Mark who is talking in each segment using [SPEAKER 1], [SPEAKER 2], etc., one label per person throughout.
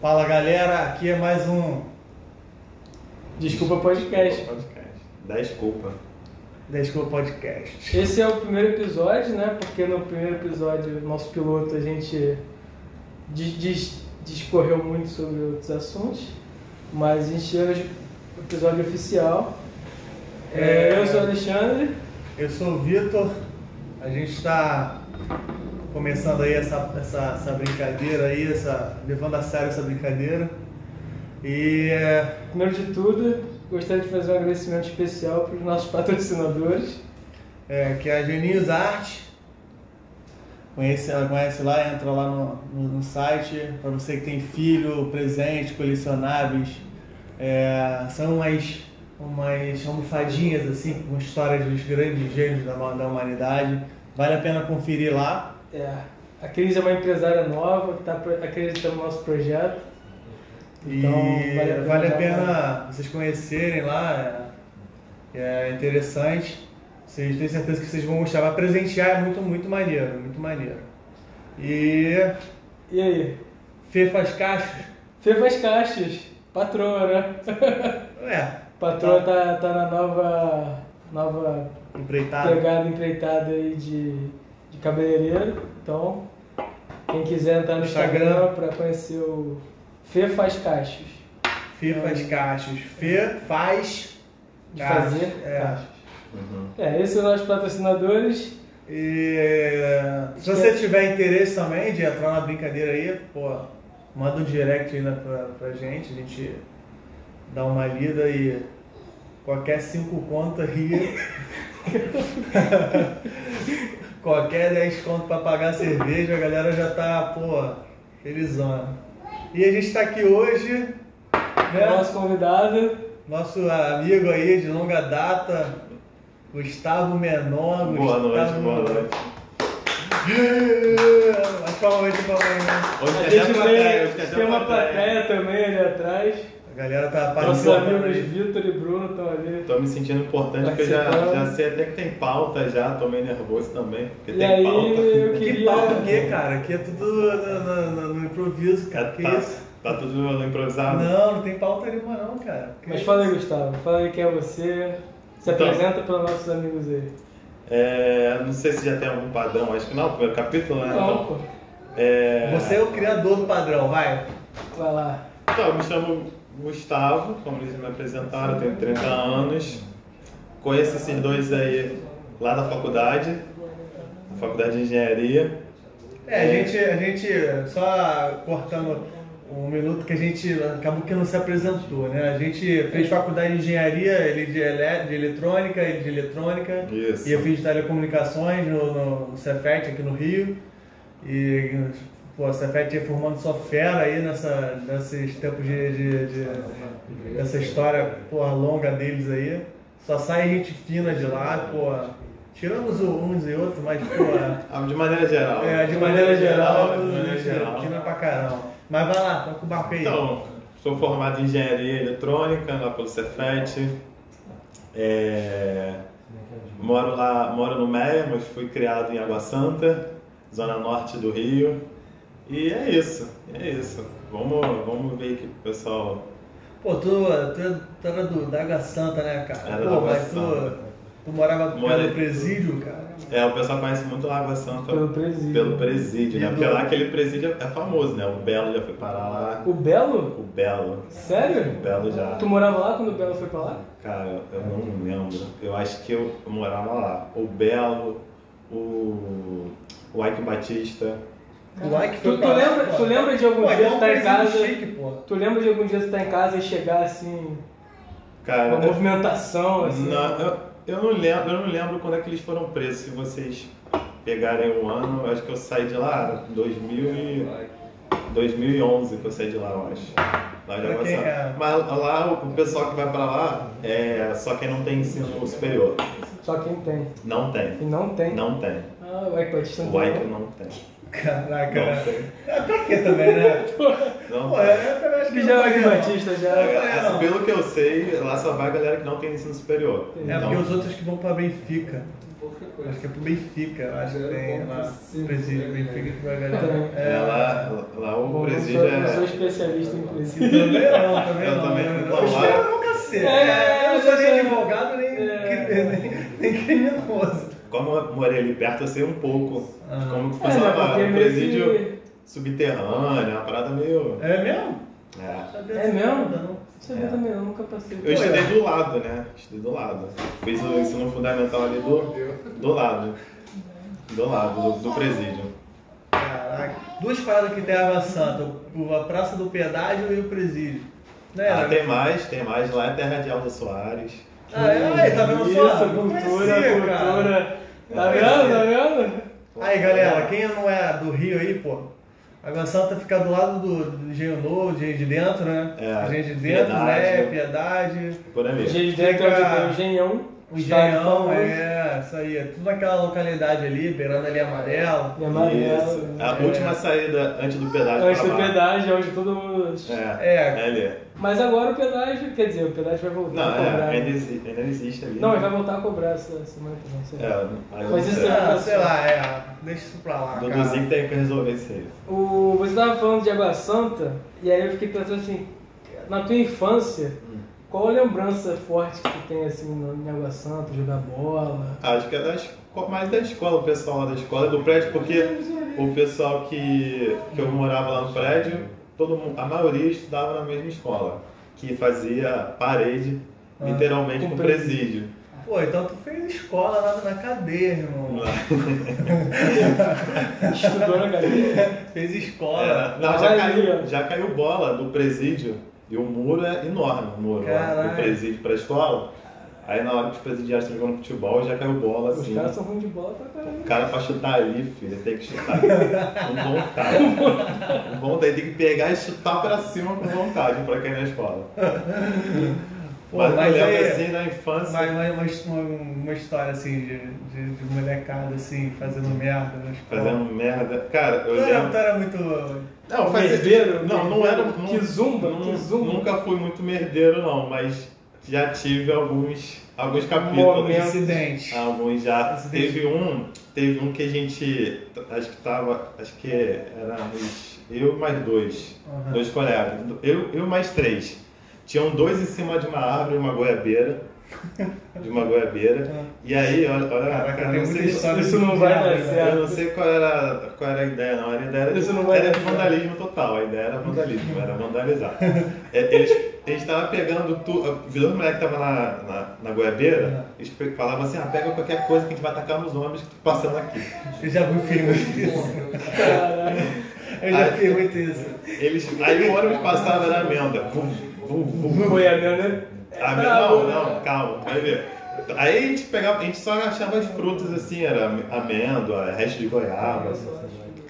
[SPEAKER 1] Fala galera, aqui é mais um
[SPEAKER 2] Desculpa podcast.
[SPEAKER 3] Podcast. Desculpa.
[SPEAKER 1] Desculpa Podcast.
[SPEAKER 2] Esse é o primeiro episódio, né? Porque no primeiro episódio, nosso piloto, a gente dis- dis- discorreu muito sobre outros assuntos, mas a gente chega ao episódio oficial. É,
[SPEAKER 1] É.
[SPEAKER 2] Eu sou o Alexandre.
[SPEAKER 1] Eu sou o Vitor, a gente está começando aí essa, essa, essa brincadeira aí, essa, levando a sério essa brincadeira. E é,
[SPEAKER 2] Primeiro de tudo, gostaria de fazer um agradecimento especial para os nossos patrocinadores.
[SPEAKER 1] é, que é a Genius Arte, conhece, ela conhece lá, entra lá no, no, no site, para você que tem filho, presente, colecionáveis, é, são umas, umas almofadinhas assim, com histórias dos grandes gênios da, da humanidade, vale a pena conferir lá.
[SPEAKER 2] É, a Cris é uma empresária nova que está acreditando no nosso projeto. Então,
[SPEAKER 1] e
[SPEAKER 2] vale a pena
[SPEAKER 1] vale a
[SPEAKER 2] dar
[SPEAKER 1] pena,
[SPEAKER 2] uma-
[SPEAKER 1] vocês conhecerem lá, é, é interessante. Vocês têm certeza que vocês vão gostar. Vai presentear é muito, muito maneiro, muito maneiro. E
[SPEAKER 2] E aí?
[SPEAKER 1] Fê faz caixas.
[SPEAKER 2] Fê faz caixas, patroa, né?
[SPEAKER 1] É,
[SPEAKER 2] patroa tá, tá na nova, nova
[SPEAKER 1] empreitado.
[SPEAKER 2] pegada empreitada aí de, de cabeleireiro. Então, quem quiser entrar no
[SPEAKER 1] Instagram.
[SPEAKER 2] Instagram, pra conhecer o Fê faz caixas.
[SPEAKER 1] Fê faz caixas. Fê faz
[SPEAKER 2] De
[SPEAKER 1] caixas.
[SPEAKER 2] fazer
[SPEAKER 1] É.
[SPEAKER 2] caixas.
[SPEAKER 3] Uhum.
[SPEAKER 2] É, esses são os nossos patrocinadores.
[SPEAKER 1] E é, se você tiver interesse também de entrar na brincadeira aí, pô, manda um direct aí na- pra, pra gente, a gente dá uma lida e qualquer cinco conto aí. qualquer 10 conto pra pagar a cerveja, a galera já tá, pô, felizona. E a gente tá aqui hoje, né?
[SPEAKER 2] Nosso convidado.
[SPEAKER 1] Nosso amigo aí de longa data, Gustavo Menor.
[SPEAKER 2] Tá
[SPEAKER 3] Boa noite,
[SPEAKER 1] Gustavo-
[SPEAKER 3] boa noite.
[SPEAKER 1] Yeah! Mas calma aí, calma aí, né?
[SPEAKER 2] A
[SPEAKER 3] Hoje tem até
[SPEAKER 2] gente
[SPEAKER 3] plateia, hoje
[SPEAKER 2] tem,
[SPEAKER 3] tem até
[SPEAKER 2] tem uma plateia também ali atrás.
[SPEAKER 1] A galera tá
[SPEAKER 2] Nossos
[SPEAKER 1] aparecendo.
[SPEAKER 2] amigos Vitor e Bruno estão ali.
[SPEAKER 3] Tô me sentindo importante porque eu já,
[SPEAKER 2] Participando.
[SPEAKER 3] já sei até que tem pauta já, tô meio nervoso também, porque
[SPEAKER 2] E
[SPEAKER 3] tem
[SPEAKER 2] aí,
[SPEAKER 3] pauta.
[SPEAKER 2] eu
[SPEAKER 1] Que
[SPEAKER 2] queria-
[SPEAKER 1] pau do quê, cara? Aqui é tudo no, no- no- no improviso, cara. Que
[SPEAKER 3] tá,
[SPEAKER 1] isso?
[SPEAKER 3] tá tudo improvisado.
[SPEAKER 1] Não, não tem pauta nenhuma não, cara. Que
[SPEAKER 2] Mas
[SPEAKER 1] isso?
[SPEAKER 2] fala aí, Gustavo. Fala aí quem é você. Se
[SPEAKER 3] Então.
[SPEAKER 2] apresenta para nossos amigos aí.
[SPEAKER 3] É, não sei se já tem algum padrão, acho que não, primeiro capítulo, né?
[SPEAKER 2] Não, pô.
[SPEAKER 3] Então, é,
[SPEAKER 1] Você é o criador do padrão, vai.
[SPEAKER 2] Vai lá.
[SPEAKER 3] Então, eu me chamo Gustavo, como eles me apresentaram, eu tenho 30 anos. Conheço esses dois aí lá da faculdade, da faculdade de engenharia.
[SPEAKER 1] É, a gente, a gente, só cortando um minuto que a gente acabou que não se apresentou, né? A gente fez faculdade de engenharia, ele de, ele, de eletrônica, ele de eletrônica.
[SPEAKER 3] Isso.
[SPEAKER 1] E eu fiz telecomunicações no, no, no Cefet aqui no Rio. E pô, o Cefet ia formando só fera aí nessa, nesses tempos de, de, de- dessa história porra, longa deles aí. Só sai gente fina de lá, pô. Tiramos o- uns e outros, mas pô.
[SPEAKER 3] Ah, De maneira geral.
[SPEAKER 1] É, de maneira geral, né?
[SPEAKER 3] De maneira geral.
[SPEAKER 1] fina pra caramba. Mas vai lá, toca o barco aí.
[SPEAKER 3] Então, sou formado em engenharia eletrônica lá pelo Cefet. É, moro lá, moro no Meia, mas fui criado em Água Santa, zona norte do Rio. E é isso, é isso. Vamos, vamos ver que o pessoal
[SPEAKER 1] Pô, tu, tu, tu era do, da Água Santa, né, cara?
[SPEAKER 3] Era da
[SPEAKER 1] Pô,
[SPEAKER 3] Água
[SPEAKER 1] mas tu,
[SPEAKER 3] Santa.
[SPEAKER 1] tu morava
[SPEAKER 3] Morei.
[SPEAKER 1] no presídio, cara?
[SPEAKER 3] É, o pessoal conhece muito Água Santa
[SPEAKER 2] Pelo presídio.
[SPEAKER 3] pelo presídio,
[SPEAKER 1] E
[SPEAKER 3] né?
[SPEAKER 1] do-
[SPEAKER 3] Porque lá aquele presídio é famoso, né? O Belo já foi parar lá.
[SPEAKER 2] O Belo?
[SPEAKER 3] O Belo. O
[SPEAKER 2] Sério?
[SPEAKER 3] Belo já.
[SPEAKER 2] Tu morava lá quando o Belo foi pra lá?
[SPEAKER 3] Cara, eu não lembro. Eu acho que eu morava lá. O Belo, o. O Ike Batista.
[SPEAKER 1] O Ike foi
[SPEAKER 2] Tu, tu,
[SPEAKER 1] pra lá,
[SPEAKER 2] lembra,
[SPEAKER 1] pô.
[SPEAKER 2] tu lembra de algum
[SPEAKER 1] Pô,
[SPEAKER 2] dia
[SPEAKER 1] é
[SPEAKER 2] tu
[SPEAKER 1] um
[SPEAKER 2] tá em
[SPEAKER 1] presídio
[SPEAKER 2] casa?
[SPEAKER 1] chique, pô.
[SPEAKER 2] Tu lembra de algum dia tu tá em casa e chegar assim,
[SPEAKER 3] Cara,
[SPEAKER 2] uma movimentação, assim?
[SPEAKER 3] não, eu, eu não lembro, eu não lembro quando é que eles foram presos. Se vocês pegarem um ano, eu acho que eu saí de lá, 2000 e, 2011 que eu saí de lá, eu acho. Lá de
[SPEAKER 1] Pra
[SPEAKER 3] Água
[SPEAKER 1] quem
[SPEAKER 3] Santa.
[SPEAKER 1] é?
[SPEAKER 3] Mas lá o o pessoal que vai pra lá é só quem não tem ensino superior.
[SPEAKER 2] assim? Só quem tem.
[SPEAKER 3] Não tem.
[SPEAKER 2] E não tem.
[SPEAKER 3] Não tem.
[SPEAKER 2] Ah, o Ike Batista não
[SPEAKER 3] O
[SPEAKER 2] tem.
[SPEAKER 3] Ike
[SPEAKER 2] não.
[SPEAKER 3] não tem.
[SPEAKER 1] Caraca,
[SPEAKER 3] Não
[SPEAKER 1] né?
[SPEAKER 3] tem.
[SPEAKER 1] É pra quê também, né?
[SPEAKER 3] Não
[SPEAKER 1] Pô,
[SPEAKER 3] tem.
[SPEAKER 1] eu também acho que
[SPEAKER 2] Ele já é
[SPEAKER 1] não
[SPEAKER 2] o
[SPEAKER 1] fazia,
[SPEAKER 2] Ike
[SPEAKER 1] não.
[SPEAKER 2] Batista, já.
[SPEAKER 1] É,
[SPEAKER 3] Assim,
[SPEAKER 1] não.
[SPEAKER 3] pelo que eu sei, lá só vai a galera que não tem ensino superior.
[SPEAKER 1] É
[SPEAKER 3] Então,
[SPEAKER 1] porque os outros que vão pra Benfica.
[SPEAKER 4] pouca coisa.
[SPEAKER 1] Acho que é pro Benfica, eu acho que
[SPEAKER 2] É,
[SPEAKER 4] Zero
[SPEAKER 1] tem
[SPEAKER 4] ponto
[SPEAKER 1] lá.
[SPEAKER 4] cinco,
[SPEAKER 1] Presídio
[SPEAKER 4] né,
[SPEAKER 1] Benfica que vai
[SPEAKER 2] Tem.
[SPEAKER 1] ganhar.
[SPEAKER 3] É, lá, lá o
[SPEAKER 2] Bom,
[SPEAKER 3] presídio
[SPEAKER 2] não sou, não sou
[SPEAKER 3] é.
[SPEAKER 2] especialista em presídio.
[SPEAKER 1] Também não, é também
[SPEAKER 3] Eu
[SPEAKER 1] não.
[SPEAKER 3] também
[SPEAKER 1] né?
[SPEAKER 3] não.
[SPEAKER 1] Eu espero nunca ser.
[SPEAKER 2] É,
[SPEAKER 1] eu não sou nem
[SPEAKER 2] eu também.
[SPEAKER 1] advogado, nem,
[SPEAKER 2] É.
[SPEAKER 1] cri- nem, nem criminoso.
[SPEAKER 3] Como eu morei ali perto, eu sei um pouco.
[SPEAKER 1] Ah.
[SPEAKER 3] de Como que
[SPEAKER 2] É, né,
[SPEAKER 3] funcionava
[SPEAKER 2] porque meio
[SPEAKER 3] o um presídio
[SPEAKER 2] que-
[SPEAKER 3] subterrâneo, uma parada meio.
[SPEAKER 1] É mesmo?
[SPEAKER 3] É.
[SPEAKER 2] É mesmo?
[SPEAKER 1] Não.
[SPEAKER 2] Sabia
[SPEAKER 3] É.
[SPEAKER 2] também, eu nunca passei.
[SPEAKER 3] Eu estudei do lado, né? Estudei do lado. Fiz
[SPEAKER 2] Ah.
[SPEAKER 3] o ensino fundamental ali do, do lado. Do lado, do, do presídio.
[SPEAKER 1] Caraca. Duas paradas que tem a Água Santa, o- a Praça do Pedágio e o Presídio.
[SPEAKER 2] É,
[SPEAKER 1] Né?
[SPEAKER 3] Ah, tem mais, tem mais. Lá é terra de Aldo Soares.
[SPEAKER 1] Ah, é? Aí, tá vendo só?
[SPEAKER 2] Isso,
[SPEAKER 1] Não
[SPEAKER 2] cultura,
[SPEAKER 1] conhecia, cara.
[SPEAKER 2] cultura. Tá
[SPEAKER 1] Não
[SPEAKER 2] vendo,
[SPEAKER 1] conhecia.
[SPEAKER 2] tá vendo?
[SPEAKER 1] Aí galera, quem não é do Rio aí, pô, Água Santa fica do lado do, do Engenho Novo, Engenho de Dentro, né?
[SPEAKER 3] É,
[SPEAKER 1] Engenho de Dentro, né?
[SPEAKER 3] Piedade.
[SPEAKER 1] Piedade,
[SPEAKER 3] Por ali.
[SPEAKER 2] Gente, dentro onde
[SPEAKER 1] Pega-
[SPEAKER 2] tem o Genhão.
[SPEAKER 1] o
[SPEAKER 2] estádio
[SPEAKER 1] Engenhão,
[SPEAKER 2] famoso,
[SPEAKER 1] um, é, isso aí, é tudo naquela localidade ali, beirando ali Amarela. Ah,
[SPEAKER 2] E amarelo.
[SPEAKER 3] Isso.
[SPEAKER 2] né?
[SPEAKER 3] A última saída antes do pedágio
[SPEAKER 2] Antes do
[SPEAKER 3] pra lá.
[SPEAKER 2] pedágio, É onde todo mundo.
[SPEAKER 3] É,
[SPEAKER 1] É.
[SPEAKER 3] é ali.
[SPEAKER 2] Mas agora o pedágio, quer dizer, o pedágio vai voltar
[SPEAKER 3] Não,
[SPEAKER 2] a cobrar.
[SPEAKER 3] é,
[SPEAKER 2] né?
[SPEAKER 3] ainda, exi- ainda existe ali.
[SPEAKER 2] Não,
[SPEAKER 3] né?
[SPEAKER 2] ele vai voltar a cobrar essa semana que vem. sei lá.
[SPEAKER 3] É, aí
[SPEAKER 2] Mas
[SPEAKER 3] não
[SPEAKER 2] isso
[SPEAKER 3] sei.
[SPEAKER 1] Ah, sei lá, é, deixa isso pra lá, cara.
[SPEAKER 3] Duduzinho tem que resolver isso aí.
[SPEAKER 2] O, você estava falando de Água Santa, e aí eu fiquei pensando assim, na tua infância,
[SPEAKER 3] Hum.
[SPEAKER 2] qual a lembrança forte que tu tem assim no- em Água Santa, jogar bola?
[SPEAKER 3] Acho que é da esco- mais da escola, o pessoal lá da escola, do prédio, porque o pessoal que, que eu morava lá no prédio, todo mundo, a maioria estudava na mesma escola, que fazia parede,
[SPEAKER 1] Ah,
[SPEAKER 3] literalmente,
[SPEAKER 2] com
[SPEAKER 3] com presídio.
[SPEAKER 1] Pô, então tu fez escola lá na cadeia, irmão.
[SPEAKER 2] Estudou na galera?
[SPEAKER 1] Fez escola.
[SPEAKER 3] É, não, já
[SPEAKER 2] Olha aí, ó.
[SPEAKER 3] caiu, já caiu bola do presídio e o muro é enorme, o muro lá,
[SPEAKER 1] Caralho.
[SPEAKER 3] do presídio pra escola. Aí na hora que os presidiários estão jogando futebol, já caiu bola
[SPEAKER 2] Os
[SPEAKER 3] assim.
[SPEAKER 2] caras são ruins de bola pra caramba.
[SPEAKER 3] O cara pra chutar ali, filho, tem que chutar com vontade. Com vontade, tem que pegar e chutar pra cima com vontade pra cair na escola.
[SPEAKER 1] Pô,
[SPEAKER 3] mas eu
[SPEAKER 1] mas
[SPEAKER 3] lembro
[SPEAKER 1] aí-
[SPEAKER 3] assim na infância.
[SPEAKER 1] Mas uma, uma, uma história assim de, de, de molecada assim, fazendo merda na escola.
[SPEAKER 3] Fazendo merda. Cara, eu
[SPEAKER 1] Tu era, tu
[SPEAKER 3] lembro.
[SPEAKER 1] era muito.
[SPEAKER 3] Não, fazia-
[SPEAKER 2] Merdeiro?
[SPEAKER 3] Um Não, não era. Não,
[SPEAKER 2] Que zumba,
[SPEAKER 3] não-
[SPEAKER 2] que zumba.
[SPEAKER 3] Nunca fui muito merdeiro, não, mas já tive alguns, alguns capítulos.
[SPEAKER 2] Momentos.
[SPEAKER 1] Incidente.
[SPEAKER 3] Alguns já.
[SPEAKER 1] Você tem-
[SPEAKER 3] Teve um, teve um que a gente. Acho que tava. Acho que éramos eu mais dois.
[SPEAKER 1] Aham.
[SPEAKER 3] Dois colegas. Eu, eu mais três. Tinham dois em cima de uma árvore, uma goiabeira. De uma goiabeira. E aí, olha, olha
[SPEAKER 1] Tá. Caraca,
[SPEAKER 3] cara,
[SPEAKER 1] tem
[SPEAKER 3] não
[SPEAKER 1] muita
[SPEAKER 3] sei,
[SPEAKER 1] história.
[SPEAKER 2] isso não
[SPEAKER 1] de
[SPEAKER 2] vai
[SPEAKER 1] merda,
[SPEAKER 2] dar
[SPEAKER 1] né?
[SPEAKER 2] certo.
[SPEAKER 3] eu não sei qual era, qual era a ideia, não. Era a ideia era,
[SPEAKER 2] Isso não vai
[SPEAKER 3] era
[SPEAKER 2] dar
[SPEAKER 3] de vandalismo total. A ideia era vandalismo, era vandalizar. É, Eles estavam pegando tudo. Virou o moleque que tava na, na, na goiabeira, eles pe- falavam assim: ah, pega qualquer coisa que a gente vai atacar nos homens que estão passando aqui.
[SPEAKER 1] Eu já vi filme disso.
[SPEAKER 2] Caralho.
[SPEAKER 1] Eu já
[SPEAKER 3] Ah.
[SPEAKER 1] vi muito isso.
[SPEAKER 3] Eles, aí o ônibus passava era amenda. Vum, vum, vum.
[SPEAKER 2] Foi a minha, né?
[SPEAKER 3] Ah, meu, não, não, calma, vai ver. Aí a gente pegava, a gente só achava as frutas assim, era amêndoa, resto de goiaba. assim.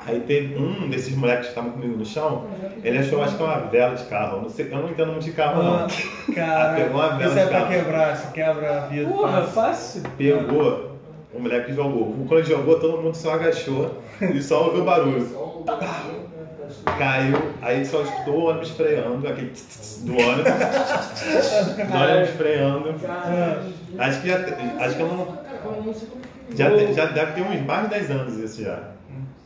[SPEAKER 3] Aí teve um desses moleques que estavam comigo no chão, ele achou acho que é uma vela de carro. Eu não, sei, eu não entendo muito de carro
[SPEAKER 1] Ah,
[SPEAKER 3] não.
[SPEAKER 1] Cara,
[SPEAKER 3] Pegou uma vela
[SPEAKER 1] isso é
[SPEAKER 3] de
[SPEAKER 1] pra
[SPEAKER 3] carro.
[SPEAKER 1] quebrar, se quebra a vida.
[SPEAKER 2] Porra,
[SPEAKER 1] fácil.
[SPEAKER 2] fácil.
[SPEAKER 3] Pegou, o moleque jogou. Quando ele jogou, todo mundo só agachou e só ouviu o barulho.
[SPEAKER 4] Só o bagulho, né, pra estudar.
[SPEAKER 3] Caiu, aí só escutou o ônibus freando, aquele tss, tss do ônibus. do ônibus freando.
[SPEAKER 2] Caralho.
[SPEAKER 3] Acho que, já, acho que eu não,
[SPEAKER 4] Cara, não sei como que-
[SPEAKER 3] Já, te- já deve ter uns mais de 10 anos isso já.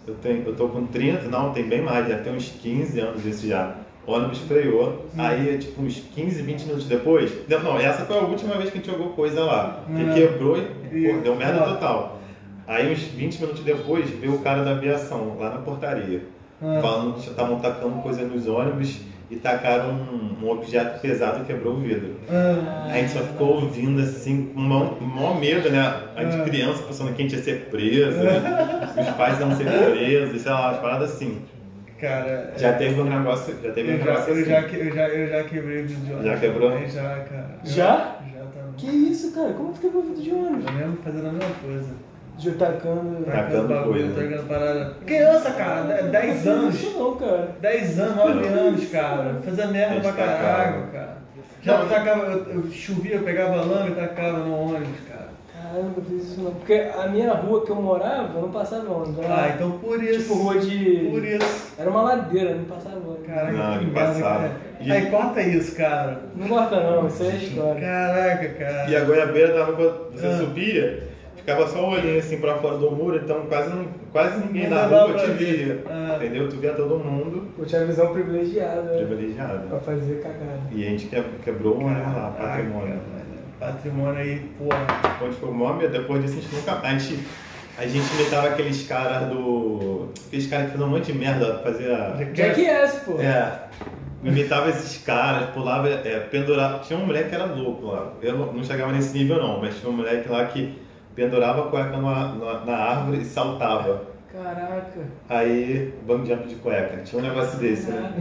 [SPEAKER 3] Eu, tenho, eu tô com 30, não, tem bem mais, já tem uns 15 anos isso já. O ônibus freou, aí tipo uns 15, 20 minutos depois. Não, não, essa foi a última vez que a gente jogou coisa lá. Que
[SPEAKER 1] Hum.
[SPEAKER 3] quebrou e
[SPEAKER 1] E-
[SPEAKER 3] pô, deu merda
[SPEAKER 1] ó.
[SPEAKER 3] total. Aí uns 20 minutos depois veio o cara da aviação lá na portaria.
[SPEAKER 1] Ah.
[SPEAKER 3] Falando que estavam tacando coisa nos ônibus e tacaram um, um objeto pesado e quebrou o vidro.
[SPEAKER 1] Ah,
[SPEAKER 3] A gente só ficou ouvindo assim, com mó, mó medo, né? A
[SPEAKER 1] Ah.
[SPEAKER 3] gente criança pensando que a gente ia ser preso, né? os pais iam ser presos, sei lá, umas paradas assim.
[SPEAKER 1] Ah, cara,
[SPEAKER 3] Já teve um negócio, já teve um
[SPEAKER 1] eu já,
[SPEAKER 3] negócio
[SPEAKER 1] eu, já,
[SPEAKER 3] assim.
[SPEAKER 1] que- eu, já, eu já quebrei o vídeo de ônibus.
[SPEAKER 3] Já quebrou?
[SPEAKER 1] Aí Já, cara. Eu-
[SPEAKER 2] Já?
[SPEAKER 1] Já tá
[SPEAKER 2] Que isso, cara? Como tu quebrou o vidro de ônibus?
[SPEAKER 1] Eu mesmo fazendo a mesma coisa.
[SPEAKER 2] De tacando.
[SPEAKER 3] Tá
[SPEAKER 1] Trocando
[SPEAKER 3] dando
[SPEAKER 1] bagulho,
[SPEAKER 3] coisa.
[SPEAKER 1] trocando parada. Criança, cara, 10 anos.
[SPEAKER 2] Isso não, cara.
[SPEAKER 1] 10 anos, 9 anos, cara. Fazia merda
[SPEAKER 3] Eles
[SPEAKER 1] pra caralho,
[SPEAKER 3] tacavam.
[SPEAKER 1] cara. Já
[SPEAKER 3] Não,
[SPEAKER 1] tacava, eu, eu chovia, eu pegava lama e tacava no ônibus, cara.
[SPEAKER 2] Caramba, eu fiz isso não. Porque a minha rua que eu morava, eu não passava ônibus. Era
[SPEAKER 1] Ah, então por isso.
[SPEAKER 2] Tipo rua de.
[SPEAKER 1] Por isso.
[SPEAKER 2] Era uma ladeira, não passava ônibus.
[SPEAKER 1] Caraca,
[SPEAKER 3] Não,
[SPEAKER 1] que
[SPEAKER 3] ele
[SPEAKER 1] merda,
[SPEAKER 3] passava.
[SPEAKER 1] cara.
[SPEAKER 3] E-
[SPEAKER 1] Aí corta isso, cara.
[SPEAKER 2] Não corta não, isso é história.
[SPEAKER 1] Caraca, cara.
[SPEAKER 3] E a goiabeira dava pra você
[SPEAKER 1] Ah.
[SPEAKER 3] subia, Ficava só um olhinho assim pra fora do muro, então quase, não- quase ninguém
[SPEAKER 1] Não
[SPEAKER 3] da
[SPEAKER 1] dava
[SPEAKER 3] rua
[SPEAKER 1] pra
[SPEAKER 3] te
[SPEAKER 1] ver.
[SPEAKER 3] via.
[SPEAKER 1] É.
[SPEAKER 3] Entendeu? Tu via todo mundo
[SPEAKER 2] Eu tinha visão privilegiada né? pra
[SPEAKER 3] privilegiado.
[SPEAKER 2] fazer cagada.
[SPEAKER 3] E a gente que- quebrou um lá,
[SPEAKER 1] Caraca,
[SPEAKER 3] patrimônio.
[SPEAKER 1] velho. Ah, Patrimônio aí, porra.
[SPEAKER 3] Quando ficou mó medo, depois disso a gente nunca. A gente, a gente imitava aqueles caras do. Aqueles caras que faziam um monte de merda, fazia.
[SPEAKER 2] Jack S, pô.
[SPEAKER 3] É. Imitava esses caras, pulava, é, pendurava. Tinha um moleque que era louco lá. Eu não- não chegava nesse nível não, mas tinha um moleque lá que pendurava a cueca numa- na, na árvore e saltava.
[SPEAKER 2] Caraca.
[SPEAKER 3] Aí, bang jump de cueca. Tinha um negócio desse, né?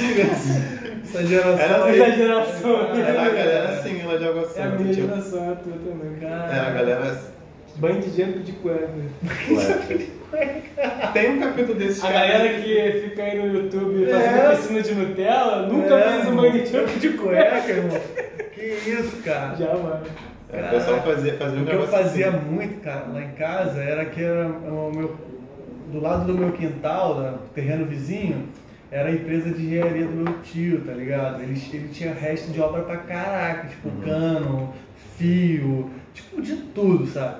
[SPEAKER 1] Essa geração
[SPEAKER 3] Era
[SPEAKER 1] aí.
[SPEAKER 2] Essa geração.
[SPEAKER 1] É.
[SPEAKER 3] Era a galera assim, ela joga assim.
[SPEAKER 2] É a minha
[SPEAKER 3] tipo,
[SPEAKER 2] geração, a tua também, cara.
[SPEAKER 3] era a galera assim,
[SPEAKER 2] Band jump de cueca.
[SPEAKER 3] cueca. Tem um capítulo desse
[SPEAKER 2] A galera que fica aí no YouTube
[SPEAKER 1] É.
[SPEAKER 2] fazendo piscina de Nutella nunca
[SPEAKER 1] É,
[SPEAKER 2] fez um
[SPEAKER 1] irmão.
[SPEAKER 2] bang jump de cueca.
[SPEAKER 1] Cueca, irmão. Que isso, cara.
[SPEAKER 2] Já, mano.
[SPEAKER 3] É, o pessoal fazia, fazia um
[SPEAKER 1] O que eu
[SPEAKER 3] negócio
[SPEAKER 1] fazia
[SPEAKER 3] assim.
[SPEAKER 1] muito, cara, lá em casa, era que era o meu, do lado do meu quintal, né, terreno vizinho, era a empresa de engenharia do meu tio, tá ligado? Ele, ele tinha resto de obra pra caraca, tipo cano, fio, tipo de tudo, sabe?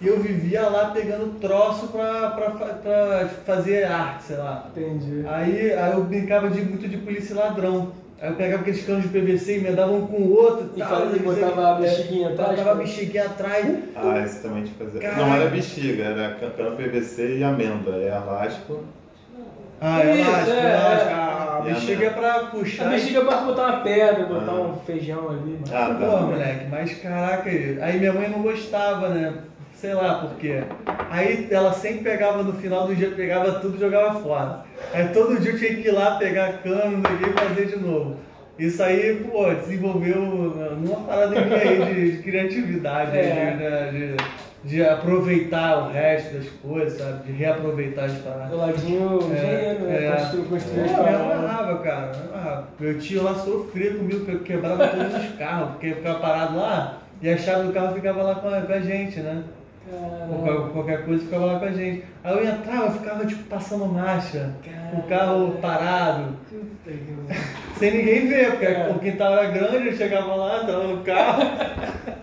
[SPEAKER 1] E eu vivia lá pegando troço pra, pra, fa- pra fazer arte, sei lá.
[SPEAKER 2] Entendi.
[SPEAKER 1] Aí, aí eu brincava de, muito de polícia e ladrão. Aí eu pegava aqueles canos de PVC e emendava um com o outro.
[SPEAKER 2] Ah, E
[SPEAKER 1] tal,
[SPEAKER 2] fazia-
[SPEAKER 1] não sei o
[SPEAKER 2] botava a
[SPEAKER 1] quê.
[SPEAKER 2] bexiguinha atrás,
[SPEAKER 1] Botava a
[SPEAKER 2] né?
[SPEAKER 1] bexiguinha atrás.
[SPEAKER 3] Ah, isso também a gente fazia. Não
[SPEAKER 1] Caralho.
[SPEAKER 3] era bexiga, era cantando PVC e amêndoa. É elástico.
[SPEAKER 1] Ah, eu
[SPEAKER 2] Isso,
[SPEAKER 1] acho,
[SPEAKER 2] é,
[SPEAKER 1] eu acho.
[SPEAKER 2] é.
[SPEAKER 1] A a
[SPEAKER 3] E a
[SPEAKER 1] bexiga é
[SPEAKER 3] merda.
[SPEAKER 1] pra
[SPEAKER 2] A
[SPEAKER 1] puxar.
[SPEAKER 2] bexiga é pra botar uma pedra, botar
[SPEAKER 3] Ah.
[SPEAKER 2] um feijão ali, mano.
[SPEAKER 3] Ah,
[SPEAKER 1] Pô,
[SPEAKER 3] tá.
[SPEAKER 1] moleque, mas caraca, aí minha mãe não gostava, né? Sei lá por quê. Aí ela sempre pegava no final do dia, pegava tudo e jogava fora. Aí todo dia eu tinha que ir lá pegar cano, não sei o quê, e fazer de novo. Isso aí, pô, desenvolveu uma parada em mim aí de, de criatividade,
[SPEAKER 2] É.
[SPEAKER 1] né? de, de- de aproveitar o resto das coisas, sabe? De reaproveitar as paradas.
[SPEAKER 2] Do ladinho
[SPEAKER 3] É,
[SPEAKER 2] engenheiro, né? Constru- Construir as
[SPEAKER 1] Pô, minha mãe
[SPEAKER 2] paradas.
[SPEAKER 1] amarrava, cara. minha mãe amarrava. Meu tio lá sofria comigo, porque eu quebrava todos os carros, porque eu ficava parado lá e a chave do carro ficava lá com a, com a gente, né?
[SPEAKER 2] Caralho.
[SPEAKER 1] Qualquer, qualquer coisa ficava lá com a gente. Aí eu entrava, eu ficava tipo passando marcha,
[SPEAKER 2] Caraca.
[SPEAKER 1] o carro parado,
[SPEAKER 2] Puta que pariu.
[SPEAKER 1] sem ninguém ver, porque
[SPEAKER 2] É.
[SPEAKER 1] o quintal era grande, eu chegava lá, entrava no carro,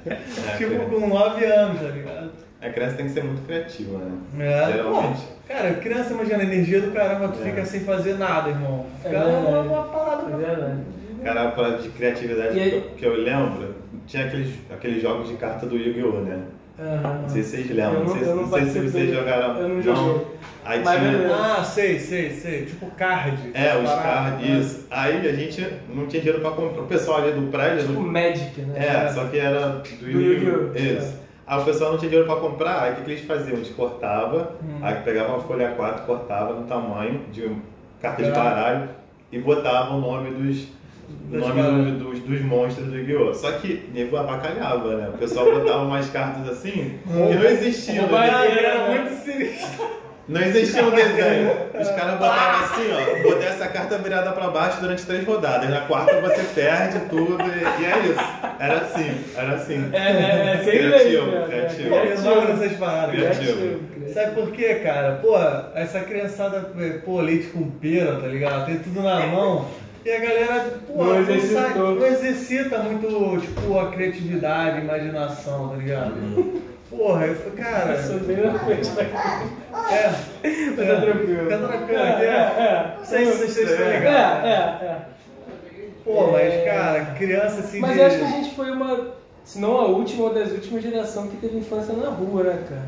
[SPEAKER 3] É,
[SPEAKER 1] tipo
[SPEAKER 3] cara.
[SPEAKER 1] com 9 anos, tá ligado?
[SPEAKER 3] A criança tem que ser muito criativa, né?
[SPEAKER 1] É, pô,
[SPEAKER 3] Geralmente.
[SPEAKER 1] cara, criança imagina a energia do caramba, tu
[SPEAKER 3] É.
[SPEAKER 1] fica sem fazer nada, irmão.
[SPEAKER 2] É
[SPEAKER 1] Fica uma,
[SPEAKER 2] verdade.
[SPEAKER 1] uma parada
[SPEAKER 2] É verdade.
[SPEAKER 3] Cara, uma parada de criatividade
[SPEAKER 2] E aí-
[SPEAKER 3] que, eu, que eu lembro, tinha aqueles, aqueles jogos de carta do Yu-Gi-Oh, né?
[SPEAKER 2] Aham.
[SPEAKER 3] Não sei se vocês
[SPEAKER 2] Eu
[SPEAKER 3] lembram, não, sei,
[SPEAKER 2] eu
[SPEAKER 3] não sei se
[SPEAKER 2] participei.
[SPEAKER 3] vocês jogaram.
[SPEAKER 2] Eu não joguei.
[SPEAKER 3] Aí
[SPEAKER 2] Mas
[SPEAKER 3] tinha.
[SPEAKER 2] beleza.
[SPEAKER 1] Ah, sei, sei, sei. Tipo card.
[SPEAKER 3] É, os
[SPEAKER 1] Parada,
[SPEAKER 3] carros,
[SPEAKER 1] né?
[SPEAKER 3] isso. Aí a gente não tinha dinheiro pra comprar. O pessoal ali do prédio.
[SPEAKER 2] Tipo
[SPEAKER 3] não-
[SPEAKER 2] Magic, né?
[SPEAKER 3] É, só que era do
[SPEAKER 2] Yu-Gi-Oh! É.
[SPEAKER 3] Yu-Gi-Oh! Isso. Aí o pessoal não tinha dinheiro pra comprar, aí o que que eles faziam? Eles cortavam,
[SPEAKER 2] Uhum.
[SPEAKER 3] aí pegava uma folha 4, cortava no tamanho de um carta de
[SPEAKER 1] Caralho.
[SPEAKER 3] baralho e botava o nome dos.
[SPEAKER 1] Dos
[SPEAKER 3] o nome
[SPEAKER 1] baralhos.
[SPEAKER 3] do- dos, dos monstros do Yu-Gi-Oh! Só que nego abacalhava, né? O pessoal botava umas cartas assim
[SPEAKER 2] Um
[SPEAKER 3] que não existiam.
[SPEAKER 2] Rouba-
[SPEAKER 3] né?
[SPEAKER 1] Caraca,
[SPEAKER 2] Ele
[SPEAKER 1] era
[SPEAKER 2] era
[SPEAKER 1] muito sinistro.
[SPEAKER 3] Não existia um desenho. Os caras botavam assim, ó. Botei essa carta virada pra baixo durante três rodadas. Na quarta você perde tudo e, e é isso. Era assim, era assim.
[SPEAKER 2] É, é, é, sempre
[SPEAKER 3] Criativo,
[SPEAKER 2] isso, né?
[SPEAKER 1] Eu
[SPEAKER 3] criativo.
[SPEAKER 2] É,
[SPEAKER 1] adoro essas paradas.
[SPEAKER 3] É.
[SPEAKER 1] cara.
[SPEAKER 3] Criativo.
[SPEAKER 1] Sabe por quê, cara? Pô, essa criançada, pô, leite com pera, tá ligado? Tem tudo na mão. E a galera, pô,
[SPEAKER 2] Não
[SPEAKER 1] não,
[SPEAKER 2] exercitou.
[SPEAKER 1] sabe- não exercita muito, tipo, a criatividade, a imaginação, tá ligado? Porra, eu falei, cara.
[SPEAKER 2] Eu sou bem na frente da câmera.
[SPEAKER 1] É.
[SPEAKER 2] Tá
[SPEAKER 1] é,
[SPEAKER 2] tranquilo.
[SPEAKER 1] Tá tranquilo,
[SPEAKER 2] É,
[SPEAKER 1] é.
[SPEAKER 2] é, é.
[SPEAKER 1] Vocês vocês estão
[SPEAKER 2] É,
[SPEAKER 1] ligados.
[SPEAKER 2] é,
[SPEAKER 1] Pô,
[SPEAKER 2] É.
[SPEAKER 1] mas, cara, criança assim.
[SPEAKER 2] é. Mas
[SPEAKER 1] de-
[SPEAKER 2] eu acho que a gente foi uma, se não a última, uma das últimas gerações que teve infância na rua, né, cara?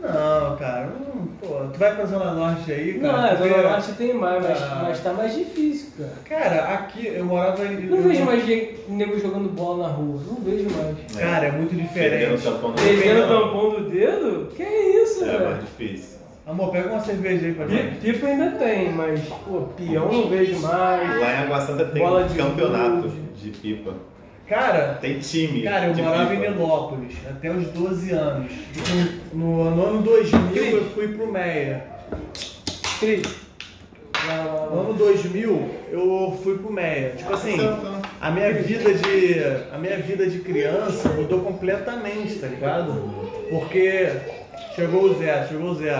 [SPEAKER 1] Não, cara, não, pô, tu vai pra Zona Norte aí, cara.
[SPEAKER 2] Não, a
[SPEAKER 1] porque-
[SPEAKER 2] Zona Norte tem mais, mas,
[SPEAKER 1] Ah.
[SPEAKER 2] mas tá mais difícil, cara.
[SPEAKER 1] Cara, aqui eu morava em.
[SPEAKER 2] Não
[SPEAKER 1] eu-
[SPEAKER 2] vejo mais gente- nego jogando bola na rua, não vejo mais.
[SPEAKER 1] Cara, é muito
[SPEAKER 3] Perdendo o
[SPEAKER 1] diferente.
[SPEAKER 3] tampão do
[SPEAKER 2] Pegando o
[SPEAKER 3] dedo.
[SPEAKER 2] tampão né? do dedo? Que isso,
[SPEAKER 3] É mais
[SPEAKER 2] velho?
[SPEAKER 3] difícil.
[SPEAKER 1] Amor, pega uma cerveja aí pra mim.
[SPEAKER 2] Pi- Pipa ainda tem, mas, pô, peão não vejo mais.
[SPEAKER 3] Lá em Água Santa tem
[SPEAKER 2] Bola
[SPEAKER 3] um
[SPEAKER 2] de
[SPEAKER 3] campeonato
[SPEAKER 2] gude.
[SPEAKER 3] de pipa.
[SPEAKER 1] Cara,
[SPEAKER 3] Tem tipo time.
[SPEAKER 1] cara, eu
[SPEAKER 3] de
[SPEAKER 1] morava em
[SPEAKER 3] pipa.
[SPEAKER 1] Nilópolis até os 12 anos. No, no ano 2000 eu fui pro Meia.
[SPEAKER 2] Cris. Lá, lá,
[SPEAKER 1] No
[SPEAKER 2] lá.
[SPEAKER 1] ano 2000 eu fui pro Meia. Tipo assim,
[SPEAKER 2] Ah, né?
[SPEAKER 1] a minha vida de a minha vida de criança mudou completamente, tá ligado? Porque chegou o Zé, chegou o Zé.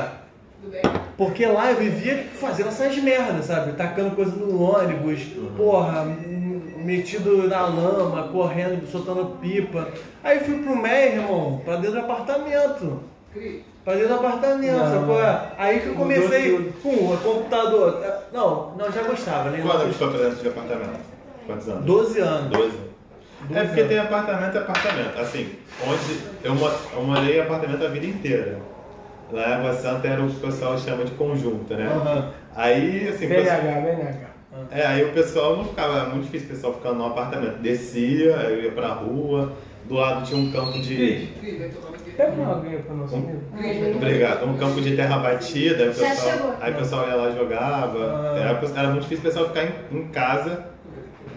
[SPEAKER 1] Porque lá eu
[SPEAKER 2] Uhum.
[SPEAKER 1] vivia fazendo essas merdas, sabe? Tacando coisa no ônibus, porra, m- m- metido na lama, correndo, soltando pipa. Aí fui pro MEI, irmão, pra dentro do apartamento. Pra dentro do apartamento,
[SPEAKER 2] Não.
[SPEAKER 1] sacou? Aí que eu
[SPEAKER 2] Mudou
[SPEAKER 1] comecei,
[SPEAKER 2] tudo.
[SPEAKER 1] pum, o um, é computador. É, Não, não, já gostava, né?
[SPEAKER 3] Quantos anos ficou pra dentro é de apartamento? Quantos anos?
[SPEAKER 1] 12 anos.
[SPEAKER 3] 12. É porque tem apartamento e apartamento. Assim, onde eu, mo- eu morei em apartamento a vida inteira. Lá em Água Santa era o que o pessoal chama de conjunto, né?
[SPEAKER 1] Aham.
[SPEAKER 3] Aí, assim, o pessoal-
[SPEAKER 2] BNH, BNH.
[SPEAKER 3] é, aí o pessoal não ficava, era muito difícil o pessoal ficar no apartamento. Descia, eu ia pra rua, do lado tinha um campo de.
[SPEAKER 2] Pega
[SPEAKER 3] Hum.
[SPEAKER 2] uma aguinha pro nosso amigo.
[SPEAKER 3] Obrigado, um campo de terra batida, aí o
[SPEAKER 5] Já
[SPEAKER 3] pessoal,
[SPEAKER 5] chegou.
[SPEAKER 3] aí o pessoal ia lá e jogava.
[SPEAKER 1] Ah.
[SPEAKER 3] Era, era muito difícil o pessoal ficar em, em casa,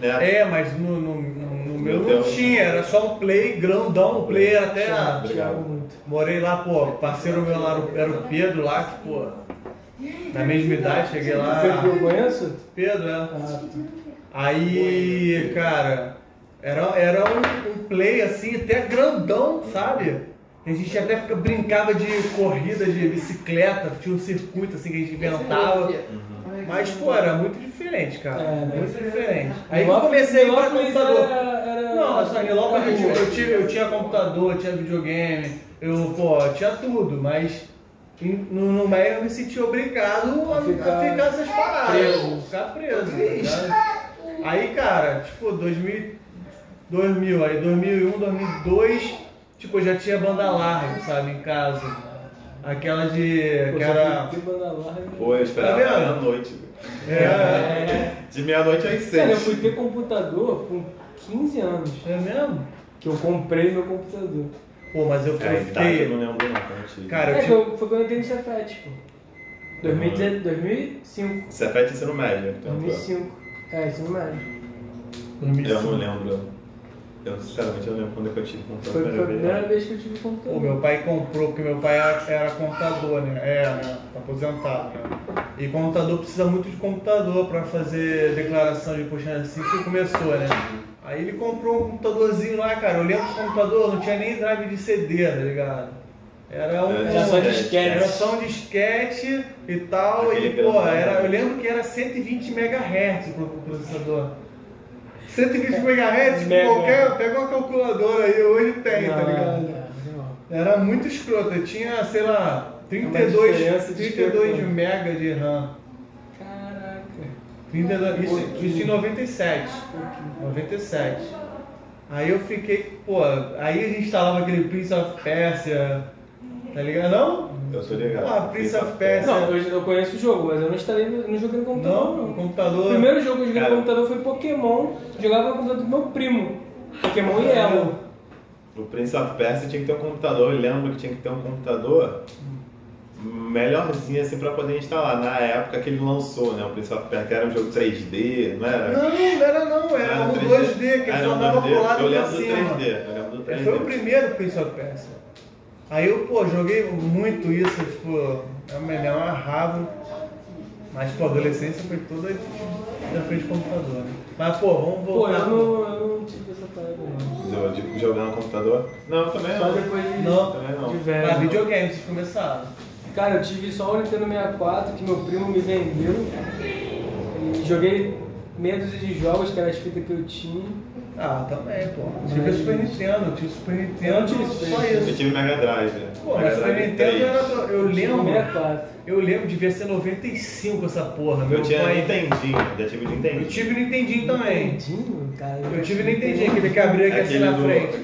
[SPEAKER 3] né?
[SPEAKER 1] É, mas no, no, no- no meu
[SPEAKER 3] Meu
[SPEAKER 1] não
[SPEAKER 3] Deus.
[SPEAKER 1] tinha, era só um play grandão, um play era até. a-
[SPEAKER 2] Thiago muito.
[SPEAKER 1] Morei lá, pô, parceiro meu lá era o Pedro lá, que, pô, na mesma idade, cheguei lá.
[SPEAKER 2] Você que eu conheço?
[SPEAKER 1] Pedro, é. Aí, cara, era, era um, um play assim, até grandão, sabe? A gente até fica- brincava de corrida de bicicleta, tinha um circuito assim que a gente inventava. Mas, pô, era muito diferente, cara.
[SPEAKER 2] É, né?
[SPEAKER 1] Muito diferente. Aí que eu
[SPEAKER 2] Logo-
[SPEAKER 1] comecei a ir pra
[SPEAKER 2] logo isso
[SPEAKER 1] computador.
[SPEAKER 2] era- era-
[SPEAKER 1] Não, assim, logo eu,
[SPEAKER 2] era
[SPEAKER 1] tive- eu,
[SPEAKER 2] boa.
[SPEAKER 1] tive, eu tinha computador, tinha videogame, eu, pô, tinha tudo, mas em- no, no meio eu me senti obrigado a, a ficar,
[SPEAKER 2] Ficar
[SPEAKER 1] essas paradas.
[SPEAKER 2] preso.
[SPEAKER 1] Ficar preso. tá ligado? Aí, cara, tipo, 2000, 2000, aí 2001, 2002, tipo, eu já tinha banda larga, sabe, em casa. Aquela de.
[SPEAKER 2] Pô,
[SPEAKER 1] que
[SPEAKER 2] você
[SPEAKER 1] era.
[SPEAKER 2] foi de banda né? larga.
[SPEAKER 3] Pô, é eu esperava
[SPEAKER 1] Tá vendo?
[SPEAKER 3] meia-noite.
[SPEAKER 1] É,
[SPEAKER 2] É.
[SPEAKER 3] De meia-noite às seis.
[SPEAKER 2] Cara, eu fui ter computador com 15 anos.
[SPEAKER 1] é mesmo?
[SPEAKER 2] Que eu comprei meu computador.
[SPEAKER 1] Pô, mas eu,
[SPEAKER 3] É,
[SPEAKER 1] eu
[SPEAKER 3] a idade eu não
[SPEAKER 1] fiquei.
[SPEAKER 3] lembro não, quando eu tive.
[SPEAKER 1] Cara, eu
[SPEAKER 2] é,
[SPEAKER 1] tive.
[SPEAKER 2] foi quando eu entrei no Cefet, tipo. pô. 2010 2005.
[SPEAKER 3] Você é fete ensino médio, então.
[SPEAKER 2] 2005. É, isso não é.
[SPEAKER 3] Eu não lembro. Eu sinceramente eu lembro quando é que eu tive contato
[SPEAKER 2] Foi, foi a primeira
[SPEAKER 3] vez.
[SPEAKER 2] vez que eu tive computador.
[SPEAKER 1] Pô, meu pai comprou, porque meu pai era, era contador, né? É, né? aposentado. Né? E contador precisa muito de computador pra fazer declaração de imposto assim que começou, né? Aí ele comprou um computadorzinho lá, cara. Eu lembro do computador, não tinha nem drive de CD, tá ligado? Era
[SPEAKER 3] É,
[SPEAKER 1] um.
[SPEAKER 2] Era só
[SPEAKER 1] um-
[SPEAKER 2] disquete.
[SPEAKER 1] Era só um disquete e tal.
[SPEAKER 3] Aquele
[SPEAKER 1] e, pô,
[SPEAKER 3] grandão.
[SPEAKER 1] era, eu lembro que era 120 MHz pro pro processador. 120 MHz, tipo,
[SPEAKER 2] Mega. Ah.
[SPEAKER 1] qualquer, pega uma calculadora aí, hoje tem, tá
[SPEAKER 2] Não,
[SPEAKER 1] ligado?
[SPEAKER 2] não, não.
[SPEAKER 1] Era muito escroto, eu tinha, sei lá,
[SPEAKER 2] Uma
[SPEAKER 1] 32,
[SPEAKER 2] diferença de
[SPEAKER 1] 32
[SPEAKER 2] escroto.
[SPEAKER 1] mega de RAM.
[SPEAKER 2] Caraca.
[SPEAKER 1] 32, isso,
[SPEAKER 2] Pouquinho.
[SPEAKER 1] isso em 97. 97. Aí eu fiquei, pô, aí a gente instalava aquele Prince of Persia, tá ligado? Não?
[SPEAKER 3] Eu tô ligado.
[SPEAKER 1] Ah, Prince of Persia.
[SPEAKER 2] Não, eu, eu conheço o jogo, mas eu não instalei no, não joguei no computador.
[SPEAKER 1] Não, o
[SPEAKER 2] O
[SPEAKER 1] computador.
[SPEAKER 2] primeiro jogo que eu joguei
[SPEAKER 3] Cara.
[SPEAKER 2] no computador foi Pokémon. Jogava no computador do meu primo. Pokémon e Elo.
[SPEAKER 3] O Prince of Persia tinha que ter um computador, eu lembro que tinha que ter um computador melhorzinho assim pra poder instalar. Na época que ele lançou, né? O Prince of Persia que era um jogo 3D, não era?
[SPEAKER 1] Não, não era não, era um 2D, que ele
[SPEAKER 3] Era
[SPEAKER 1] só
[SPEAKER 3] um
[SPEAKER 1] dava
[SPEAKER 3] 2D.
[SPEAKER 1] pro lado
[SPEAKER 3] Eu
[SPEAKER 1] e pra
[SPEAKER 3] lembro do
[SPEAKER 1] cima.
[SPEAKER 3] 3D, eu lembro do 3D.
[SPEAKER 1] Ele foi o primeiro Prince of Persia. Aí eu, pô, joguei muito isso, tipo, é uma, é uma raiva. Mas, pô, a adolescência foi toda na frente do computador, né? Mas, pô, vamos
[SPEAKER 2] Pô,
[SPEAKER 1] voltar.
[SPEAKER 2] eu não, eu não tive essa parada não.
[SPEAKER 3] Do- de jogar no computador? Não, também
[SPEAKER 2] Só
[SPEAKER 3] não.
[SPEAKER 2] depois de,
[SPEAKER 1] Não.
[SPEAKER 3] Também não.
[SPEAKER 2] de velho.
[SPEAKER 1] Mas videogame, vocês começaram.
[SPEAKER 2] Cara, eu tive só o Nintendo 64 que meu primo me vendeu. E joguei meia dúzia de jogos, que era as fitas que eu tinha.
[SPEAKER 1] Ah, também, pô.
[SPEAKER 2] Mas-
[SPEAKER 1] Tive Super Nintendo, tive Super Nintendo,
[SPEAKER 2] Eu tive Super
[SPEAKER 1] só
[SPEAKER 2] Nintendo.
[SPEAKER 3] Eu
[SPEAKER 1] isso.
[SPEAKER 3] tive Mega Drive. né?
[SPEAKER 1] Pô, mas
[SPEAKER 3] Mega
[SPEAKER 1] Super
[SPEAKER 3] Drive
[SPEAKER 1] Nintendo
[SPEAKER 3] 3.
[SPEAKER 1] era. Eu
[SPEAKER 2] Tive
[SPEAKER 1] lembro.
[SPEAKER 2] 64.
[SPEAKER 1] Eu lembro, devia ser 95 essa porra. meu
[SPEAKER 3] Eu tinha
[SPEAKER 1] pai-
[SPEAKER 3] Nintendinho, já tive Nintendinho.
[SPEAKER 1] Eu tive Nintendinho também.
[SPEAKER 2] Nintendinho, cara.
[SPEAKER 1] Eu tive Nintendinho, aquele que abria aqui assim
[SPEAKER 3] Aquele
[SPEAKER 1] na
[SPEAKER 3] do-
[SPEAKER 1] frente.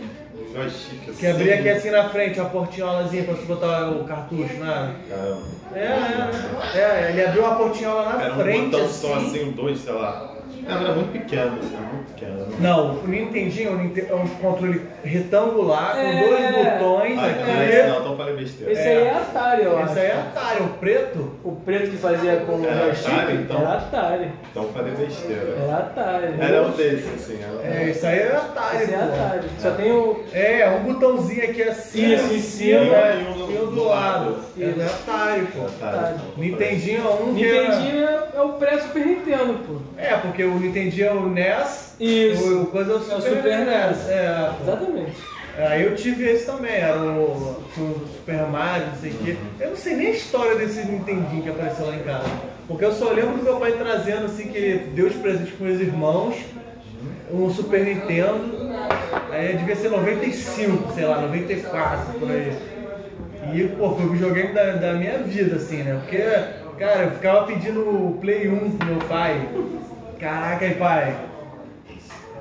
[SPEAKER 3] joystick, assim.
[SPEAKER 1] Que abria aqui assim na frente, uma portinholazinha pra você botar o cartucho, né?
[SPEAKER 3] Caramba.
[SPEAKER 1] É, é, é. É, ele abriu uma portinhola na
[SPEAKER 3] Era um
[SPEAKER 1] frente.
[SPEAKER 3] botão
[SPEAKER 1] assim.
[SPEAKER 3] só assim, um dois, sei lá. Não, era muito pequeno, era muito pequeno.
[SPEAKER 1] Não, o Nintendinho é um Ninte- é um controle retangular
[SPEAKER 2] É.
[SPEAKER 1] com dois botões
[SPEAKER 3] Ah, então,
[SPEAKER 1] aqui.
[SPEAKER 3] é. não, então eu falei besteira.
[SPEAKER 2] Esse aí é Atari, eu acho.
[SPEAKER 1] Esse aí é Atari, o preto.
[SPEAKER 2] O preto que fazia com o
[SPEAKER 3] Era
[SPEAKER 1] É
[SPEAKER 2] joystick
[SPEAKER 3] Atari, então?
[SPEAKER 2] era Atari.
[SPEAKER 3] Então eu falei besteira.
[SPEAKER 2] Era Atari.
[SPEAKER 3] Era um desses, assim. Era...
[SPEAKER 1] É, isso aí é Atari,
[SPEAKER 2] Esse é
[SPEAKER 1] pô.
[SPEAKER 2] Atari. Só tem o.
[SPEAKER 1] É, um botãozinho aqui assim,
[SPEAKER 2] Isso, em
[SPEAKER 1] cima,
[SPEAKER 2] cima,
[SPEAKER 1] é,
[SPEAKER 3] e um
[SPEAKER 1] e um do
[SPEAKER 3] do
[SPEAKER 1] lado.
[SPEAKER 3] lado.
[SPEAKER 1] É Atari,
[SPEAKER 3] Era
[SPEAKER 1] pô.
[SPEAKER 3] tarde, então, eu falei.
[SPEAKER 1] Nintendinho é um que é-
[SPEAKER 2] Nintendinho é, é o pré-Super Nintendo, pô.
[SPEAKER 1] É, porque o Nintendinho é o NES.
[SPEAKER 2] Isso.
[SPEAKER 1] O, o coisa é o Super,
[SPEAKER 2] Super NES.
[SPEAKER 1] É, pô.
[SPEAKER 2] Exatamente.
[SPEAKER 1] É, Aí eu tive esse também, era o, o Super Mario, não sei o quê. Eu não sei nem a história desse Nintendinho que apareceu lá em casa. Porque eu só lembro do meu pai trazendo, assim, que ele deu os presentes pros meus irmãos. um Super Nintendo, aí devia ser 95, sei lá, 94 por aí. E, pô, foi o videogame da, da minha vida, assim, né? Porque, cara, eu ficava pedindo o Play 1 pro meu pai. Caraca, aí, pai,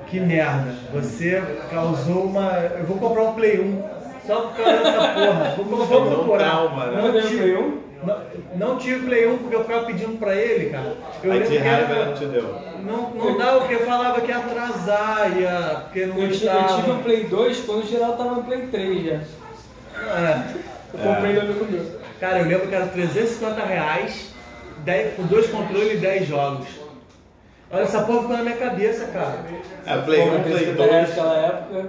[SPEAKER 1] que merda, você causou uma. Eu vou comprar um Play 1. Só por causa dessa porra. Vou, vou
[SPEAKER 3] Causou um
[SPEAKER 1] procurar.
[SPEAKER 3] trauma, né?
[SPEAKER 1] Não
[SPEAKER 2] Não deu
[SPEAKER 1] tive-
[SPEAKER 2] Play 1?
[SPEAKER 1] Não, não tive Play 1 porque eu ficava pedindo pra ele, cara. Eu
[SPEAKER 3] Aí
[SPEAKER 1] lembro
[SPEAKER 3] de
[SPEAKER 1] que era-
[SPEAKER 3] raiva ela não te deu.
[SPEAKER 1] não, não dá porque eu falava que ia atrasar, ia, porque não
[SPEAKER 2] Eu, ti- eu tive um
[SPEAKER 1] estava.
[SPEAKER 2] Play 2 quando o geral tava no Play 3 já. Eu
[SPEAKER 1] É.
[SPEAKER 2] comprei do amigo meu.
[SPEAKER 1] Cara, eu lembro que era 350 reais, 10, com dois controles e 10 jogos. Olha, essa porra ficou na minha cabeça, cara.
[SPEAKER 3] É, Play 1,
[SPEAKER 2] Comprei
[SPEAKER 3] Play
[SPEAKER 2] esse
[SPEAKER 3] 2.
[SPEAKER 2] naquela época.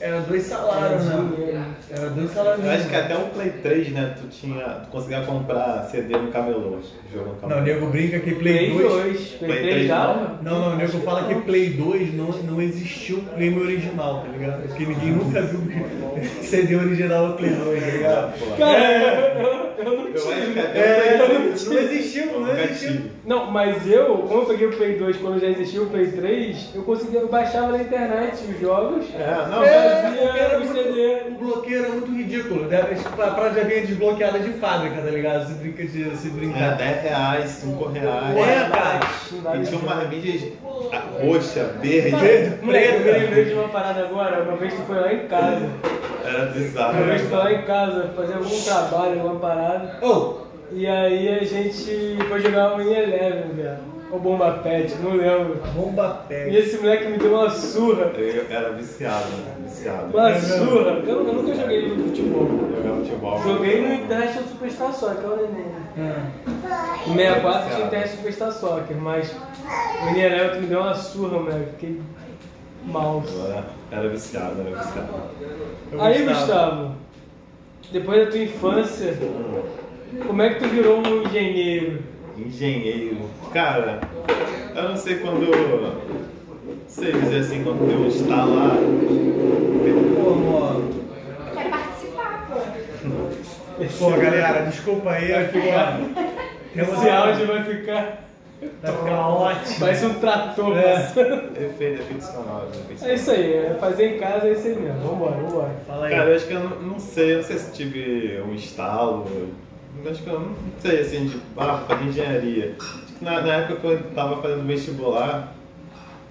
[SPEAKER 1] Era dois salários, né?
[SPEAKER 2] dinheiro.
[SPEAKER 1] Era dois salários.
[SPEAKER 3] Eu acho que até o Play 3, né? Tu tinha. Tu conseguia comprar CD no camelô. Jogo no
[SPEAKER 1] Não, o
[SPEAKER 3] camelô.
[SPEAKER 1] nego brinca que Play
[SPEAKER 2] Play
[SPEAKER 1] 2.
[SPEAKER 2] 2.
[SPEAKER 3] Play
[SPEAKER 2] Play
[SPEAKER 3] 3
[SPEAKER 2] 3 já?
[SPEAKER 3] não.
[SPEAKER 1] Não, não, o nego fala que Play 2 não, não existiu o game original, tá ligado? Porque ninguém nunca viu CD original do Play 2, tá ligado?
[SPEAKER 2] Cara, eu, eu não
[SPEAKER 3] É. Eu acho
[SPEAKER 2] tive.
[SPEAKER 3] que até
[SPEAKER 1] É,
[SPEAKER 3] o Play
[SPEAKER 1] não existiu, não existiu.
[SPEAKER 3] Gatilho.
[SPEAKER 2] Não, mas eu, quando eu peguei o Play 2, quando já existia o Play 3, eu conseguia, eu baixava na internet os jogos.
[SPEAKER 3] É, não,
[SPEAKER 1] É,
[SPEAKER 3] mas.
[SPEAKER 1] porque era muito,
[SPEAKER 2] CD.
[SPEAKER 1] o bloqueio era muito ridículo. Né? A praia já vinha desbloqueada de fábrica, tá ligado? Se, brinca de, se
[SPEAKER 3] Era
[SPEAKER 1] brincar.
[SPEAKER 3] 10 reais, 5 reais.
[SPEAKER 1] É, cara.
[SPEAKER 3] E tinha uma mídia roxa, verde.
[SPEAKER 1] Verde,
[SPEAKER 2] Moleque, eu me
[SPEAKER 1] preta.
[SPEAKER 2] lembrei de uma parada agora, uma vez tu foi lá em casa.
[SPEAKER 3] Era bizarro.
[SPEAKER 2] Uma vez tu foi lá em casa fazer algum trabalho, alguma
[SPEAKER 3] É.
[SPEAKER 2] parada.
[SPEAKER 1] Oh,
[SPEAKER 2] E aí a gente foi jogar uma In Eleven, velho. Ou Bomba Pet, não lembro.
[SPEAKER 1] a bomba
[SPEAKER 2] E
[SPEAKER 1] pega.
[SPEAKER 2] esse moleque me deu uma surra.
[SPEAKER 3] Eu era viciado, né? Viciado.
[SPEAKER 2] Uma surra. Eu, eu nunca joguei no futebol.
[SPEAKER 3] Jogar futebol.
[SPEAKER 2] Joguei no International Superstar Soccer, eu lembrei.
[SPEAKER 1] Ah,
[SPEAKER 2] O 64 tinha Inter Superstar Soccer, mas o Nierel que me deu uma surra, moleque. Fiquei mal.
[SPEAKER 3] Eu era- Era viciado, era viciado.
[SPEAKER 1] eu
[SPEAKER 2] Aí,
[SPEAKER 1] gostava.
[SPEAKER 2] Gustavo, depois da tua infância, como é que tu virou um engenheiro?
[SPEAKER 3] Engenheiro. Cara, eu não sei quando. Sei dizer assim, quando Deus está lá.
[SPEAKER 1] Pô, mano.
[SPEAKER 5] Quer participar, pô.
[SPEAKER 1] Pô, galera, desculpa aí. Vai ficar.
[SPEAKER 2] Esse áudio vai ficar.
[SPEAKER 1] Vai ficar ótimo.
[SPEAKER 2] Parece um trator
[SPEAKER 1] É.
[SPEAKER 2] passando.
[SPEAKER 3] Efeito, efeito sonoro. efeito
[SPEAKER 2] É isso
[SPEAKER 3] sonoro.
[SPEAKER 2] aí, é fazer em casa é isso aí mesmo. Vambora, vambora.
[SPEAKER 1] Fala aí.
[SPEAKER 3] Cara, eu acho que eu não, não sei, eu não sei se tive um estalo. eu Acho que eu não sei assim, de ah, fazer engenharia. Acho que na, na época que eu tava fazendo vestibular,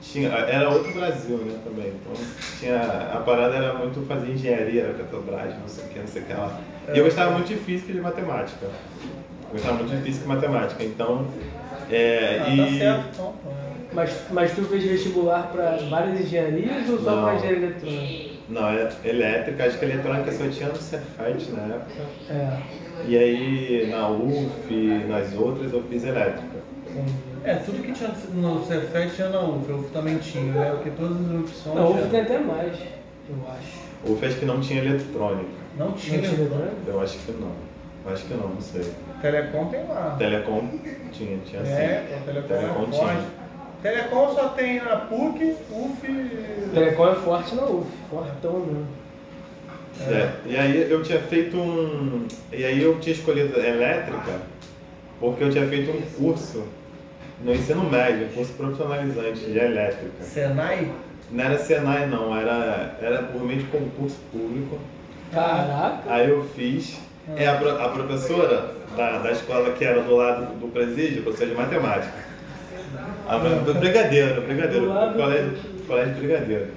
[SPEAKER 3] tinha, era outro Brasil, né, também. Então tinha. A parada era muito fazer engenharia, era Petrobras, não sei o que, não sei o que lá. E eu
[SPEAKER 1] É.
[SPEAKER 3] gostava muito de física e de matemática. Eu gostava muito de física e matemática, então. É,
[SPEAKER 1] Ah, tá
[SPEAKER 3] e.
[SPEAKER 1] certo, então. pô.
[SPEAKER 2] Mas, mas tu fez vestibular pra várias engenharias ou só
[SPEAKER 3] Não.
[SPEAKER 2] pra engenharia eletrônica?
[SPEAKER 3] Não, é- elétrica, acho que eletrônica só tinha no Cefet na época.
[SPEAKER 2] É,
[SPEAKER 3] E aí, na UF, nas outras, eu fiz elétrica.
[SPEAKER 2] entendi.
[SPEAKER 1] É, tudo que tinha no Cefet tinha na UF. Eu também tinha, né? Porque todas as opções.
[SPEAKER 2] Não,
[SPEAKER 1] já-
[SPEAKER 2] UF tem até mais, eu acho.
[SPEAKER 3] UF acho que não tinha eletrônica.
[SPEAKER 1] Não tinha.
[SPEAKER 2] Não tinha eletrônica?
[SPEAKER 3] Eu acho que não. Eu acho que não, não sei.
[SPEAKER 1] Telecom tem lá.
[SPEAKER 3] Telecom tinha, tinha sim.
[SPEAKER 1] É, pô, Telecom é
[SPEAKER 3] Telecom
[SPEAKER 1] forte. Telecom só tem na PUC, UF e.
[SPEAKER 2] Telecom é forte na UF, fortão mesmo.
[SPEAKER 3] É, E aí eu tinha feito um. E aí eu tinha escolhido elétrica porque eu tinha feito um curso no ensino médio, um curso profissionalizante de elétrica.
[SPEAKER 1] Senai?
[SPEAKER 3] Não era Senai não, era, era por meio de concurso público.
[SPEAKER 2] Caraca!
[SPEAKER 3] Aí eu fiz. É a, pro- a professora da, da escola que era do lado do presídio, professora de matemática. A, pro- do brigadeiro, do brigadeiro.
[SPEAKER 2] Do lado do-
[SPEAKER 3] colégio, colégio brigadeiro.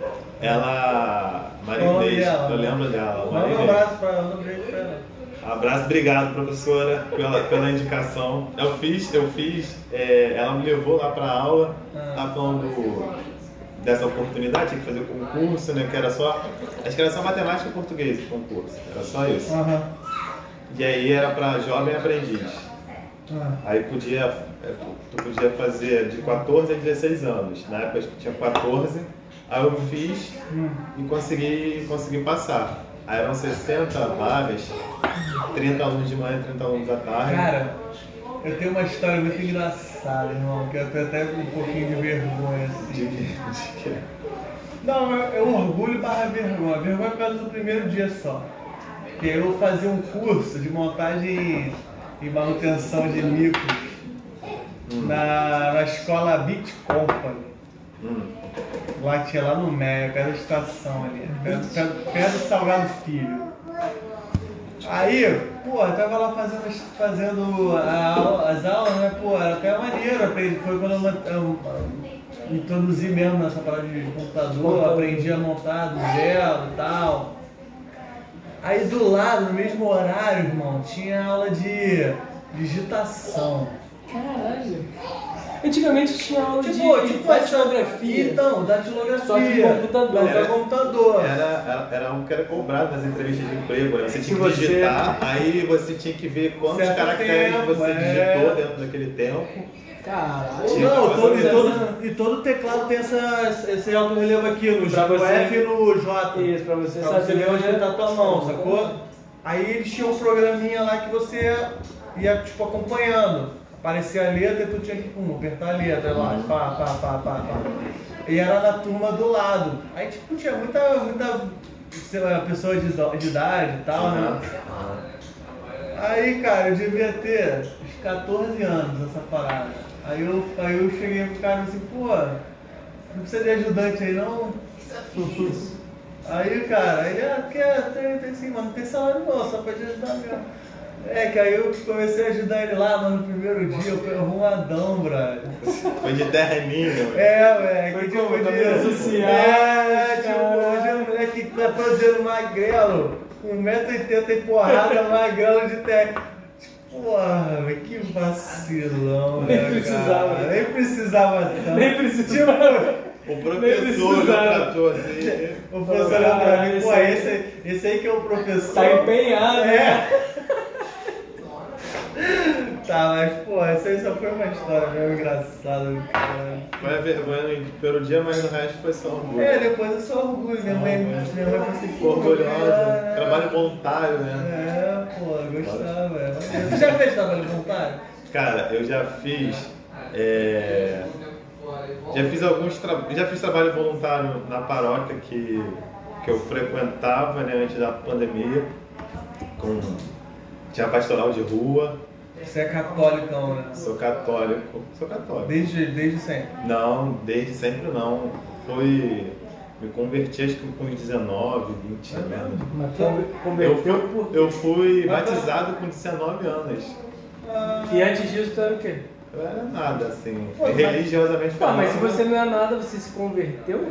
[SPEAKER 3] Ela.
[SPEAKER 1] Qual o nome
[SPEAKER 3] Marinês,
[SPEAKER 1] dela?
[SPEAKER 3] eu lembro dela.
[SPEAKER 1] Manda um
[SPEAKER 3] Marinês.
[SPEAKER 1] abraço pra manda um beijo pra ela.
[SPEAKER 3] Abraço, obrigado, professora, pela, pela indicação. Eu fiz, eu fiz. é, ela me levou lá pra aula,
[SPEAKER 1] Ah.
[SPEAKER 3] tá falando dessa oportunidade, tinha que fazer o concurso, né? Que era só. Acho que era só matemática e português o concurso. Era só isso.
[SPEAKER 1] Aham.
[SPEAKER 3] E aí era pra jovem aprendiz.
[SPEAKER 1] Ah,
[SPEAKER 3] Aí podia, é, tu tu podia fazer de 14 a 16 anos. Na época acho que tinha 14. Aí eu fiz
[SPEAKER 1] hum.
[SPEAKER 3] e consegui, consegui passar. Aí eram 60 vagas, 30 alunos de manhã, 30 alunos à tarde.
[SPEAKER 1] Cara, eu tenho uma história muito engraçada, irmão, que eu tenho até um pouquinho de vergonha,
[SPEAKER 3] De-
[SPEAKER 1] assim.
[SPEAKER 3] de- de-
[SPEAKER 1] Não, é é um orgulho barra vergonha. Vergonha por causa do primeiro dia só. Que eu fazia um curso de montagem e manutenção de micros na, na escola Bit Company.
[SPEAKER 3] Hum.
[SPEAKER 1] Lá tinha é lá no Mega, perto da estação ali, perto, perto- perto do Salgado Filho. Aí, pô, eu tava lá fazendo, as- fazendo a aula- as aulas, né? Pô, era até maneiro, aprendi- foi quando eu, man- eu- eu introduzi mesmo nessa parada de computador, aprendi a montar do zero e tal. Aí do lado, no mesmo horário, irmão, tinha aula de digitação.
[SPEAKER 2] Caralho. Antigamente tinha aula de,
[SPEAKER 1] Tipo,
[SPEAKER 2] de
[SPEAKER 1] tipo essa
[SPEAKER 2] datilografia.
[SPEAKER 1] Então, datilografia.
[SPEAKER 2] Só que computador. né?
[SPEAKER 1] Só que computador.
[SPEAKER 3] Era, era, era algo que era cobrado nas entrevistas de emprego. né? Você tinha que
[SPEAKER 2] Se você-
[SPEAKER 3] digitar, aí você tinha que ver quantos
[SPEAKER 1] Certo
[SPEAKER 3] caracteres
[SPEAKER 1] tempo,
[SPEAKER 3] você
[SPEAKER 1] é.
[SPEAKER 3] digitou dentro daquele tempo.
[SPEAKER 2] Caralho.
[SPEAKER 3] Tinha
[SPEAKER 1] Tipo, Não, todo,
[SPEAKER 2] é
[SPEAKER 3] que fazer
[SPEAKER 1] e,
[SPEAKER 2] assim.
[SPEAKER 1] todo, e todo teclado tem essa, esse alto relevo aqui, no
[SPEAKER 2] Pra
[SPEAKER 1] J- no
[SPEAKER 2] você-
[SPEAKER 1] F e no J.
[SPEAKER 2] Isso, pra você
[SPEAKER 1] Pra você
[SPEAKER 2] saber
[SPEAKER 1] ver onde
[SPEAKER 2] onde é.
[SPEAKER 1] tá a tua mão, sacou? Aí eles tinham um programinha lá que você ia, tipo, acompanhando. Aparecia a letra e tu tinha que, pum, apertar a letra lá, pá, pá, pá, pá, pá. E era na turma do lado. Aí, tipo, tinha muita, muita sei lá, pessoa de, ido- de idade e tal, né? Aí, cara, eu devia ter uns 14 anos essa parada. Aí eu, aí eu cheguei pro cara e disse, pô, não precisa de ajudante aí não? Aí, cara, ele, ah, quer, tem, tem sim, mas não tem salário não, só pode ajudar mesmo. É, que aí eu comecei a ajudar ele lá, mas no primeiro dia eu fui arrumadão, brother.
[SPEAKER 3] Foi de terreninho.
[SPEAKER 1] É, velho, que tipo
[SPEAKER 2] como?
[SPEAKER 1] de...
[SPEAKER 2] Também social,
[SPEAKER 1] É, tipo,
[SPEAKER 2] cara.
[SPEAKER 1] hoje é um moleque que tá fazendo magrelo, 1,80m e porrada, magrelo de técnico. Porra, velho, que vacilão,
[SPEAKER 2] Nem
[SPEAKER 1] né,
[SPEAKER 2] precisava.
[SPEAKER 1] cara? Nem precisava tanto.
[SPEAKER 2] Nem precisava.
[SPEAKER 3] O
[SPEAKER 2] Nem
[SPEAKER 3] professor olhou
[SPEAKER 2] precisava.
[SPEAKER 3] pra tu assim.
[SPEAKER 1] O professor olhou pra mim,
[SPEAKER 2] Caralho,
[SPEAKER 1] pô,
[SPEAKER 2] esse
[SPEAKER 1] esse, esse aí que é o professor. É.
[SPEAKER 2] Tá empenhado, né?
[SPEAKER 1] Tá, mas, pô, essa aí só foi uma história meio engraçada, cara.
[SPEAKER 3] Foi a vergonha no primeiro dia, mas no resto foi só orgulho.
[SPEAKER 1] É, depois eu sou orgulho, minha mãe, minha mãe foi assim, pô,
[SPEAKER 3] Orgulhosa.
[SPEAKER 1] cara.
[SPEAKER 3] Trabalho voluntário, né?
[SPEAKER 1] né? É, pô, eu gostava, é. Você já fez trabalho voluntário?
[SPEAKER 3] Cara, eu já fiz. é, Já fiz alguns tra... já fiz trabalho voluntário na paróquia que, que eu frequentava né, antes da pandemia. Com... Tinha pastoral de rua,
[SPEAKER 1] Você é católicão, né?
[SPEAKER 3] sou católico. Sou católico.
[SPEAKER 1] Desde, desde sempre.
[SPEAKER 3] Não, desde sempre não. Foi. Me converti acho que com uns né? 19, 20 anos.
[SPEAKER 2] Mas tu
[SPEAKER 3] Eu
[SPEAKER 2] converteu
[SPEAKER 3] fui,
[SPEAKER 2] por.
[SPEAKER 3] eu fui batizado com 19 anos.
[SPEAKER 1] Ah,
[SPEAKER 2] E antes disso, tu era o quê?
[SPEAKER 3] Eu era nada, assim.
[SPEAKER 2] Pô, mas-
[SPEAKER 3] religiosamente
[SPEAKER 2] Ah,
[SPEAKER 3] falando.
[SPEAKER 2] mas se você não é nada, você se converteu?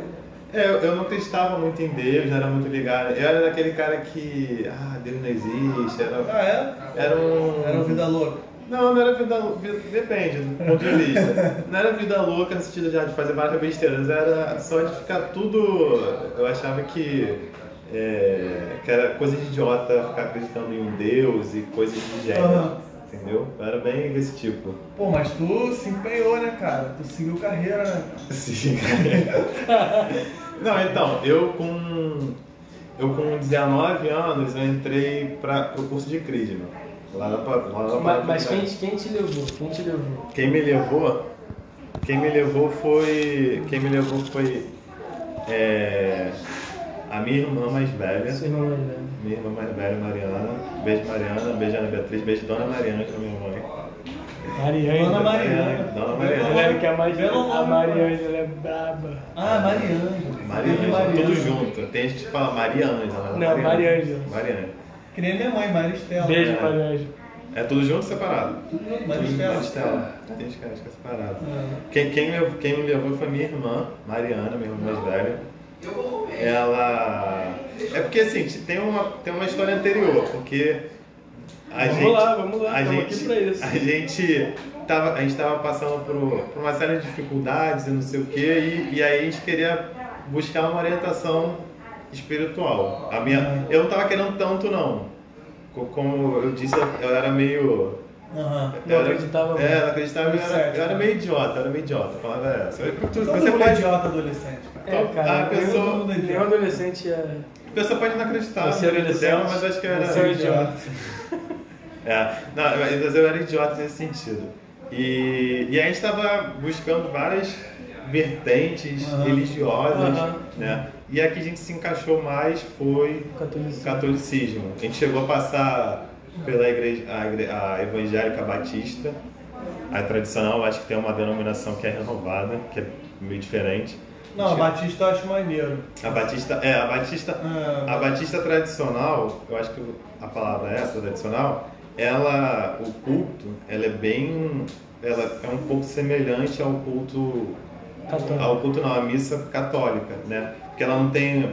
[SPEAKER 3] É, eu, eu não acreditava muito em Deus, não era muito ligado. Eu era daquele cara que. Ah, Deus não existe. Era,
[SPEAKER 1] Ah, é?
[SPEAKER 3] era um.
[SPEAKER 1] Era um vida louca.
[SPEAKER 3] Não, não era vida louca. Depende do ponto de vista. Não era vida louca no sentido já de fazer várias besteiras. Era só de ficar tudo. Eu achava que. é, que era coisa de idiota ficar acreditando em um Deus e coisas de gênero.
[SPEAKER 1] Aham.
[SPEAKER 3] Entendeu? Eu era bem desse tipo.
[SPEAKER 1] Pô, mas tu se empenhou, né, cara? Tu seguiu carreira, né?
[SPEAKER 3] Sim. Assim. Não, então, eu com. Eu com 19 anos eu entrei para o curso de Crisma. Lá na pa- lá na
[SPEAKER 2] Mas, mas
[SPEAKER 3] faculdade.
[SPEAKER 2] quem, te- quem te levou? Quem te levou?
[SPEAKER 3] Quem me levou, quem me levou foi, quem me levou foi é, a minha irmã mais velha,
[SPEAKER 2] Sua irmã mais velha.
[SPEAKER 3] minha irmã mais velha, Mariana, beijo Mariana, beijo Ana Beatriz, beijo Dona Mariana que é minha mãe.
[SPEAKER 2] Mariana.
[SPEAKER 1] Dona Mariana.
[SPEAKER 3] Dona
[SPEAKER 2] Eu
[SPEAKER 3] É, Mariana, é
[SPEAKER 2] lembro que a, mais,
[SPEAKER 1] Pelo
[SPEAKER 2] a
[SPEAKER 1] nome,
[SPEAKER 2] Mariana ela é braba.
[SPEAKER 1] Ah, Mariângela.
[SPEAKER 3] Mariana, tudo junto. Tem gente que fala Mariana, mas
[SPEAKER 2] Não, Mariângela.
[SPEAKER 3] Mariana.
[SPEAKER 1] Que nem minha mãe, Maristela.
[SPEAKER 2] Beijo,
[SPEAKER 3] É.
[SPEAKER 2] Mariana.
[SPEAKER 3] É tudo junto ou separado?
[SPEAKER 1] Tudo junto,
[SPEAKER 3] Tudo
[SPEAKER 1] Maristela.
[SPEAKER 3] Maristela. Tem gente que acha que é separado.
[SPEAKER 1] É.
[SPEAKER 3] Quem, quem, me, quem me levou foi minha irmã, Mariana, minha irmã mais velha. Ela. É porque assim, tem uma, tem uma história anterior, porque a
[SPEAKER 2] Vamos
[SPEAKER 3] gente.
[SPEAKER 2] lá, vamos lá,
[SPEAKER 3] a
[SPEAKER 2] tamo aqui
[SPEAKER 3] gente,
[SPEAKER 2] pra isso.
[SPEAKER 3] A gente tava, a gente tava passando por, por uma série de dificuldades e não sei o quê, e, e aí a gente queria buscar uma orientação espiritual. A
[SPEAKER 2] Ah.
[SPEAKER 3] minha, eu não tava querendo tanto, não. Co- Como eu disse, eu era meio.
[SPEAKER 1] Aham.
[SPEAKER 2] Não
[SPEAKER 3] Eu era-
[SPEAKER 2] acreditava
[SPEAKER 3] É,
[SPEAKER 2] muito.
[SPEAKER 3] não acreditava. Eu era,
[SPEAKER 1] Certo.
[SPEAKER 3] eu era meio idiota, eu era meio idiota. a palavra é essa. Eu- tu-
[SPEAKER 1] Todo
[SPEAKER 3] você
[SPEAKER 1] mundo é
[SPEAKER 3] pode,
[SPEAKER 1] idiota adolescente, cara.
[SPEAKER 2] É,
[SPEAKER 3] a
[SPEAKER 2] cara,
[SPEAKER 3] pessoa-
[SPEAKER 2] eu, eu adolescente é.
[SPEAKER 3] a pessoa pode não acreditar no
[SPEAKER 2] Você era
[SPEAKER 3] direito dela,
[SPEAKER 2] adolescente.
[SPEAKER 3] mas acho que eu era.
[SPEAKER 2] Você era idiota.
[SPEAKER 3] É, não, mas eu era idiota nesse sentido. E, e a gente estava buscando várias vertentes
[SPEAKER 1] Aham.
[SPEAKER 3] religiosas,
[SPEAKER 2] Aham.
[SPEAKER 3] né? E a que a gente se encaixou mais foi o
[SPEAKER 2] Catolicismo.
[SPEAKER 3] catolicismo. A gente chegou a passar pela igreja a, igre- a evangélica batista, A tradicional, acho que tem uma denominação que é renovada, que é meio diferente.
[SPEAKER 1] Não, a Batista eu acho maneiro.
[SPEAKER 3] A Batista, é, a Batista,
[SPEAKER 1] Ah,
[SPEAKER 3] a Batista tradicional, eu acho que a palavra é essa, tradicional, ela, o culto, ela é bem, ela é um pouco semelhante ao culto
[SPEAKER 2] Católico.
[SPEAKER 3] ao culto não, à missa católica, né? Porque ela não tem.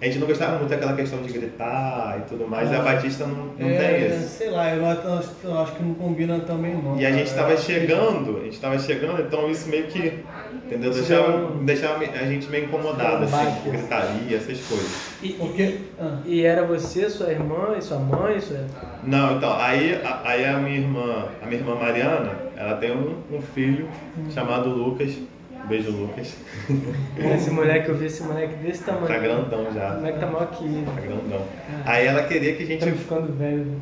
[SPEAKER 3] A gente não gostava muito daquela questão de gritar e tudo mais, e a
[SPEAKER 1] Ah.
[SPEAKER 3] Batista não, não
[SPEAKER 1] é,
[SPEAKER 3] tem isso.
[SPEAKER 1] Sei lá, eu acho, eu acho que não combina também não.
[SPEAKER 3] E a gente
[SPEAKER 1] cara.
[SPEAKER 3] tava chegando, a gente tava chegando, então isso meio que. Entendeu?
[SPEAKER 2] Isso
[SPEAKER 3] Deixava,
[SPEAKER 2] é um- né?
[SPEAKER 3] deixava a gente meio incomodado, assim,
[SPEAKER 2] Combate.
[SPEAKER 3] gritaria, essas coisas.
[SPEAKER 2] E,
[SPEAKER 1] Porque. Ah,
[SPEAKER 2] e era você, sua irmã e sua mãe? Sua...
[SPEAKER 3] Não, então, aí a, aí a minha irmã, a minha irmã Mariana, ela tem um, um filho chamado Lucas. Beijo, Lucas.
[SPEAKER 2] Esse moleque, eu vi esse moleque desse tamanho.
[SPEAKER 3] Tá grandão
[SPEAKER 2] O
[SPEAKER 3] já.
[SPEAKER 2] moleque tá maior que ele.
[SPEAKER 3] Tá grandão. Aí ela queria que a gente
[SPEAKER 2] Tá ficando velho. né?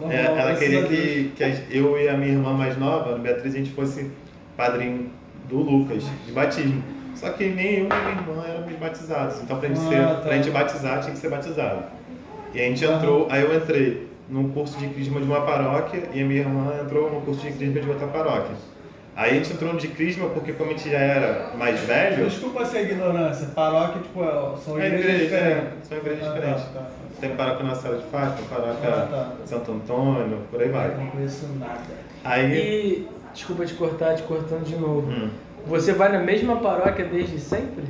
[SPEAKER 1] tá
[SPEAKER 3] É, ela queria que, que a- eu e a minha irmã mais nova, a Beatriz, a gente fosse padrinho do Lucas, de batismo. Só que nem eu e minha irmã éramos batizados. Então pra gente,
[SPEAKER 1] Ah,
[SPEAKER 3] ser,
[SPEAKER 1] tá.
[SPEAKER 3] pra gente batizar, tinha que ser batizado. E a gente entrou, aí eu entrei num curso de crisma de uma paróquia e a minha irmã entrou no curso de crisma de outra paróquia. Aí a gente entrou no de crisma porque como a gente já era mais velho,
[SPEAKER 1] Desculpa essa ignorância. Paróquia, tipo, é- são
[SPEAKER 3] É
[SPEAKER 1] igrejas
[SPEAKER 3] igreja,
[SPEAKER 1] diferentes.
[SPEAKER 3] é, são igrejas
[SPEAKER 1] Ah,
[SPEAKER 3] diferentes.
[SPEAKER 1] Tá, tá.
[SPEAKER 3] tem paróquia Nossa Senhora de Fátima, paróquia
[SPEAKER 1] Ah, tá.
[SPEAKER 3] Santo Antônio, por aí vai.
[SPEAKER 1] Não conheço nada.
[SPEAKER 3] Aí...
[SPEAKER 2] E, desculpa te cortar, te cortando de novo.
[SPEAKER 3] Hum.
[SPEAKER 2] Você vai na mesma paróquia desde sempre?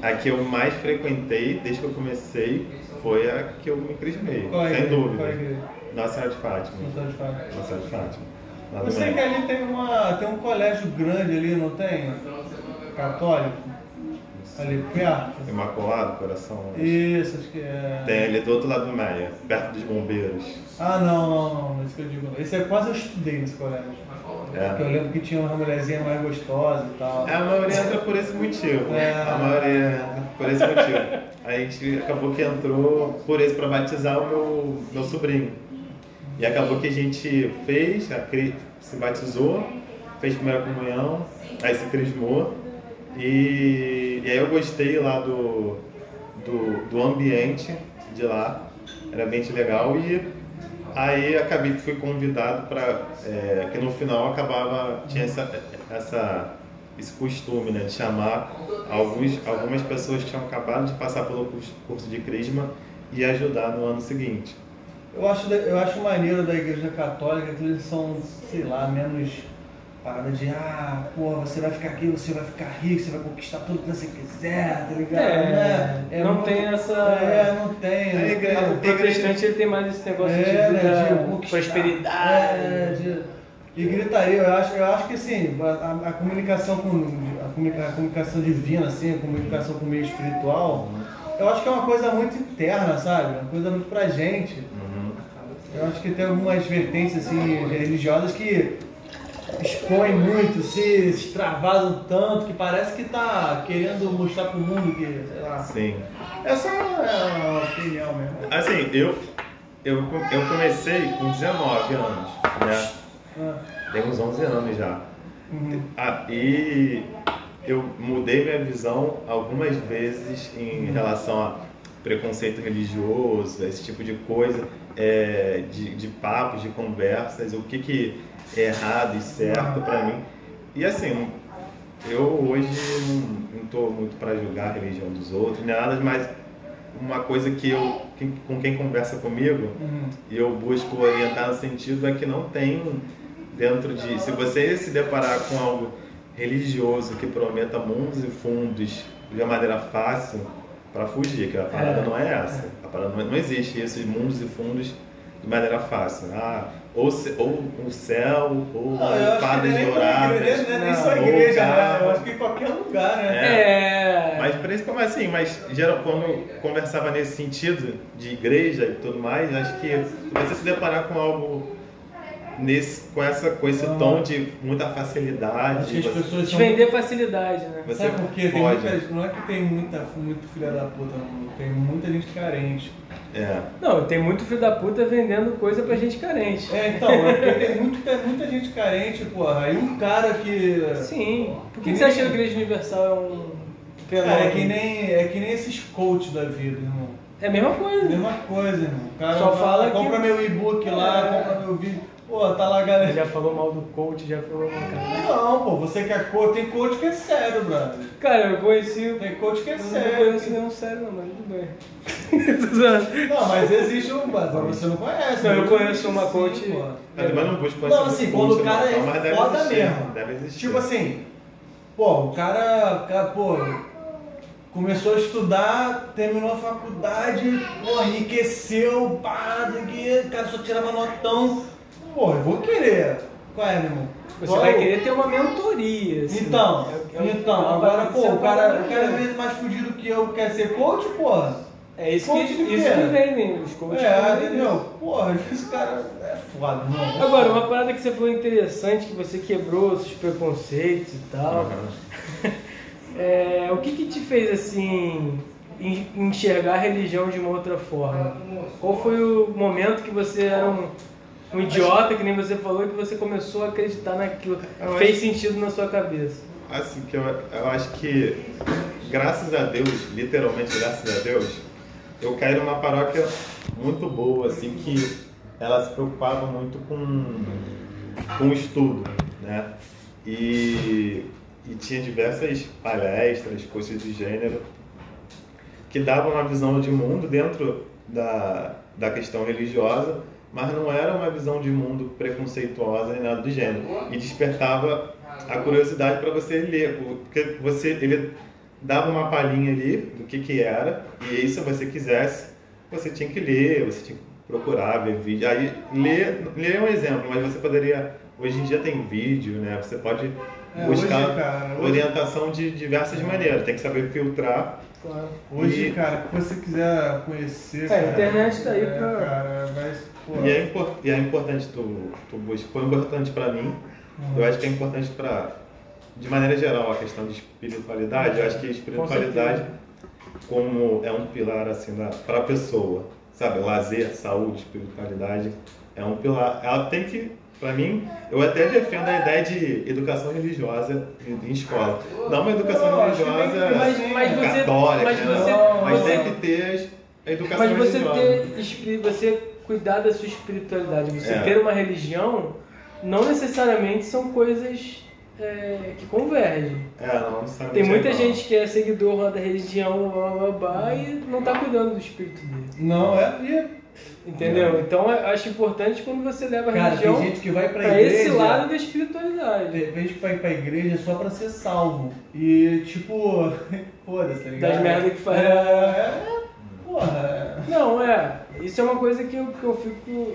[SPEAKER 3] A que eu mais frequentei desde que eu comecei foi a que eu me crismei,
[SPEAKER 1] Qual é a
[SPEAKER 3] sem
[SPEAKER 1] igreja?
[SPEAKER 3] dúvida.
[SPEAKER 1] Qual é a igreja?
[SPEAKER 3] Nossa Senhora de Fátima.
[SPEAKER 1] Não sou de fato.
[SPEAKER 3] Nossa Senhora de Fátima. Lá do
[SPEAKER 1] Eu sei
[SPEAKER 3] Maranhão.
[SPEAKER 1] que ali tem, uma, tem um colégio grande ali, não tem? Católico. Ali perto.
[SPEAKER 3] Imaculado Coração. acho.
[SPEAKER 1] Isso, acho que é.
[SPEAKER 3] Tem ali do outro lado do Meia, perto dos bombeiros.
[SPEAKER 1] Ah, não, não, não, não, isso que eu digo. Esse é quase eu estudei nesse colégio. Porque eu
[SPEAKER 3] É.
[SPEAKER 1] lembro que tinha uma mulherzinha mais gostosa e tal.
[SPEAKER 3] A maioria entra por esse motivo.
[SPEAKER 1] É.
[SPEAKER 3] A maioria entra por esse motivo. A gente acabou que entrou por esse pra batizar o meu, meu sobrinho. E acabou que a gente fez, a cri- se batizou, fez primeira comunhão, aí se crismou. E, e aí eu gostei lá do, do, do ambiente de lá, era bem legal. E aí acabei que fui convidado para. que no final acabava, tinha essa, essa, esse costume né, de chamar alguns, algumas pessoas que tinham acabado de passar pelo curso- curso de crisma e ajudar no ano seguinte.
[SPEAKER 1] Eu acho, da- eu acho maneiro da igreja católica que eles são, sei lá, menos parada de ah, pô, você vai ficar aqui, você vai ficar rico, você vai conquistar tudo que você quiser, tá ligado?
[SPEAKER 2] É,
[SPEAKER 1] Né?
[SPEAKER 2] não
[SPEAKER 1] muito-
[SPEAKER 2] tem essa-
[SPEAKER 1] É, não tem.
[SPEAKER 3] A igreja-
[SPEAKER 1] não
[SPEAKER 2] Ah, O
[SPEAKER 1] tem.
[SPEAKER 2] protestante ele tem mais esse negócio de
[SPEAKER 1] É, né,
[SPEAKER 2] vida,
[SPEAKER 1] de conquistar.
[SPEAKER 2] prosperidade.
[SPEAKER 1] É, de... E gritaria, eu acho, eu acho que assim, a, a comunicação com a, comunica- a comunicação divina, assim, a comunicação com o meio espiritual, eu acho que é uma coisa muito interna, sabe? Uma coisa muito pra gente. Eu acho que tem algumas vertentes assim, religiosas que expõem muito, se extravasam tanto, que parece que tá querendo mostrar pro mundo que, sei lá.
[SPEAKER 3] Sim.
[SPEAKER 1] Essa é a opinião mesmo.
[SPEAKER 3] Assim, eu, eu, eu comecei com 19 anos, né?
[SPEAKER 1] Ah,
[SPEAKER 3] Tem uns 11 anos já.
[SPEAKER 1] uhum.
[SPEAKER 3] Ah, e eu mudei minha visão algumas vezes em relação a preconceito religioso, esse tipo de coisa, é, de, de papos, de conversas, o que, que é errado e certo pra mim. E assim, eu hoje não, não tô muito pra julgar a religião dos outros, nem nada, mas uma coisa que eu, que- com quem conversa comigo,
[SPEAKER 1] Uhum.
[SPEAKER 3] e eu busco orientar no sentido é que não tem dentro de. Se você se deparar com algo religioso que prometa mundos e fundos de uma maneira fácil, para fugir, que a parada
[SPEAKER 2] É.
[SPEAKER 3] não é essa. A parada não, não existe isso de mundos e fundos de maneira fácil. Ah, ou, ce- ou o céu, ou
[SPEAKER 1] Não, Ah, eu acho que
[SPEAKER 3] fadas
[SPEAKER 1] nem pra
[SPEAKER 3] douradas.
[SPEAKER 1] igreja, né? nem
[SPEAKER 2] Não,
[SPEAKER 1] só igreja, né?
[SPEAKER 3] lugar.
[SPEAKER 1] Eu acho que em qualquer lugar, né?
[SPEAKER 2] É.
[SPEAKER 3] Mas principalmente assim, mas geral, quando eu conversava nesse sentido de igreja e tudo mais, acho que se você se deparar com algo nesse, com, essa, com esse
[SPEAKER 1] Aham.
[SPEAKER 3] tom de muita facilidade,
[SPEAKER 1] Acho que as
[SPEAKER 3] você,
[SPEAKER 1] pessoas
[SPEAKER 2] Te
[SPEAKER 1] são.
[SPEAKER 2] vender facilidade, né?
[SPEAKER 3] Tipo, você
[SPEAKER 1] Sabe por quê? Tem
[SPEAKER 3] pode.
[SPEAKER 1] muita- Não é que tem muita, muito filha da puta no mundo, tem muita gente carente.
[SPEAKER 3] É,
[SPEAKER 2] Não, tem muito filho da puta vendendo coisa pra gente carente.
[SPEAKER 1] É, então, é porque tem muito- tem muita gente carente, porra. E um cara que.
[SPEAKER 2] Sim. Por que,
[SPEAKER 1] Que
[SPEAKER 2] que você
[SPEAKER 1] nem-
[SPEAKER 2] acha que a Igreja Universal é um fenômeno?
[SPEAKER 1] Cara, é que nem, é que nem esses coach da vida, irmão.
[SPEAKER 2] É a mesma coisa.
[SPEAKER 1] Mesma coisa, irmão. O cara
[SPEAKER 2] Só
[SPEAKER 1] vai,
[SPEAKER 2] fala que-
[SPEAKER 1] compra meu e-book lá,
[SPEAKER 2] É.
[SPEAKER 1] compra meu vídeo. Pô, Pô, tá lá a galera.
[SPEAKER 2] Já falou mal do coach, já falou mal. Cara,
[SPEAKER 1] Não, pô, você quer coach, tem coach que é sério, brother.
[SPEAKER 2] cara eu conheci o.
[SPEAKER 1] Tem coach que é
[SPEAKER 2] Eu não
[SPEAKER 1] sério.
[SPEAKER 2] conheço nenhum sério, não, mas tudo bem.
[SPEAKER 1] Não, mas existe um, mas você não conhece.
[SPEAKER 2] Não, eu
[SPEAKER 1] né?
[SPEAKER 2] conheço uma
[SPEAKER 1] Sim,
[SPEAKER 2] coach- é
[SPEAKER 1] pô.
[SPEAKER 3] Eu também não busco conhecer
[SPEAKER 1] Não, assim,
[SPEAKER 3] muito
[SPEAKER 1] quando o
[SPEAKER 3] coach,
[SPEAKER 1] cara
[SPEAKER 3] não, mas
[SPEAKER 1] é
[SPEAKER 3] deve
[SPEAKER 1] foda
[SPEAKER 3] existir,
[SPEAKER 1] mesmo.
[SPEAKER 3] Deve existir.
[SPEAKER 1] Tipo assim, pô, o cara, o cara, pô, começou a estudar, terminou a faculdade, pô, enriqueceu, pá, não sei o quê, o cara só tirava notão. Pô, eu vou querer. Qual é, meu irmão?
[SPEAKER 2] Você
[SPEAKER 1] Qual
[SPEAKER 2] vai
[SPEAKER 1] é o-
[SPEAKER 2] querer ter uma mentoria. Assim.
[SPEAKER 1] Então,
[SPEAKER 2] É- é-
[SPEAKER 1] então,
[SPEAKER 2] é uma
[SPEAKER 1] agora,
[SPEAKER 2] parada
[SPEAKER 1] pô,
[SPEAKER 2] que
[SPEAKER 1] o cara,
[SPEAKER 2] você vai
[SPEAKER 1] o cara é
[SPEAKER 2] aprender.
[SPEAKER 1] vezes mais fudido que eu, quer ser coach, porra.
[SPEAKER 2] É isso
[SPEAKER 1] Coach
[SPEAKER 2] que,
[SPEAKER 1] de
[SPEAKER 2] isso
[SPEAKER 1] quê?
[SPEAKER 2] que vendem os
[SPEAKER 3] Tipo,
[SPEAKER 2] coaches.
[SPEAKER 1] É,
[SPEAKER 2] que vendem.
[SPEAKER 1] entendeu? Porra, às vezes o cara é foda, mano.
[SPEAKER 2] Agora, uma parada que você falou interessante, que você quebrou seus preconceitos e tal. É, o que que te fez, assim, en- enxergar a religião de uma outra
[SPEAKER 3] Ah,
[SPEAKER 2] forma? Qual foi o momento que você era um, um idiota, que nem você falou, e que você começou a acreditar naquilo?
[SPEAKER 3] Eu
[SPEAKER 2] Fez sentido na sua cabeça?
[SPEAKER 3] Assim, que eu, eu acho que, graças a Deus, literalmente graças a Deus, eu caí numa paróquia muito boa, assim, que ela se preocupava muito com, com o estudo, né? E, e tinha diversas palestras, coisas do gênero, que davam uma visão de mundo dentro da, da questão religiosa, mas não era uma visão de mundo preconceituosa nem nada do gênero. E despertava a curiosidade para você ler, porque você, ele dava uma palhinha ali do que, que era, e aí se você quisesse, você tinha que ler, você tinha que procurar, ver vídeo. Aí, ler, ler é um exemplo, mas você poderia. Hoje em dia tem vídeo, né? Você pode
[SPEAKER 1] É, hoje,
[SPEAKER 3] buscar
[SPEAKER 1] cara, hoje-
[SPEAKER 3] orientação de diversas maneiras, tem que saber filtrar.
[SPEAKER 2] Claro.
[SPEAKER 1] Hoje,
[SPEAKER 3] E-
[SPEAKER 1] cara, o que você quiser conhecer.
[SPEAKER 2] É,
[SPEAKER 1] cara,
[SPEAKER 2] a internet tá aí
[SPEAKER 1] é,
[SPEAKER 2] pra-
[SPEAKER 1] Cara, mas, pô.
[SPEAKER 3] E é, impor- e é importante tu, tu buscar, foi importante pra mim, eu acho que é importante pra, de maneira geral, a questão de espiritualidade, eu acho que a espiritualidade como é um pilar assim da, pra pessoa, sabe, lazer, saúde, espiritualidade, é um pilar, ela tem que, pra mim, eu até defendo a ideia de educação religiosa em, em escola, não uma educação
[SPEAKER 1] Eu acho que tem que-
[SPEAKER 2] Mas,
[SPEAKER 3] religiosa
[SPEAKER 2] mas você.
[SPEAKER 3] católica,
[SPEAKER 2] mas
[SPEAKER 3] né?
[SPEAKER 2] você.
[SPEAKER 1] Não,
[SPEAKER 3] mas
[SPEAKER 2] você-
[SPEAKER 3] tem que ter as- a educação
[SPEAKER 2] Mas você
[SPEAKER 3] religiosa.
[SPEAKER 2] ter espí- você cuidar da sua espiritualidade, você
[SPEAKER 3] É.
[SPEAKER 2] ter uma religião, não necessariamente são coisas é, que convergem.
[SPEAKER 3] É, não, necessariamente
[SPEAKER 2] Tem muita
[SPEAKER 3] é igual.
[SPEAKER 2] gente que é seguidor lá da religião, blá, blá, blá, e não tá cuidando do espírito dele.
[SPEAKER 1] Não, é. e-
[SPEAKER 3] É.
[SPEAKER 2] Entendeu? Então eu acho importante quando você leva a
[SPEAKER 1] Cara, tem
[SPEAKER 2] religião
[SPEAKER 1] gente que vai pra
[SPEAKER 2] pra
[SPEAKER 1] igreja.
[SPEAKER 2] esse lado da espiritualidade.
[SPEAKER 1] Tem gente que vai pra igreja só pra ser salvo. E, tipo. Foda-se, tá ligado?
[SPEAKER 2] Das merda que faz.
[SPEAKER 1] É. é porra.
[SPEAKER 2] Não, é. Isso é uma coisa que eu, que eu fico.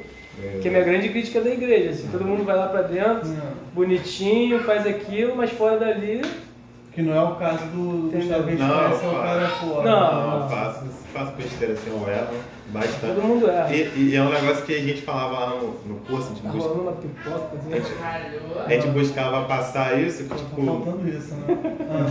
[SPEAKER 2] Que é minha grande crítica da igreja. Assim, todo mundo vai lá pra
[SPEAKER 1] é.
[SPEAKER 2] dentro,
[SPEAKER 1] Não,
[SPEAKER 2] bonitinho, faz aquilo, mas fora dali
[SPEAKER 1] Que não é o caso do do
[SPEAKER 2] Entendeu?
[SPEAKER 1] Gustavo Reis,
[SPEAKER 3] Não,
[SPEAKER 1] é o cara, porra.
[SPEAKER 2] Não.
[SPEAKER 3] Não, eu faço, faço besteira assim, eu erro
[SPEAKER 2] todo
[SPEAKER 3] bastante.
[SPEAKER 2] mundo erra.
[SPEAKER 3] E, e é um negócio que a gente falava lá no, no curso, a gente,
[SPEAKER 2] Tá
[SPEAKER 3] bus-
[SPEAKER 2] rolando uma pipoca. né?
[SPEAKER 3] a gente buscava passar isso, que,
[SPEAKER 1] Tá
[SPEAKER 3] tipo,
[SPEAKER 1] faltando isso, né? Ah,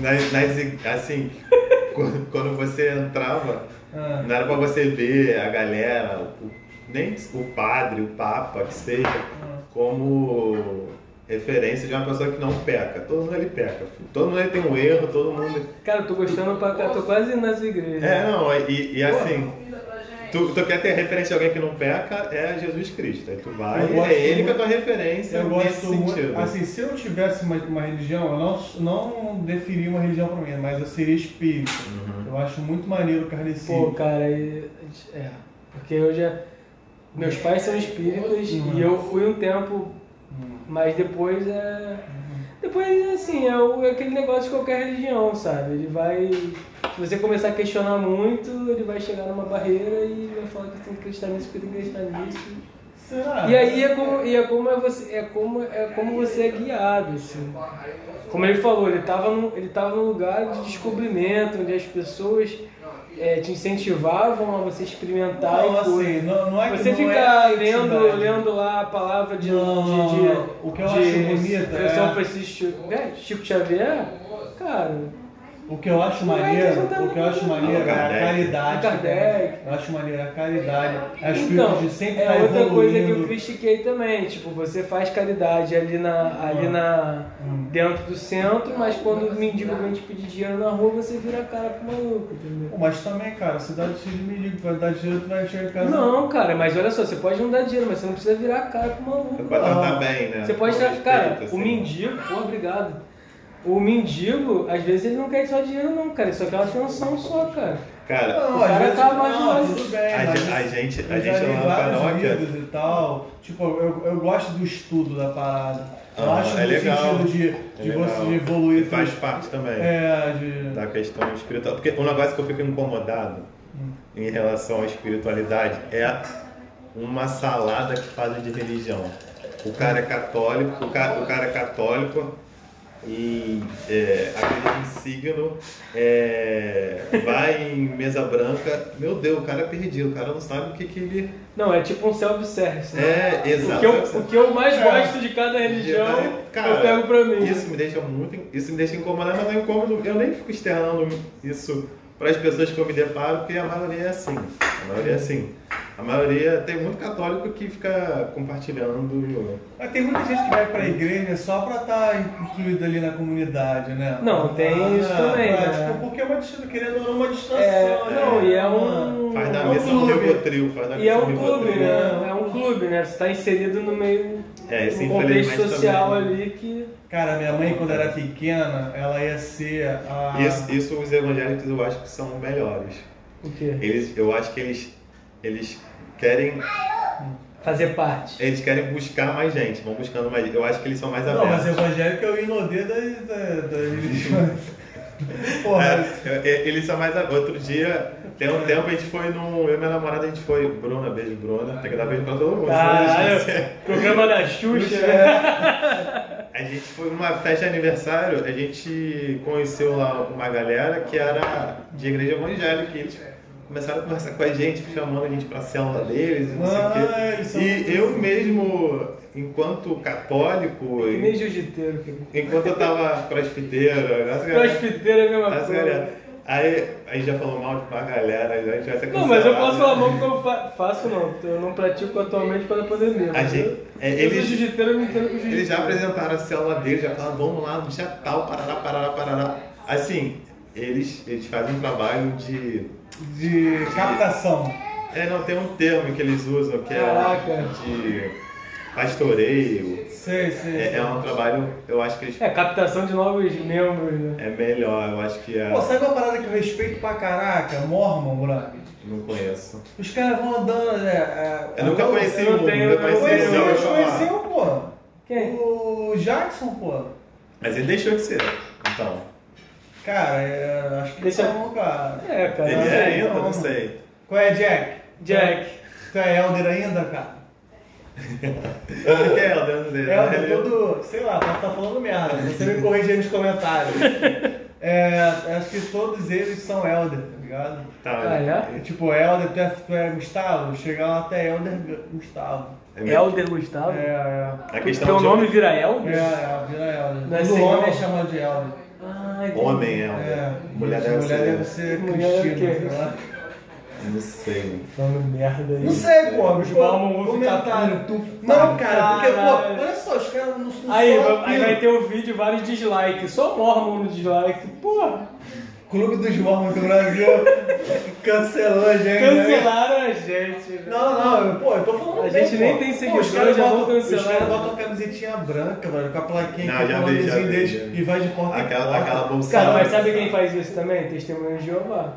[SPEAKER 3] nas, nas ig- assim, quando, quando você entrava,
[SPEAKER 1] ah.
[SPEAKER 3] não era pra você ver a galera, o- nem o padre, o papa, que seja, como referência de uma pessoa que não peca. Todo mundo ele peca, filho. todo mundo ele tem um erro, todo mundo
[SPEAKER 2] Cara, eu tô gostando pra cá, tô quase indo nas igrejas.
[SPEAKER 3] É, não, e, e assim, tu, tu quer ter referência de alguém que não peca, é Jesus Cristo. Aí tu vai,
[SPEAKER 1] Eu gosto
[SPEAKER 3] é ele que é
[SPEAKER 1] muito-
[SPEAKER 3] a tua referência
[SPEAKER 1] Eu
[SPEAKER 3] nesse
[SPEAKER 1] gosto
[SPEAKER 3] sentido.
[SPEAKER 1] muito. Assim, se eu tivesse uma, uma religião, eu não, não definiria uma religião pra mim, mas eu seria espírito.
[SPEAKER 3] Uhum.
[SPEAKER 1] Eu acho muito maneiro o
[SPEAKER 2] Pô,
[SPEAKER 1] carnecino.
[SPEAKER 2] cara, e- é. Porque eu já. Meus pais são espíritas e eu fui um tempo, mas depois é. Depois, assim, é, o- é aquele negócio de qualquer religião, sabe? Ele vai. Se você começar a questionar muito, ele vai chegar numa barreira e vai falar que tem que acreditar nisso, porque tem que acreditar nisso.
[SPEAKER 1] Será?
[SPEAKER 2] E aí é como, e é como, é você, é como, é como você é guiado, assim. Como ele falou, ele estava num, ele tava num lugar de descobrimento, onde as pessoas é, te incentivavam a você experimentar
[SPEAKER 1] Não,
[SPEAKER 2] e coisas.
[SPEAKER 1] assim, não, não é que
[SPEAKER 2] Você
[SPEAKER 1] não
[SPEAKER 2] fica
[SPEAKER 1] é
[SPEAKER 2] lendo,
[SPEAKER 1] entidade.
[SPEAKER 2] lendo lá a palavra de...
[SPEAKER 1] Não,
[SPEAKER 2] de-
[SPEAKER 1] não,
[SPEAKER 2] de-
[SPEAKER 1] não. O que eu
[SPEAKER 2] de
[SPEAKER 1] acho bonito
[SPEAKER 2] São
[SPEAKER 1] é-
[SPEAKER 2] Francisco, é, Chico Xavier, cara,
[SPEAKER 1] O que eu acho maneiro, o que eu acho maneiro é a
[SPEAKER 3] Kardec.
[SPEAKER 1] caridade.
[SPEAKER 2] Kardec.
[SPEAKER 1] Eu acho maneiro a caridade. As
[SPEAKER 2] Então,
[SPEAKER 1] de sempre tá
[SPEAKER 2] é outra coisa que eu
[SPEAKER 1] evoluindo.
[SPEAKER 2] critiquei também, tipo, você faz caridade ali na, ali na
[SPEAKER 1] Hum.
[SPEAKER 2] dentro do centro, mas quando o mendigo vem te pedir dinheiro na rua, você vira a cara pro maluco, entendeu?
[SPEAKER 1] Pô, Mas também, cara, se dá de filho, me liga, vai dar dinheiro, tu vai chegar em casa.
[SPEAKER 2] Não, cara, mas olha só, você pode não dar dinheiro, mas você não precisa virar a cara pro maluco.
[SPEAKER 3] Pra
[SPEAKER 2] cara.
[SPEAKER 3] tratar bem, né?
[SPEAKER 2] Você pode
[SPEAKER 3] Com
[SPEAKER 2] estar.
[SPEAKER 3] respeito,
[SPEAKER 2] Cara,
[SPEAKER 3] assim.
[SPEAKER 2] o mendigo, pô, obrigado. O mendigo, às vezes ele não quer só dinheiro, não, cara. Ele só quer uma atenção só, cara.
[SPEAKER 3] Cara,
[SPEAKER 1] Não,
[SPEAKER 2] O cara
[SPEAKER 1] às vezes,
[SPEAKER 2] tá mais
[SPEAKER 1] não,
[SPEAKER 2] mais-
[SPEAKER 1] tudo bem,
[SPEAKER 3] a
[SPEAKER 1] mas
[SPEAKER 3] gente- a gente, a
[SPEAKER 1] eu já
[SPEAKER 3] gente é um
[SPEAKER 1] li
[SPEAKER 3] lá no
[SPEAKER 1] vários
[SPEAKER 3] Canóquia,
[SPEAKER 1] livros e tal. Tipo, eu, eu gosto do estudo da parada. Eu
[SPEAKER 3] Ah,
[SPEAKER 1] acho
[SPEAKER 3] é
[SPEAKER 1] no
[SPEAKER 3] legal.
[SPEAKER 1] sentido de,
[SPEAKER 3] é
[SPEAKER 1] de
[SPEAKER 3] legal.
[SPEAKER 1] você evoluir.
[SPEAKER 3] E faz parte também.
[SPEAKER 1] É, de.
[SPEAKER 3] da questão espiritual. Porque um negócio que eu fico incomodado
[SPEAKER 2] Hum.
[SPEAKER 3] em relação à espiritualidade é uma salada que fazem de religião. O cara é católico, o cara, o cara é católico e é, acredita em signo, é, vai em mesa branca. Meu Deus, o cara é perdido, o cara não sabe o que, que ele
[SPEAKER 2] Não, é tipo um self-service. né?
[SPEAKER 3] é.
[SPEAKER 2] O
[SPEAKER 3] Exato.
[SPEAKER 2] que, eu, o que eu mais
[SPEAKER 1] É.
[SPEAKER 2] gosto de cada religião, eu pego pra mim.
[SPEAKER 3] Isso me deixa muito. Isso me deixa incomodado, mas não incômodo. Eu nem fico externando isso para as pessoas que eu me deparo, porque a maioria é assim. A maioria é assim. A maioria tem muito católico que fica compartilhando.
[SPEAKER 1] Mas tem muita gente que vai pra igreja só pra estar incluída ali na comunidade, né?
[SPEAKER 2] Não, tem isso também,
[SPEAKER 1] pra,
[SPEAKER 2] né?
[SPEAKER 1] Tipo, porque é uma distância, querendo ou não, uma distância. né?
[SPEAKER 2] É, não, e é um.
[SPEAKER 3] Faz da
[SPEAKER 1] É um
[SPEAKER 3] missa um
[SPEAKER 1] clube.
[SPEAKER 3] ribotril, faz da
[SPEAKER 2] E
[SPEAKER 3] missa
[SPEAKER 2] é
[SPEAKER 3] um
[SPEAKER 2] um clube,
[SPEAKER 3] ribotril.
[SPEAKER 2] né? É um clube, né? Você tá inserido no meio.
[SPEAKER 3] É, isso
[SPEAKER 2] no contexto
[SPEAKER 3] infelizmente
[SPEAKER 2] social
[SPEAKER 3] também.
[SPEAKER 2] ali que.
[SPEAKER 1] Cara, minha mãe, quando era pequena, ela ia ser a.
[SPEAKER 3] Isso, isso os evangélicos eu acho que são melhores.
[SPEAKER 2] O quê?
[SPEAKER 3] Eles, eu acho que eles, eles querem
[SPEAKER 2] Fazer parte.
[SPEAKER 3] Eles querem buscar mais gente, vão buscando mais gente. Eu acho que eles são mais
[SPEAKER 1] Não,
[SPEAKER 3] abertos.
[SPEAKER 1] mas evangélico eu inodê da. da, da... Porra,
[SPEAKER 3] É, é, eles são mais abertos. Outro dia, tem um tempo, a gente foi num. Eu e minha namorada, a gente foi. Bruna, beijo, Bruna. Tem que dar beijo pra todo mundo. né?
[SPEAKER 2] Caralho, Ah, programa da Xuxa,
[SPEAKER 3] é.
[SPEAKER 2] né?
[SPEAKER 3] A gente foi numa festa de aniversário, a gente conheceu lá uma galera que era de igreja evangélica. E eles começaram a conversar com a gente, chamando a gente pra célula deles, e não sei o quê.
[SPEAKER 1] Ah, eles são muito-
[SPEAKER 3] E eu mesmo, enquanto católico,
[SPEAKER 2] Que nem jiu-jiteiro, cara.
[SPEAKER 3] enquanto eu tava presbiteiro, nossa, galera-
[SPEAKER 2] Crossfiteiro é a mesma
[SPEAKER 3] Essa
[SPEAKER 2] coisa.
[SPEAKER 3] galera. Aí a gente já falou mal de uma galera, a gente vai ser
[SPEAKER 2] Não, mas eu
[SPEAKER 3] cancelado.
[SPEAKER 2] posso falar mal porque eu fa- faço não. Eu não pratico atualmente pela pandemia.
[SPEAKER 3] A
[SPEAKER 2] mas
[SPEAKER 3] gente, é,
[SPEAKER 2] Eu, eu sou
[SPEAKER 3] eles,
[SPEAKER 2] jiu-jiteiro, eu me entendo com jiu-jiteiro.
[SPEAKER 3] eles já apresentaram a célula deles, já falaram, vamos lá, no Chatal, parará, parará, parará. Assim, eles, eles fazem um trabalho de.
[SPEAKER 1] De captação.
[SPEAKER 3] É, não, tem um termo que eles usam que é
[SPEAKER 2] Caraca.
[SPEAKER 3] de pastoreio.
[SPEAKER 1] Sei, sei.
[SPEAKER 3] É,
[SPEAKER 1] sei.
[SPEAKER 3] é um trabalho, eu acho que eles.
[SPEAKER 2] É, captação de novos membros, né?
[SPEAKER 3] É melhor, eu acho que é.
[SPEAKER 1] Pô, sabe uma parada que eu respeito pra caraca? Mormon, moleque.
[SPEAKER 3] Não conheço.
[SPEAKER 1] Os caras vão andando. É, é,
[SPEAKER 3] Eu nunca
[SPEAKER 1] andando-
[SPEAKER 3] conheci
[SPEAKER 2] eu
[SPEAKER 3] um,
[SPEAKER 2] não tenho-
[SPEAKER 3] nunca
[SPEAKER 1] Eu
[SPEAKER 2] eu
[SPEAKER 3] conheci
[SPEAKER 1] conheci,
[SPEAKER 3] um.
[SPEAKER 2] não,
[SPEAKER 1] eu
[SPEAKER 3] eu
[SPEAKER 1] conheci,
[SPEAKER 3] chamava.
[SPEAKER 1] um, pô.
[SPEAKER 2] Quem?
[SPEAKER 1] O Jackson, pô.
[SPEAKER 3] Mas ele deixou de ser. Então.
[SPEAKER 1] Cara, é, acho que
[SPEAKER 2] Deixa-
[SPEAKER 1] não, cara.
[SPEAKER 2] É, cara.
[SPEAKER 3] Ele é ainda?
[SPEAKER 1] não.
[SPEAKER 3] Não sei.
[SPEAKER 1] Qual é, Jack?
[SPEAKER 2] Jack.
[SPEAKER 1] Tu é Elder ainda, cara?
[SPEAKER 3] O que é o Deus dele?
[SPEAKER 1] Elder todo. Sei lá, pode estar falando merda. Você me corrige aí nos comentários. É, acho que todos eles são Elder, tá ligado?
[SPEAKER 3] Tá.
[SPEAKER 2] Ah, é?
[SPEAKER 1] É, Tipo, Helder, tu é, tu é Gustavo? Chegar lá até Helder Gustavo.
[SPEAKER 3] É mesmo?
[SPEAKER 2] Helder Gustavo?
[SPEAKER 1] É, é.
[SPEAKER 3] A
[SPEAKER 2] Porque
[SPEAKER 3] questão
[SPEAKER 2] o
[SPEAKER 3] de
[SPEAKER 2] nome vira Helder?
[SPEAKER 1] É, é, vira Helder.
[SPEAKER 2] Não é
[SPEAKER 1] Todo
[SPEAKER 2] senhor?
[SPEAKER 1] homem é chamado de Helder.
[SPEAKER 2] Ah, entendi.
[SPEAKER 3] homem é,
[SPEAKER 1] É.
[SPEAKER 3] um- mulher deve
[SPEAKER 1] mulher deve
[SPEAKER 3] ser.
[SPEAKER 1] ser
[SPEAKER 2] Mulher é o
[SPEAKER 1] Cristina, né?
[SPEAKER 2] quê?
[SPEAKER 1] sei lá.
[SPEAKER 3] Não sei.
[SPEAKER 2] Falando merda aí.
[SPEAKER 1] Não sei, pô.
[SPEAKER 2] Os
[SPEAKER 1] pô,
[SPEAKER 2] Mormon vão ficar
[SPEAKER 1] um comentário.
[SPEAKER 2] puto.
[SPEAKER 1] Não, cara, porque,
[SPEAKER 2] Caralho.
[SPEAKER 1] pô, olha só, os caras não são
[SPEAKER 2] Aí,
[SPEAKER 1] é só
[SPEAKER 2] vai- aí vai
[SPEAKER 1] aquilo.
[SPEAKER 2] ter o vídeo, vários dislikes. Só Mormon no dislike. Porra,
[SPEAKER 1] Clube dos Mormons do Brasil cancelou a gente.
[SPEAKER 2] É.
[SPEAKER 1] né?
[SPEAKER 2] cancelaram a gente. velho.
[SPEAKER 1] Não, não, eu- pô, eu tô falando.
[SPEAKER 2] A
[SPEAKER 1] bem,
[SPEAKER 2] gente
[SPEAKER 1] pô.
[SPEAKER 2] nem tem
[SPEAKER 1] Pô,
[SPEAKER 2] seguidor,
[SPEAKER 1] os caras
[SPEAKER 2] já vão
[SPEAKER 1] botam- Os
[SPEAKER 2] cancelar.
[SPEAKER 1] caras botam a camisetinha branca, mano, com a plaquinha
[SPEAKER 3] Não,
[SPEAKER 1] aqui,
[SPEAKER 3] já
[SPEAKER 1] com o
[SPEAKER 3] vi, já
[SPEAKER 1] nomezinho
[SPEAKER 3] vi,
[SPEAKER 1] deles
[SPEAKER 3] já vi.
[SPEAKER 1] e vai de porta em
[SPEAKER 3] Aquela,
[SPEAKER 1] porta.
[SPEAKER 3] aquela bolsa.
[SPEAKER 2] Cara, mas sabe quem faz isso também? Testemunho de Jeová.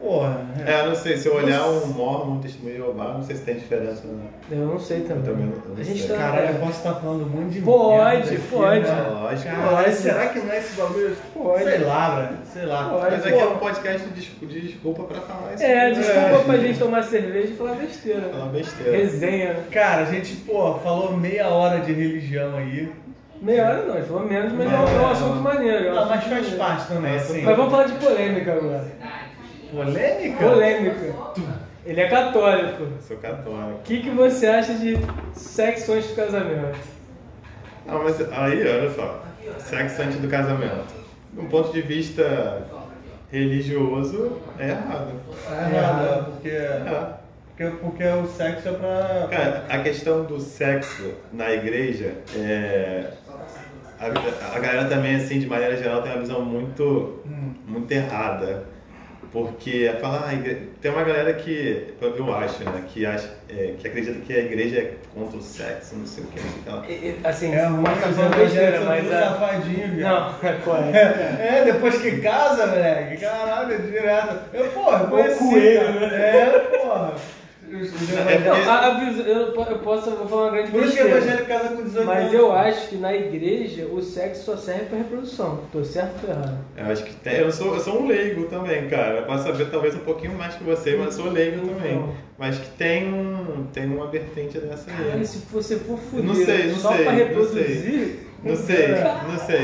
[SPEAKER 1] Porra,
[SPEAKER 3] É, eu não sei. Se eu olhar um mormon, um testemunho de Jeová, não sei se tem diferença. Né?
[SPEAKER 2] Eu não sei também.
[SPEAKER 3] Eu também não- eu não
[SPEAKER 2] a gente tá.
[SPEAKER 3] sei.
[SPEAKER 1] caralho, eu posso estar falando um monte de
[SPEAKER 2] Pode,
[SPEAKER 1] merda aqui,
[SPEAKER 2] pode.
[SPEAKER 1] né?
[SPEAKER 3] Ah, lógico.
[SPEAKER 1] Caralho, será que não é esse bagulho?
[SPEAKER 2] Pode.
[SPEAKER 1] Sei lá, velho, sei lá.
[SPEAKER 2] Pode.
[SPEAKER 3] Mas aqui é um podcast de desculpa, de desculpa pra falar isso.
[SPEAKER 2] É,
[SPEAKER 3] aqui, né?
[SPEAKER 2] desculpa pra gente tomar cerveja e falar besteira.
[SPEAKER 3] Falar besteira.
[SPEAKER 2] Resenha. né?
[SPEAKER 1] Cara, a gente, pô, falou meia hora de religião aí.
[SPEAKER 2] Meia hora não, a gente falou menos, mas é um,
[SPEAKER 1] Não,
[SPEAKER 2] é um
[SPEAKER 1] é,
[SPEAKER 2] assunto
[SPEAKER 1] não.
[SPEAKER 2] maneiro. é um
[SPEAKER 1] Não, mas
[SPEAKER 2] assunto
[SPEAKER 1] faz
[SPEAKER 2] maneiro.
[SPEAKER 1] parte também, assim.
[SPEAKER 2] Mas vamos falar de polêmica agora.
[SPEAKER 1] Polêmica?
[SPEAKER 2] Polêmica. Ele é católico.
[SPEAKER 3] Sou católico.
[SPEAKER 2] O que, que você acha de sexo antes do casamento?
[SPEAKER 3] Ah, mas aí, olha só. Sexo antes do casamento. de um ponto de vista religioso, é errado.
[SPEAKER 1] É errado, porque,
[SPEAKER 3] É.
[SPEAKER 1] porque, porque o sexo é pra.
[SPEAKER 3] Cara, a questão do sexo na igreja é. A, a galera também, assim, de maneira geral, tem uma visão muito
[SPEAKER 1] Hum.
[SPEAKER 3] muito errada. Porque fala, ah, igre- tem uma galera que, eu acho, né, que, acha, é, que acredita que a igreja é contra o sexo, não sei o que, não sei o que lá.
[SPEAKER 2] E- e- Assim,
[SPEAKER 1] É ruim,
[SPEAKER 2] pode
[SPEAKER 1] mas
[SPEAKER 2] fazer besteira,
[SPEAKER 1] é
[SPEAKER 2] mas
[SPEAKER 1] tudo
[SPEAKER 2] a...
[SPEAKER 1] safadinho, viado.
[SPEAKER 2] Não, é correto.
[SPEAKER 1] É, depois que casa, moleque, caralho, é direto. Eu, porra, eu conheci.
[SPEAKER 2] coelho,
[SPEAKER 1] cara.
[SPEAKER 2] né?
[SPEAKER 1] É, porra. Os- os evangélicos-
[SPEAKER 2] Não, Então, a- aviso, eu, po- eu posso, eu vou falar uma grande
[SPEAKER 1] Por isso que o
[SPEAKER 2] besteira.
[SPEAKER 1] evangelho casa com 18 anos.
[SPEAKER 2] Mas eu acho que na igreja o sexo só serve pra reprodução. Tô certo ou tô errado?
[SPEAKER 3] Eu acho que tem, eu sou, eu sou um leigo também, cara. Eu posso saber talvez um pouquinho mais que você, mas eu sou leigo também.
[SPEAKER 2] Então.
[SPEAKER 3] Mas que tem, um, tem uma vertente dessa
[SPEAKER 2] Cara,
[SPEAKER 3] aí.
[SPEAKER 2] se você for fuder
[SPEAKER 3] Não sei, não
[SPEAKER 2] só
[SPEAKER 3] sei,
[SPEAKER 2] pra
[SPEAKER 3] não sei.
[SPEAKER 2] reproduzir.
[SPEAKER 3] Não sei, não sei.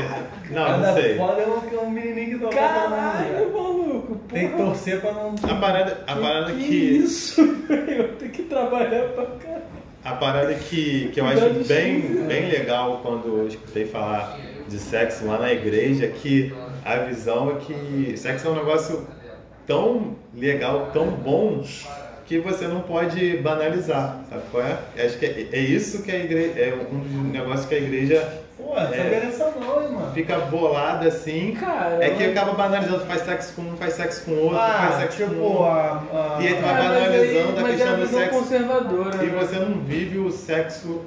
[SPEAKER 3] Não,
[SPEAKER 1] é. Cada
[SPEAKER 3] não sei.
[SPEAKER 1] foda é um, é um menininho que toca
[SPEAKER 2] Caralho, maluco, porra.
[SPEAKER 1] Tem que torcer pra não.
[SPEAKER 3] A parada, a parada
[SPEAKER 2] que,
[SPEAKER 3] que,
[SPEAKER 2] isso, velho? Eu tenho que trabalhar pra caralho.
[SPEAKER 3] A parada que, que eu acho bem, bem legal quando eu escutei falar de sexo lá na igreja é que a visão é que sexo é um negócio tão legal, tão bom, que você não pode banalizar, sabe qual é? Eu Acho que é, é isso que a igreja. É um dos negócios que a igreja
[SPEAKER 1] Pô, essa
[SPEAKER 3] É.
[SPEAKER 1] diferença não, hein, mano.
[SPEAKER 3] fica bolada assim.
[SPEAKER 2] Cara,
[SPEAKER 3] É que acaba banalizando, faz sexo com um, faz sexo com outro, faz
[SPEAKER 1] Ah,
[SPEAKER 3] sexo com
[SPEAKER 1] tipo,
[SPEAKER 3] outro.
[SPEAKER 1] a. a...
[SPEAKER 3] E aí tu vai
[SPEAKER 2] mas aí-
[SPEAKER 3] banalizando a
[SPEAKER 2] mas é
[SPEAKER 3] questão
[SPEAKER 2] a
[SPEAKER 3] do
[SPEAKER 2] visão
[SPEAKER 3] sexo.
[SPEAKER 2] conservadora.
[SPEAKER 3] E
[SPEAKER 2] né?
[SPEAKER 3] você não vive o sexo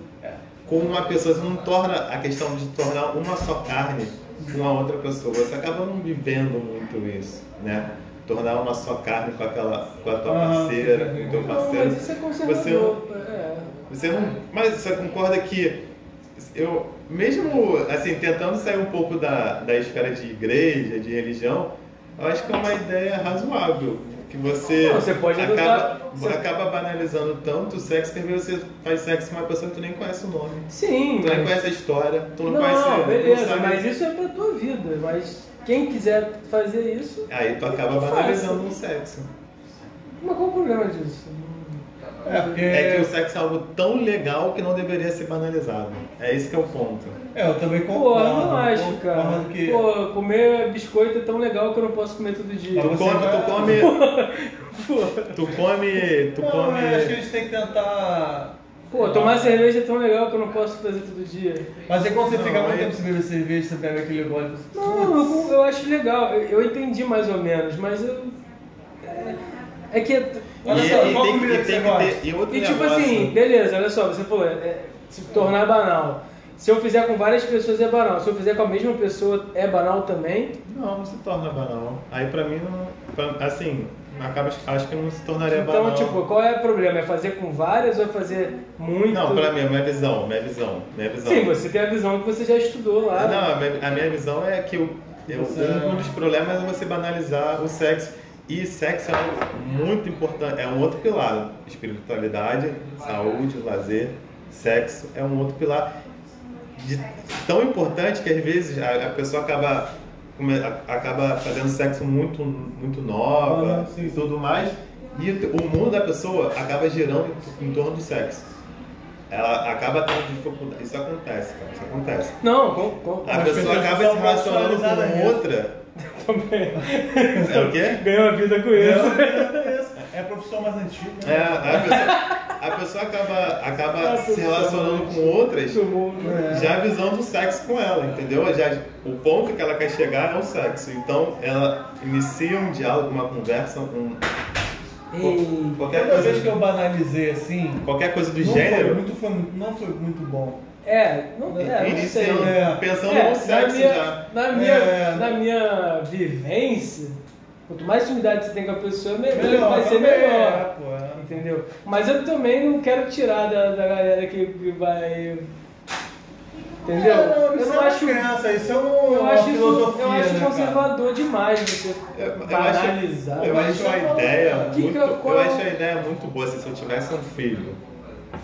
[SPEAKER 3] com uma pessoa, você não torna a questão de tornar uma só carne com uma outra pessoa. Você acaba não vivendo muito isso, né? Tornar uma só carne com aquela, com a tua
[SPEAKER 1] Aham.
[SPEAKER 3] parceira, com o teu
[SPEAKER 2] Não,
[SPEAKER 3] parceiro. um
[SPEAKER 2] mas isso é conservador. é.
[SPEAKER 3] Você não, mas você concorda que eu, mesmo assim, tentando sair um pouco da, da esfera de igreja, de religião, eu acho que é uma ideia razoável. Que você,
[SPEAKER 2] Não, você pode
[SPEAKER 3] acaba,
[SPEAKER 2] adotar- você-
[SPEAKER 3] acaba banalizando tanto o sexo que às vezes você faz sexo com uma pessoa que tu nem conhece o nome.
[SPEAKER 2] Sim,
[SPEAKER 3] Tu nem
[SPEAKER 2] mas...
[SPEAKER 3] conhece a história, tu não,
[SPEAKER 2] Não,
[SPEAKER 3] conhece
[SPEAKER 2] beleza,
[SPEAKER 3] não sabe-
[SPEAKER 2] mas isso é pra tua vida. Mas quem quiser fazer isso,
[SPEAKER 3] Aí tu acaba
[SPEAKER 2] Fácil.
[SPEAKER 3] banalizando o sexo.
[SPEAKER 2] mas qual o problema disso?
[SPEAKER 1] É, porque.
[SPEAKER 3] É que o sexo é algo tão legal que não deveria ser banalizado. É esse que é o ponto.
[SPEAKER 1] É, eu também
[SPEAKER 2] Pô,
[SPEAKER 1] concordo.
[SPEAKER 2] eu não acho, cara.
[SPEAKER 1] Concordo que.
[SPEAKER 2] Pô, comer biscoito é tão legal que eu não posso comer todo dia.
[SPEAKER 1] Mas
[SPEAKER 3] Tu
[SPEAKER 1] Então, você
[SPEAKER 3] come,
[SPEAKER 1] vai-
[SPEAKER 3] tu come,
[SPEAKER 2] Pô,
[SPEAKER 3] tu come, tu
[SPEAKER 1] Não,
[SPEAKER 3] come.
[SPEAKER 1] eu acho que a gente tem que tentar.
[SPEAKER 2] pô, tomar cerveja é tão legal que eu não posso fazer todo dia.
[SPEAKER 1] Mas aí quando você
[SPEAKER 3] Não, é-
[SPEAKER 1] fica muito
[SPEAKER 3] aí-
[SPEAKER 1] tempo sem beber cerveja, você bebe aquele gole. você-
[SPEAKER 2] Não, eu, eu acho legal. Eu, eu entendi mais ou menos, mas eu. É, é que.
[SPEAKER 1] Olha
[SPEAKER 3] e,
[SPEAKER 1] só,
[SPEAKER 3] e
[SPEAKER 1] qual
[SPEAKER 3] tem,
[SPEAKER 1] comida
[SPEAKER 3] e
[SPEAKER 1] que
[SPEAKER 3] tem
[SPEAKER 1] você gosta?
[SPEAKER 3] que ter. E outro
[SPEAKER 2] E tipo
[SPEAKER 3] negócio,
[SPEAKER 2] assim, beleza, olha só, você falou, é, é, se tornar banal. Se eu fizer com várias pessoas é banal. Se eu fizer com a mesma pessoa é banal também.
[SPEAKER 3] Não, não se torna banal. Aí pra mim não. pra- assim, acaba, acho que não se tornaria
[SPEAKER 2] Então,
[SPEAKER 3] banal.
[SPEAKER 2] tipo, qual é o problema? É fazer com várias ou é fazer muito?
[SPEAKER 3] Não, pra mim, é minha visão, minha visão, minha visão.
[SPEAKER 2] Sim, você tem a visão que você já estudou lá.
[SPEAKER 3] É, Não, a minha, a minha visão é que eu, eu-
[SPEAKER 1] Você-
[SPEAKER 3] um dos problemas é você banalizar o sexo. E sexo é algo muito importante, é um outro pilar. Espiritualidade, saúde, lazer, sexo é um outro pilar. de- tão importante que às vezes a, a pessoa acaba, come- a- acaba fazendo sexo muito, muito nova
[SPEAKER 1] Ah, sim,
[SPEAKER 3] e
[SPEAKER 1] sim.
[SPEAKER 3] tudo mais. E o mundo da pessoa acaba girando em, em torno do sexo. Ela acaba tendo dificuldade. Isso acontece, cara. Isso acontece.
[SPEAKER 2] Não, com, com-
[SPEAKER 3] A
[SPEAKER 1] As
[SPEAKER 3] pessoa
[SPEAKER 1] pessoas
[SPEAKER 3] acaba
[SPEAKER 1] são
[SPEAKER 3] se relacionando
[SPEAKER 1] personalizadas
[SPEAKER 3] com
[SPEAKER 1] nisso.
[SPEAKER 3] outra.
[SPEAKER 2] também.
[SPEAKER 3] É o quê?
[SPEAKER 2] Ganhou a vida com isso.
[SPEAKER 1] É, é a profissão mais antiga. né?
[SPEAKER 3] É, a pessoa, a pessoa acaba, acaba
[SPEAKER 2] Ah,
[SPEAKER 3] se relacionando com outras
[SPEAKER 2] né?
[SPEAKER 1] É.
[SPEAKER 3] já visando o sexo com ela, entendeu? Já, o ponto que ela quer chegar é o sexo. Então ela inicia um diálogo, uma conversa, um,
[SPEAKER 2] Ei,
[SPEAKER 3] qualquer,
[SPEAKER 1] Cada vez que
[SPEAKER 3] coisa,
[SPEAKER 1] eu banalizei assim,
[SPEAKER 3] qualquer coisa do
[SPEAKER 1] não foi,
[SPEAKER 3] gênero.
[SPEAKER 1] muito, foi muito- não foi muito bom.
[SPEAKER 2] É, não, é, não sei.
[SPEAKER 3] Iniciando,
[SPEAKER 1] É.
[SPEAKER 3] pensando
[SPEAKER 2] É,
[SPEAKER 3] no
[SPEAKER 2] na
[SPEAKER 3] sexo
[SPEAKER 2] minha,
[SPEAKER 3] já.
[SPEAKER 2] Na minha,
[SPEAKER 1] É.
[SPEAKER 2] na minha vivência, quanto mais intimidade você tem com a pessoa, melhor, vai ser
[SPEAKER 1] também,
[SPEAKER 2] melhor.
[SPEAKER 1] é, pô, é.
[SPEAKER 2] Entendeu? Mas eu também não quero tirar da, da galera que, que vai. Entendeu?
[SPEAKER 1] Não,
[SPEAKER 2] eu
[SPEAKER 1] isso
[SPEAKER 2] não
[SPEAKER 1] é uma
[SPEAKER 2] acho.
[SPEAKER 1] criança, isso é um,
[SPEAKER 2] Eu
[SPEAKER 1] uma
[SPEAKER 2] acho, isso,
[SPEAKER 1] filosofia.
[SPEAKER 2] eu acho
[SPEAKER 1] né, cara?
[SPEAKER 2] conservador demais você
[SPEAKER 3] É, Eu, eu
[SPEAKER 2] banalizar.
[SPEAKER 3] acho, eu acho a ideia
[SPEAKER 2] Que que
[SPEAKER 3] muito,
[SPEAKER 2] eu- qual-
[SPEAKER 3] eu acho a ideia muito boa. assim, se eu tivesse um filho,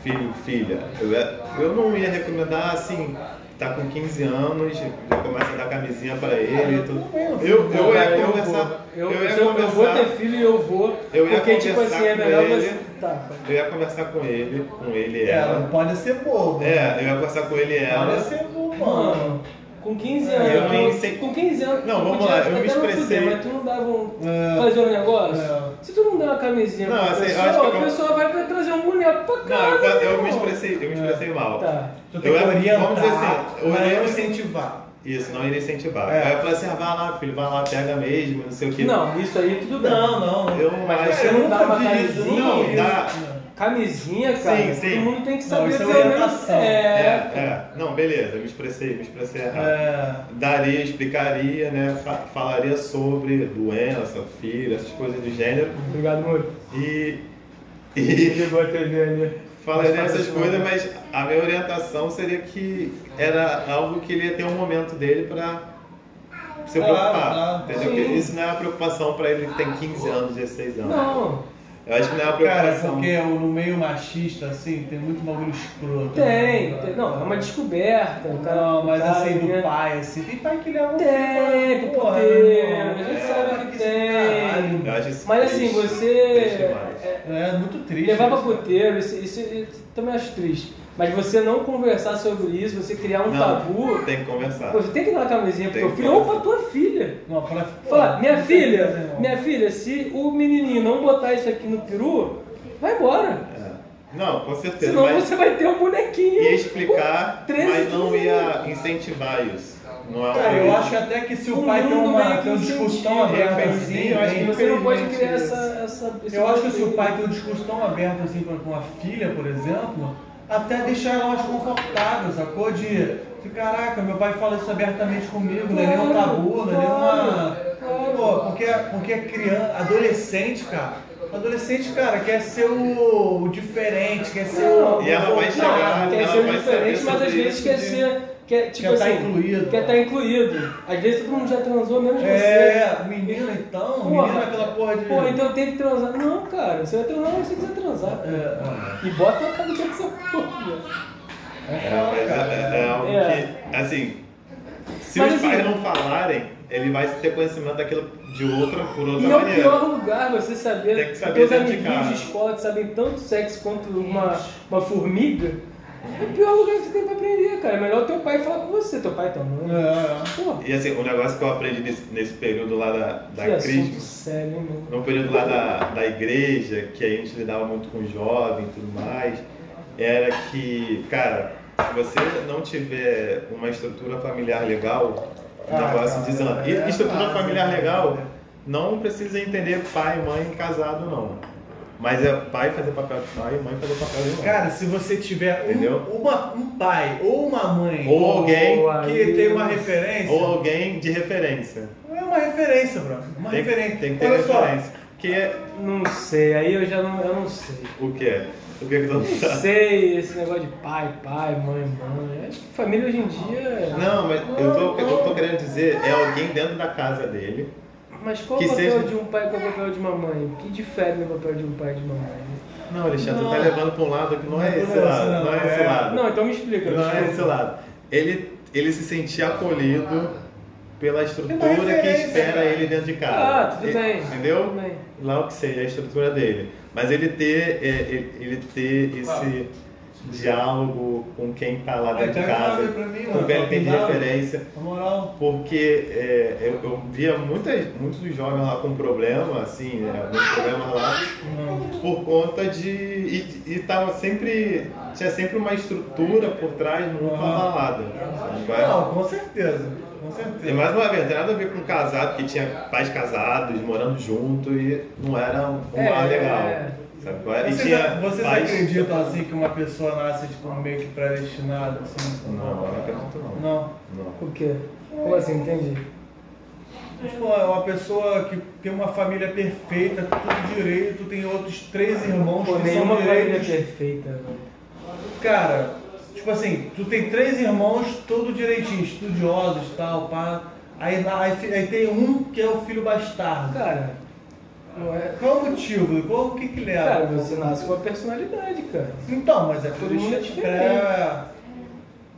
[SPEAKER 3] filho, filha, eu, ia- eu não ia recomendar assim, tá com 15 anos, já começa a dar camisinha pra ele e tudo. Eu, eu
[SPEAKER 2] assim, Cara,
[SPEAKER 3] ia
[SPEAKER 2] eu
[SPEAKER 3] conversar,
[SPEAKER 2] vou.
[SPEAKER 3] eu
[SPEAKER 2] Eu,
[SPEAKER 3] ia
[SPEAKER 2] se eu- eu vou ter
[SPEAKER 3] conversar,
[SPEAKER 2] filho e eu vou.
[SPEAKER 3] Eu ia
[SPEAKER 2] porque, tipo
[SPEAKER 3] conversar
[SPEAKER 2] assim, é
[SPEAKER 3] com
[SPEAKER 2] melhor
[SPEAKER 3] ele.
[SPEAKER 2] você. Tá.
[SPEAKER 3] eu ia conversar com ele, com ele e
[SPEAKER 1] É, não
[SPEAKER 2] um
[SPEAKER 3] ela.
[SPEAKER 1] pode ser bobo.
[SPEAKER 3] É, eu ia conversar com ele e
[SPEAKER 1] Pode
[SPEAKER 3] ela.
[SPEAKER 1] ser bobo, mano.
[SPEAKER 2] Mano, Com 15
[SPEAKER 3] Eu
[SPEAKER 2] anos.
[SPEAKER 3] pensei-
[SPEAKER 2] Com 15 anos.
[SPEAKER 3] Não,
[SPEAKER 2] tu
[SPEAKER 3] vamos
[SPEAKER 2] podia
[SPEAKER 3] lá, eu me
[SPEAKER 2] até não fuder,
[SPEAKER 3] expressei. Ah.
[SPEAKER 2] mas tu não dava um.
[SPEAKER 1] É.
[SPEAKER 2] Fazer um negócio?
[SPEAKER 1] É.
[SPEAKER 2] Se tu não der uma camisinha
[SPEAKER 3] Não,
[SPEAKER 2] pra
[SPEAKER 3] assim, eu
[SPEAKER 2] pessoa,
[SPEAKER 3] acho que
[SPEAKER 2] a
[SPEAKER 3] eu-
[SPEAKER 2] pessoa vai pra trazer um boneco pra
[SPEAKER 3] Não,
[SPEAKER 2] casa.
[SPEAKER 3] eu, eu
[SPEAKER 2] meu
[SPEAKER 3] me
[SPEAKER 2] irmão.
[SPEAKER 3] expressei, eu me expressei mal.
[SPEAKER 2] Tá.
[SPEAKER 1] Tu tem que
[SPEAKER 3] Eu-
[SPEAKER 1] orientar,
[SPEAKER 3] vamos dizer assim, eu-
[SPEAKER 1] não é
[SPEAKER 3] eu-
[SPEAKER 1] incentivar.
[SPEAKER 3] Isso, não iria incentivar.
[SPEAKER 1] É.
[SPEAKER 3] Aí eu falei assim, ah, vai lá, filho, vai lá, pega mesmo, não sei o quê.
[SPEAKER 2] Não, isso aí é tudo bem.
[SPEAKER 3] não, não, eu não
[SPEAKER 2] Mas
[SPEAKER 3] acho.
[SPEAKER 2] você não dá uma
[SPEAKER 1] vi isso,
[SPEAKER 2] camisinha?
[SPEAKER 3] Não, dá.
[SPEAKER 2] Camisinha, cara,
[SPEAKER 3] Sim, sim.
[SPEAKER 2] todo mundo tem que
[SPEAKER 1] Não,
[SPEAKER 2] saber
[SPEAKER 1] isso é
[SPEAKER 2] pelo menos-
[SPEAKER 1] orientação.
[SPEAKER 3] É,
[SPEAKER 2] É.
[SPEAKER 3] é. Não, beleza, eu me expressei, me expressei errado.
[SPEAKER 1] É,
[SPEAKER 3] daria, explicaria, né? fa- Falaria sobre doença, filho, essas coisas do gênero.
[SPEAKER 2] Obrigado, Muro.
[SPEAKER 3] E, e
[SPEAKER 2] Ligou a TV ali.
[SPEAKER 3] falaria
[SPEAKER 2] Mas faz
[SPEAKER 3] essas
[SPEAKER 2] isso,
[SPEAKER 3] coisas,
[SPEAKER 2] né?
[SPEAKER 3] mas a minha orientação seria que era algo que ele ia ter um momento dele pra se
[SPEAKER 1] Claro,
[SPEAKER 3] preocupar.
[SPEAKER 1] claro.
[SPEAKER 3] Entendeu? Porque
[SPEAKER 2] Sim.
[SPEAKER 3] isso não é uma preocupação pra ele que tem 15 anos, 16 anos.
[SPEAKER 2] Não,
[SPEAKER 3] Eu acho que não é uma
[SPEAKER 1] cara,
[SPEAKER 3] preocupação.
[SPEAKER 1] porque o- no meio machista, assim, tem muito bagulho escroto.
[SPEAKER 2] tem,
[SPEAKER 1] né?
[SPEAKER 2] tem. Não, é uma descoberta. o cara-
[SPEAKER 1] Não, mas
[SPEAKER 2] o cara,
[SPEAKER 1] assim, do
[SPEAKER 2] né?
[SPEAKER 1] pai, assim, tem pai que leva um
[SPEAKER 2] Tem,
[SPEAKER 1] filho,
[SPEAKER 2] pro
[SPEAKER 1] porra,
[SPEAKER 2] poder,
[SPEAKER 1] meu irmão.
[SPEAKER 2] a gente
[SPEAKER 1] É,
[SPEAKER 2] sabe que
[SPEAKER 1] isso é
[SPEAKER 2] tem.
[SPEAKER 1] caralho,
[SPEAKER 3] Eu acho isso
[SPEAKER 2] Mas assim,
[SPEAKER 3] triste,
[SPEAKER 2] você.
[SPEAKER 3] triste demais.
[SPEAKER 2] é,
[SPEAKER 1] É muito triste.
[SPEAKER 2] Levar pra
[SPEAKER 1] isso.
[SPEAKER 2] puteiro, isso, isso, isso também acho triste. Mas você não conversar sobre isso, você criar um
[SPEAKER 3] Não,
[SPEAKER 2] tabu.
[SPEAKER 3] Tem que conversar.
[SPEAKER 2] Pô, você tem que dar uma camisinha pro
[SPEAKER 3] Tem
[SPEAKER 2] teu
[SPEAKER 3] que
[SPEAKER 2] filho ou pra
[SPEAKER 3] conversar.
[SPEAKER 2] tua filha.
[SPEAKER 1] Não, pra...
[SPEAKER 2] Fala, minha
[SPEAKER 1] Não tem né, que fazer,
[SPEAKER 2] filha,
[SPEAKER 1] não.
[SPEAKER 2] minha filha, se o menininho não botar isso aqui no peru, vai embora.
[SPEAKER 3] É. Não, com certeza.
[SPEAKER 2] Senão
[SPEAKER 3] mas-
[SPEAKER 2] você vai ter um bonequinho.
[SPEAKER 3] ia explicar,
[SPEAKER 2] 13,
[SPEAKER 3] mas não ia incentivar isso. Não é
[SPEAKER 1] Cara, Então, eu
[SPEAKER 3] uma-
[SPEAKER 1] acho até que se
[SPEAKER 2] Um
[SPEAKER 1] o pai tem
[SPEAKER 2] mundo
[SPEAKER 1] uma,
[SPEAKER 2] meio que
[SPEAKER 1] tem um discurso tão
[SPEAKER 2] incentiva,
[SPEAKER 1] aberto
[SPEAKER 3] né?
[SPEAKER 1] assim,
[SPEAKER 3] Eu acho que
[SPEAKER 1] bem-
[SPEAKER 2] Você não pode
[SPEAKER 1] infelizmente,
[SPEAKER 2] criar
[SPEAKER 1] isso.
[SPEAKER 2] essa. essa esse
[SPEAKER 1] né? Eu acho que se o
[SPEAKER 2] conceito.
[SPEAKER 1] pai tem um discurso tão aberto assim pra- com a filha, por exemplo, até deixar ela mais confortável, sacou? De, de, caraca, meu pai fala isso abertamente comigo, não é nenhum
[SPEAKER 2] Claro,
[SPEAKER 1] tabu, não é
[SPEAKER 2] claro,
[SPEAKER 1] nenhuma.
[SPEAKER 2] claro.
[SPEAKER 1] Pô, porque, é, porque criança, adolescente, cara. Adolescente, cara, quer ser o, o diferente, quer ser o.
[SPEAKER 3] E ela vai
[SPEAKER 1] Não,
[SPEAKER 3] chegar,
[SPEAKER 2] quer
[SPEAKER 3] ela
[SPEAKER 2] ser
[SPEAKER 3] vai
[SPEAKER 2] diferente,
[SPEAKER 3] saber
[SPEAKER 2] mas às
[SPEAKER 3] sobre
[SPEAKER 2] vezes
[SPEAKER 3] isso né?
[SPEAKER 2] quer
[SPEAKER 3] de-
[SPEAKER 2] ser. Quer, tipo
[SPEAKER 1] Quer tá
[SPEAKER 2] assim,
[SPEAKER 1] incluído.
[SPEAKER 2] Quer estar incluído. Às vezes todo mundo já transou, menos você.
[SPEAKER 1] É, menina então, menina aquela porra de.
[SPEAKER 2] Porra, então tem que transar. Não, cara, você vai transar onde você quiser transar.
[SPEAKER 1] É, ah,
[SPEAKER 2] E bota a cabeça nessa porra.
[SPEAKER 3] É, mas é, é algo
[SPEAKER 2] É.
[SPEAKER 3] que, assim, se
[SPEAKER 2] Mas,
[SPEAKER 3] os pais
[SPEAKER 2] assim,
[SPEAKER 3] não falarem, ele vai ter conhecimento daquilo de outra por outra
[SPEAKER 2] E é o
[SPEAKER 3] maneira.
[SPEAKER 2] pior lugar você
[SPEAKER 3] Tem
[SPEAKER 2] saber
[SPEAKER 3] que
[SPEAKER 2] que
[SPEAKER 3] saber
[SPEAKER 2] teus
[SPEAKER 3] dentro de
[SPEAKER 2] amiguinhos de
[SPEAKER 3] casa.
[SPEAKER 2] escola que sabem tanto sexo quanto uma, uma formiga. É o pior lugar que você tem pra aprender, cara. É melhor teu pai falar com você, teu pai e tua mãe.
[SPEAKER 1] é, é.
[SPEAKER 2] Porra,
[SPEAKER 3] E assim, o negócio que eu aprendi nesse, nesse período lá da,
[SPEAKER 2] que
[SPEAKER 3] da
[SPEAKER 2] assunto
[SPEAKER 3] crise,
[SPEAKER 2] sério, hein, meu?
[SPEAKER 3] no É um período lá da, da igreja, que a gente lidava muito com jovem e tudo mais, era que, cara, se você não tiver uma estrutura familiar legal, o
[SPEAKER 1] Ah,
[SPEAKER 3] negócio
[SPEAKER 1] cara,
[SPEAKER 3] desanda. E
[SPEAKER 1] é
[SPEAKER 3] estrutura
[SPEAKER 1] fácil,
[SPEAKER 3] familiar
[SPEAKER 1] né?
[SPEAKER 3] legal não precisa entender pai, mãe, casado, não. Mas é pai fazer papel de pai e mãe fazer papel de mãe.
[SPEAKER 1] Cara, se você tiver um-
[SPEAKER 3] Entendeu?
[SPEAKER 1] uma- um pai ou uma mãe
[SPEAKER 3] Ou alguém-
[SPEAKER 1] que tem uma referência,
[SPEAKER 3] Ou alguém de referência.
[SPEAKER 1] não é uma referência, bro. Uma
[SPEAKER 3] Tem-
[SPEAKER 1] referência.
[SPEAKER 3] Tem que ter
[SPEAKER 1] Olha só,
[SPEAKER 3] referência. Que é
[SPEAKER 2] Não sei, aí eu já não, eu não sei.
[SPEAKER 3] o quê? O que é que tu
[SPEAKER 2] Não sei esse negócio de pai, pai, mãe, mãe. Acho que família hoje em dia. é-
[SPEAKER 3] Não, mas eu tô, o que eu tô querendo dizer é alguém dentro da casa dele.
[SPEAKER 2] Mas qual
[SPEAKER 3] Que
[SPEAKER 2] o papel
[SPEAKER 3] seja-
[SPEAKER 2] de um pai e qual o papel de uma mãe? Que difere no papel de um pai e de uma mãe?
[SPEAKER 3] Não, Alexandre, tu tá
[SPEAKER 1] Não.
[SPEAKER 3] levando pra um lado que não
[SPEAKER 1] Não
[SPEAKER 3] é
[SPEAKER 1] é
[SPEAKER 3] esse
[SPEAKER 1] esse
[SPEAKER 3] lado.
[SPEAKER 1] não,
[SPEAKER 3] Não é esse
[SPEAKER 1] é-
[SPEAKER 3] lado.
[SPEAKER 2] Não, então me explica.
[SPEAKER 3] Não é
[SPEAKER 2] me
[SPEAKER 3] esse
[SPEAKER 2] explica.
[SPEAKER 3] lado. Ele, ele se sentia acolhido pela
[SPEAKER 1] Tem uma
[SPEAKER 3] estrutura que
[SPEAKER 1] referência,
[SPEAKER 3] espera
[SPEAKER 1] cara.
[SPEAKER 3] ele dentro de casa.
[SPEAKER 2] Ah, tudo
[SPEAKER 3] E-
[SPEAKER 2] bem. Tudo
[SPEAKER 3] Entendeu?
[SPEAKER 2] bem.
[SPEAKER 3] Lá o que seja, a estrutura dele. Mas ele ter, é, ele, ele ter esse diálogo com quem tá lá
[SPEAKER 1] Ah,
[SPEAKER 3] dentro de
[SPEAKER 1] então
[SPEAKER 3] casa,
[SPEAKER 1] fala pra mim,
[SPEAKER 3] com
[SPEAKER 1] ó,
[SPEAKER 3] quem ele tem de
[SPEAKER 1] cuidado.
[SPEAKER 3] referência.
[SPEAKER 1] na moral,
[SPEAKER 3] Porque é, eu, eu via muitas, muitos dos jovens lá com problema, assim, né, alguns problemas lá, por conta de. E, e tava sempre. Tinha sempre uma estrutura por trás muito
[SPEAKER 1] Ah.
[SPEAKER 3] abalada. sabe?
[SPEAKER 1] não, com certeza, com
[SPEAKER 3] E
[SPEAKER 1] certeza.
[SPEAKER 3] mais uma vez, não tem nada a ver com casado, que tinha pais casados morando junto e não era um
[SPEAKER 2] É,
[SPEAKER 3] lar legal.
[SPEAKER 2] é.
[SPEAKER 3] Sabe? qual é? E
[SPEAKER 1] Vocês,
[SPEAKER 3] tinha
[SPEAKER 1] vocês
[SPEAKER 3] pais-
[SPEAKER 1] acreditam assim que uma pessoa nasce tipo meio que predestinada assim?
[SPEAKER 3] Não, eu não acredito não.
[SPEAKER 1] Não.
[SPEAKER 3] Não.
[SPEAKER 2] O quê? Como assim? Entendi.
[SPEAKER 1] Tipo, é uma pessoa que tem uma família perfeita, tudo direito, tem outros três irmãos
[SPEAKER 2] Pô,
[SPEAKER 1] que são
[SPEAKER 2] nenhuma família é
[SPEAKER 1] direitos.
[SPEAKER 2] perfeita, né? velho.
[SPEAKER 1] Cara, tipo assim, tu tem três irmãos, todo direitinho, estudiosos, tal, pá. Aí, lá- aí, fi- aí tem um que é o filho bastardo.
[SPEAKER 2] Cara, não é.
[SPEAKER 1] Qual o motivo? Qual, o que que leva?
[SPEAKER 2] Cara, você nasce com a personalidade, cara.
[SPEAKER 1] Então, mas é
[SPEAKER 2] Todo mundo é
[SPEAKER 1] isso que-
[SPEAKER 2] diferente.
[SPEAKER 1] é-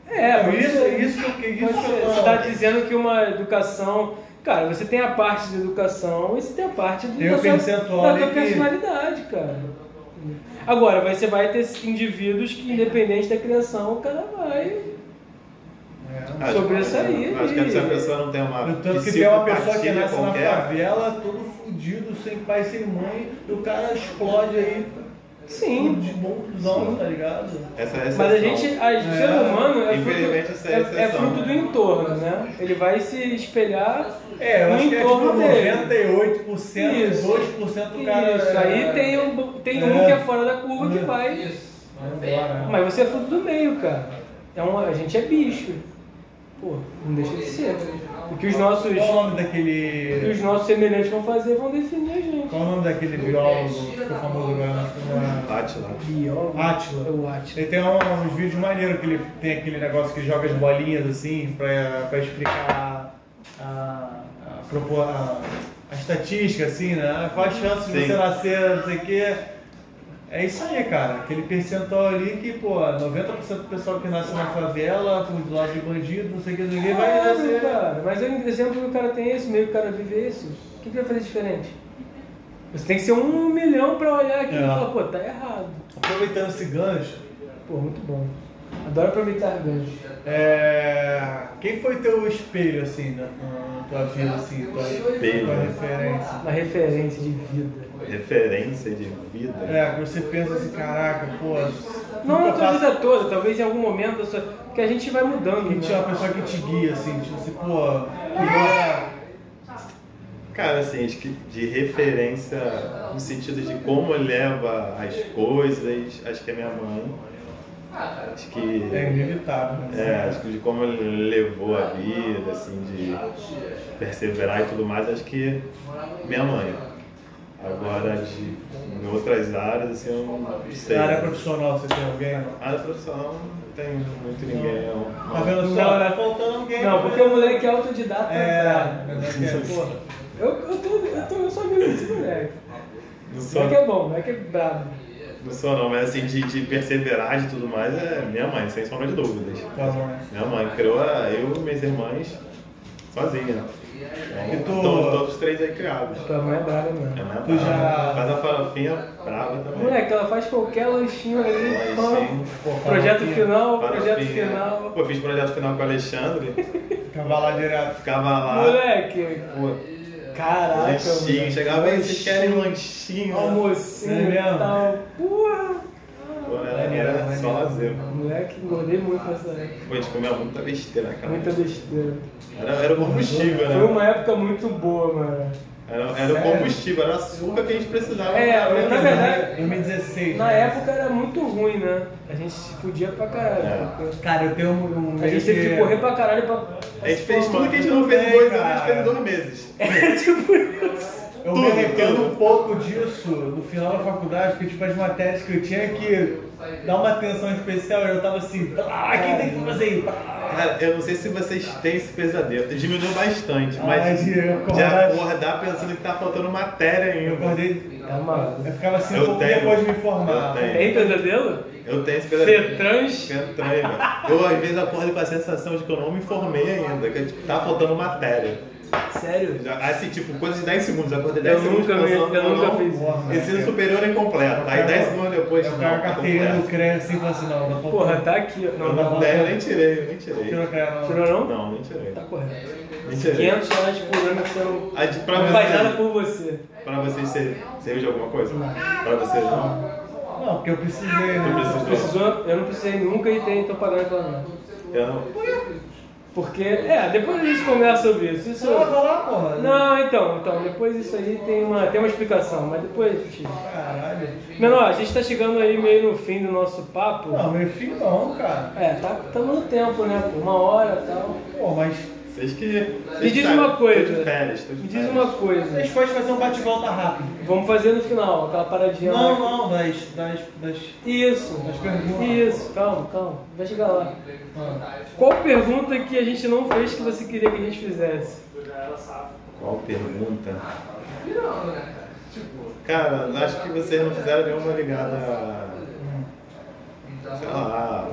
[SPEAKER 2] É,
[SPEAKER 1] Então,
[SPEAKER 2] pode
[SPEAKER 1] isso,
[SPEAKER 2] ser.
[SPEAKER 1] isso que isso
[SPEAKER 2] Pode
[SPEAKER 1] que
[SPEAKER 2] ser.
[SPEAKER 1] eu
[SPEAKER 2] Você
[SPEAKER 1] tô-
[SPEAKER 2] está dizendo que uma educação. Cara, você tem a parte de educação e você tem a parte do,
[SPEAKER 1] Tem o
[SPEAKER 2] da, sua-
[SPEAKER 1] percentual
[SPEAKER 2] da
[SPEAKER 1] ali
[SPEAKER 2] tua
[SPEAKER 1] que-
[SPEAKER 2] personalidade, cara. Agora, vai- você vai ter indivíduos que, independente da criação, o cara vai.
[SPEAKER 1] É.
[SPEAKER 3] Ah,
[SPEAKER 2] Sobressair.
[SPEAKER 3] Acho que se a pessoa não tem uma
[SPEAKER 1] Eu Tanto que tem uma pessoa que
[SPEAKER 3] psicopatia
[SPEAKER 1] nasce na
[SPEAKER 3] qualquer,
[SPEAKER 1] favela, todo fudido, sem pai, sem mãe, e o cara explode aí,
[SPEAKER 2] Sim.
[SPEAKER 1] tudo de bonzão, tá ligado?
[SPEAKER 3] essa é a
[SPEAKER 2] Mas a
[SPEAKER 3] exceção.
[SPEAKER 2] gente, a, o ser humano é
[SPEAKER 3] Infelizmente,
[SPEAKER 2] fruto,
[SPEAKER 3] essa é a
[SPEAKER 2] é, é
[SPEAKER 3] exceção,
[SPEAKER 2] fruto do
[SPEAKER 3] né?
[SPEAKER 2] entorno, né? Ele vai se espelhar
[SPEAKER 1] É, eu
[SPEAKER 2] no
[SPEAKER 1] acho que é tipo
[SPEAKER 2] entorno dele.
[SPEAKER 1] 98%,
[SPEAKER 2] Isso.
[SPEAKER 1] 2% do cara.
[SPEAKER 2] Isso, aí tem um, tem um
[SPEAKER 1] É.
[SPEAKER 2] que é fora da curva que
[SPEAKER 1] É.
[SPEAKER 2] vai.
[SPEAKER 1] Vai embora.
[SPEAKER 2] Mas você é fruto do meio, cara. É um, a gente é bicho. Pô, não deixa de ser. O que os nossos,
[SPEAKER 1] Qual o
[SPEAKER 2] o
[SPEAKER 1] nome
[SPEAKER 2] que
[SPEAKER 1] daquele.
[SPEAKER 2] os nossos semelhantes vão fazer vão definir a gente.
[SPEAKER 1] Qual o nome daquele biólogo que ficou famoso agora na.
[SPEAKER 3] Bate lá.
[SPEAKER 2] Biólogo.
[SPEAKER 1] Átila.
[SPEAKER 2] É o Átila.
[SPEAKER 1] Ele tem um- uns vídeos maneiros que ele tem aquele negócio que joga as bolinhas assim pra, pra explicar a, a, a, propo- a- a estatística, assim, né? Qual a chance de
[SPEAKER 3] Uhum. Sim.
[SPEAKER 1] você nascer, não sei o quê. É isso aí, cara. Aquele percentual ali que, pô, 90% do pessoal que nasce na favela, com do lado de bandido, não sei o que, não sei o que, vai
[SPEAKER 2] Claro,
[SPEAKER 1] nascer.
[SPEAKER 2] cara. Mas o exemplo que o cara tem é esse, meio que o cara vive é esse. O que, que vai fazer diferente? Você tem que ser um milhão pra olhar aqui
[SPEAKER 1] É.
[SPEAKER 2] e falar, pô, tá errado.
[SPEAKER 1] Aproveitando esse gancho,
[SPEAKER 2] Pô, muito bom. Adoro aproveitar gancho.
[SPEAKER 1] é... quem foi teu espelho, assim, na, na tua vida, assim, tua,
[SPEAKER 3] Espelho. né?
[SPEAKER 1] tua referência?
[SPEAKER 2] Uma referência de vida.
[SPEAKER 3] Referência de vida.
[SPEAKER 1] É, você pensa assim, caraca, pô.
[SPEAKER 2] Não na
[SPEAKER 1] nunca
[SPEAKER 2] tua
[SPEAKER 1] faço-
[SPEAKER 2] vida toda, talvez em algum momento, da sua- porque a gente vai mudando.
[SPEAKER 1] Que tinha
[SPEAKER 2] Né?
[SPEAKER 1] é uma pessoa que te guia, assim, tipo assim, pô, é, cuidou.
[SPEAKER 3] Cara, assim, acho que de referência no sentido de como leva as coisas, acho que é minha mãe. Acho que.
[SPEAKER 1] É inevitável,
[SPEAKER 3] É,
[SPEAKER 1] né?
[SPEAKER 3] acho que de como ele levou a vida, assim, de perseverar e tudo mais, acho que minha mãe. Agora, de, em outras áreas, assim, eu não sei.
[SPEAKER 1] Na área é profissional você tem alguém? Tá
[SPEAKER 3] A área profissional não tem muito ninguém. é um-
[SPEAKER 1] vendo só?
[SPEAKER 2] Não,
[SPEAKER 1] Tá faltando alguém.
[SPEAKER 2] Não,
[SPEAKER 1] né?
[SPEAKER 2] porque o moleque é autodidata.
[SPEAKER 1] É,
[SPEAKER 2] brabo.
[SPEAKER 1] é, porra.
[SPEAKER 2] Eu, eu, tô, eu, tô, eu sou amigo desse moleque.
[SPEAKER 3] Não
[SPEAKER 2] O
[SPEAKER 3] sou,
[SPEAKER 2] moleque é bom, o moleque é brabo.
[SPEAKER 3] não sou não, mas assim, de, de perseverar e tudo mais, é minha mãe, sem sombra de dúvidas.
[SPEAKER 1] Tá bom, né?
[SPEAKER 3] Minha mãe criou a- eu e minhas irmãs sozinha.
[SPEAKER 1] E tu-
[SPEAKER 3] Então, estamos todos três aí criados.
[SPEAKER 2] Tua mãe é braba
[SPEAKER 3] Minha
[SPEAKER 2] mesmo.
[SPEAKER 3] mãe é
[SPEAKER 1] Tu já-
[SPEAKER 3] brava. Faz a farofinha brava também.
[SPEAKER 2] Moleque, ela faz qualquer lanchinho ali.
[SPEAKER 3] Lanchinho,
[SPEAKER 2] pô,
[SPEAKER 1] pô,
[SPEAKER 2] projeto
[SPEAKER 1] farofinha,
[SPEAKER 2] final,
[SPEAKER 3] Farofinha.
[SPEAKER 2] projeto final.
[SPEAKER 3] Pô, fiz projeto final com o Alexandre,
[SPEAKER 1] Acabar lá direto.
[SPEAKER 3] ficava lá.
[SPEAKER 2] Moleque,
[SPEAKER 3] Pô, um
[SPEAKER 2] caraca.
[SPEAKER 3] lanchinho,
[SPEAKER 2] moleque.
[SPEAKER 3] chegava aí, vocês querem um lanchinho?
[SPEAKER 1] É
[SPEAKER 2] Almocinho
[SPEAKER 1] mesmo?
[SPEAKER 2] e tal. Porra!
[SPEAKER 3] Pô, era, era só lazer.
[SPEAKER 2] Moleque, engordei muito nessa época.
[SPEAKER 3] Pô, a gente comia muita besteira, cara.
[SPEAKER 2] Muita besteira.
[SPEAKER 3] Era, era o combustível,
[SPEAKER 2] Foi uma
[SPEAKER 3] né?
[SPEAKER 2] época muito boa, mano.
[SPEAKER 3] Era, era o combustível, era a açúcar que a gente precisava.
[SPEAKER 2] É,
[SPEAKER 3] pra-
[SPEAKER 2] na verdade-
[SPEAKER 1] 2016.
[SPEAKER 2] Na
[SPEAKER 1] né?
[SPEAKER 2] época era muito ruim, né? A gente se fudia pra caralho.
[SPEAKER 3] É.
[SPEAKER 2] porque
[SPEAKER 1] Cara, eu tenho um. um
[SPEAKER 2] A gente teve que correr pra caralho pra.
[SPEAKER 3] A gente fez tudo que a
[SPEAKER 2] é,
[SPEAKER 3] gente não fez em dois anos, a gente fez em dois meses.
[SPEAKER 2] tipo-
[SPEAKER 1] Eu me
[SPEAKER 3] Tudo,
[SPEAKER 1] arrependo
[SPEAKER 3] tudo.
[SPEAKER 1] um pouco disso no final da faculdade, porque tipo as matérias que eu tinha que dar uma atenção especial, eu tava assim, ah, quem tem que fazer isso?
[SPEAKER 3] Cara, eu não sei se vocês têm esse pesadelo. Diminuiu bastante,
[SPEAKER 1] Ah,
[SPEAKER 3] mas
[SPEAKER 1] de
[SPEAKER 3] de
[SPEAKER 1] acordar-
[SPEAKER 3] acordar pensando que tá faltando matéria
[SPEAKER 1] Eu
[SPEAKER 3] ainda.
[SPEAKER 1] acordei,
[SPEAKER 2] Tá maluco.
[SPEAKER 1] eu ficava assim,
[SPEAKER 3] Eu
[SPEAKER 1] pouco
[SPEAKER 3] tenho.
[SPEAKER 1] depois de me
[SPEAKER 3] Eu
[SPEAKER 1] formar.
[SPEAKER 3] tenho.
[SPEAKER 2] Tem pesadelo?
[SPEAKER 3] Eu tenho esse
[SPEAKER 2] É, Ser
[SPEAKER 3] pesadelo.
[SPEAKER 2] trans?
[SPEAKER 3] Entranha, velho. Eu às vezes acordo com a sensação de que eu não me formei ainda, que tipo, tá faltando matéria.
[SPEAKER 2] Sério?
[SPEAKER 3] Já, assim, tipo, coisa de 10 segundos, acordei 10
[SPEAKER 2] Eu
[SPEAKER 3] segundos
[SPEAKER 2] nunca, me-
[SPEAKER 3] pensando
[SPEAKER 2] eu
[SPEAKER 3] que
[SPEAKER 2] nunca
[SPEAKER 3] não-
[SPEAKER 2] fiz isso.
[SPEAKER 1] Porra, É
[SPEAKER 3] Ensino
[SPEAKER 1] eu-
[SPEAKER 3] superior incompleto. Aí 10 segundos depois,
[SPEAKER 1] Eu
[SPEAKER 3] não,
[SPEAKER 1] pego a
[SPEAKER 3] tá
[SPEAKER 1] carteirinha do
[SPEAKER 3] completo.
[SPEAKER 1] CREA assim e falo assim, não, não
[SPEAKER 2] Porra, tá aqui. ó.
[SPEAKER 3] Eu
[SPEAKER 2] Não,
[SPEAKER 3] não
[SPEAKER 2] não.
[SPEAKER 3] dei, eu nem tirei, eu nem
[SPEAKER 1] Tirou
[SPEAKER 3] tirei.
[SPEAKER 1] o CREA, não.
[SPEAKER 2] Tirou não?
[SPEAKER 3] Não, nem tirei.
[SPEAKER 2] Tá correto.
[SPEAKER 3] Nem tirei.
[SPEAKER 2] 500 reais por ano que serão
[SPEAKER 3] Aí, de- pra
[SPEAKER 2] não faz nada
[SPEAKER 3] você,
[SPEAKER 2] por você.
[SPEAKER 3] pra você ser, serviu de alguma coisa? Pra você não?
[SPEAKER 1] Não, porque eu precisei,
[SPEAKER 3] Tu
[SPEAKER 1] né?
[SPEAKER 3] precisou?
[SPEAKER 2] Precisou? Eu não precisei nunca e tem, tô pagando pela minha.
[SPEAKER 3] Eu não.
[SPEAKER 2] Porque, é, depois a gente conversa sobre isso. Isso-
[SPEAKER 1] Você vai falar, porra.
[SPEAKER 2] Não, então, então, depois isso aí tem uma, tem uma explicação, mas depois, Chico.
[SPEAKER 1] Caralho.
[SPEAKER 2] Menor, a gente tá chegando aí meio no fim do nosso papo.
[SPEAKER 1] Não, meu filho não, cara.
[SPEAKER 2] É, tá tamo no tempo, né? pô? Uma hora e tal.
[SPEAKER 1] Pô, mas
[SPEAKER 3] Vocês que. vocês
[SPEAKER 2] Me diz
[SPEAKER 3] sabem,
[SPEAKER 2] uma coisa.
[SPEAKER 3] Tô de férias, tô de
[SPEAKER 2] Me
[SPEAKER 3] férias.
[SPEAKER 2] diz uma
[SPEAKER 1] a
[SPEAKER 2] coisa.
[SPEAKER 1] gente pode fazer um bate-volta rápido.
[SPEAKER 2] Vamos fazer no final, aquela paradinha lá.
[SPEAKER 1] Não, não, das... das, das...
[SPEAKER 2] Isso,
[SPEAKER 1] Mas pergunta.
[SPEAKER 2] isso, calma, calma, vai chegar lá. Qual pergunta que a gente não fez que você queria que a gente fizesse?
[SPEAKER 3] Qual pergunta? Cara, acho que vocês não fizeram nenhuma ligada a. Sei lá.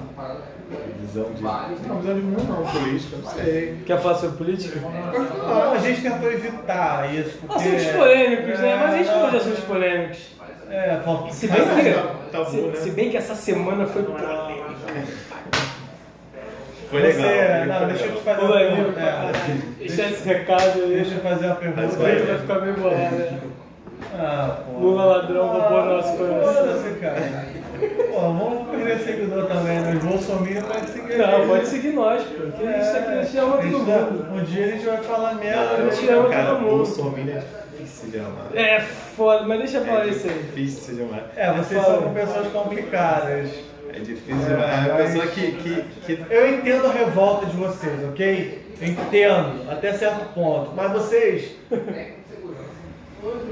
[SPEAKER 3] Visão de. Não, visão de mundo não, política, não sei.
[SPEAKER 2] Quer falar sobre política?
[SPEAKER 1] Não, a gente tentou evitar isso, porque...
[SPEAKER 2] Assuntos polêmicos, né? Mas a gente
[SPEAKER 1] É,
[SPEAKER 2] falou de assuntos polêmicos.
[SPEAKER 1] É, falta...
[SPEAKER 2] Se bem que,
[SPEAKER 1] tá
[SPEAKER 3] Tabu,
[SPEAKER 2] se,
[SPEAKER 3] né?
[SPEAKER 2] se bem que essa semana foi polêmica.
[SPEAKER 3] Foi legal.
[SPEAKER 1] Você,
[SPEAKER 3] foi
[SPEAKER 1] não, deixa eu
[SPEAKER 3] legal.
[SPEAKER 1] te fazer uma pergunta. é,
[SPEAKER 2] Deixa esse recado aí.
[SPEAKER 1] Deixa eu fazer uma
[SPEAKER 3] Mas
[SPEAKER 2] O
[SPEAKER 1] pergunta.
[SPEAKER 3] vai.
[SPEAKER 2] Vitor vai ficar meio bolado. né?
[SPEAKER 1] Ah, pô. Ah,
[SPEAKER 2] Lula ladrão roubou nosso coração.
[SPEAKER 1] Foda-se, cara. Pô, vamos perder seguidor também, né? Os bolsominions podem seguir. É,
[SPEAKER 2] Não, pode seguir nós, pô. Que isso aqui a gente ama
[SPEAKER 1] A
[SPEAKER 2] todo
[SPEAKER 1] gente
[SPEAKER 2] mundo.
[SPEAKER 1] tá- Um dia a gente vai falar merda.
[SPEAKER 3] Não, um
[SPEAKER 1] né?
[SPEAKER 2] Eu te amo
[SPEAKER 3] cara,
[SPEAKER 2] todo mundo.
[SPEAKER 3] Bolsonaro é difícil de amar. É
[SPEAKER 2] É foda, mas deixa eu falar isso aí.
[SPEAKER 3] difícil de amar.
[SPEAKER 1] É, vocês são pessoas complicadas.
[SPEAKER 3] É difícil de amar. É uma pessoa que, que, que
[SPEAKER 1] Eu entendo a revolta de vocês, ok? Entendo, até certo ponto. Mas vocês.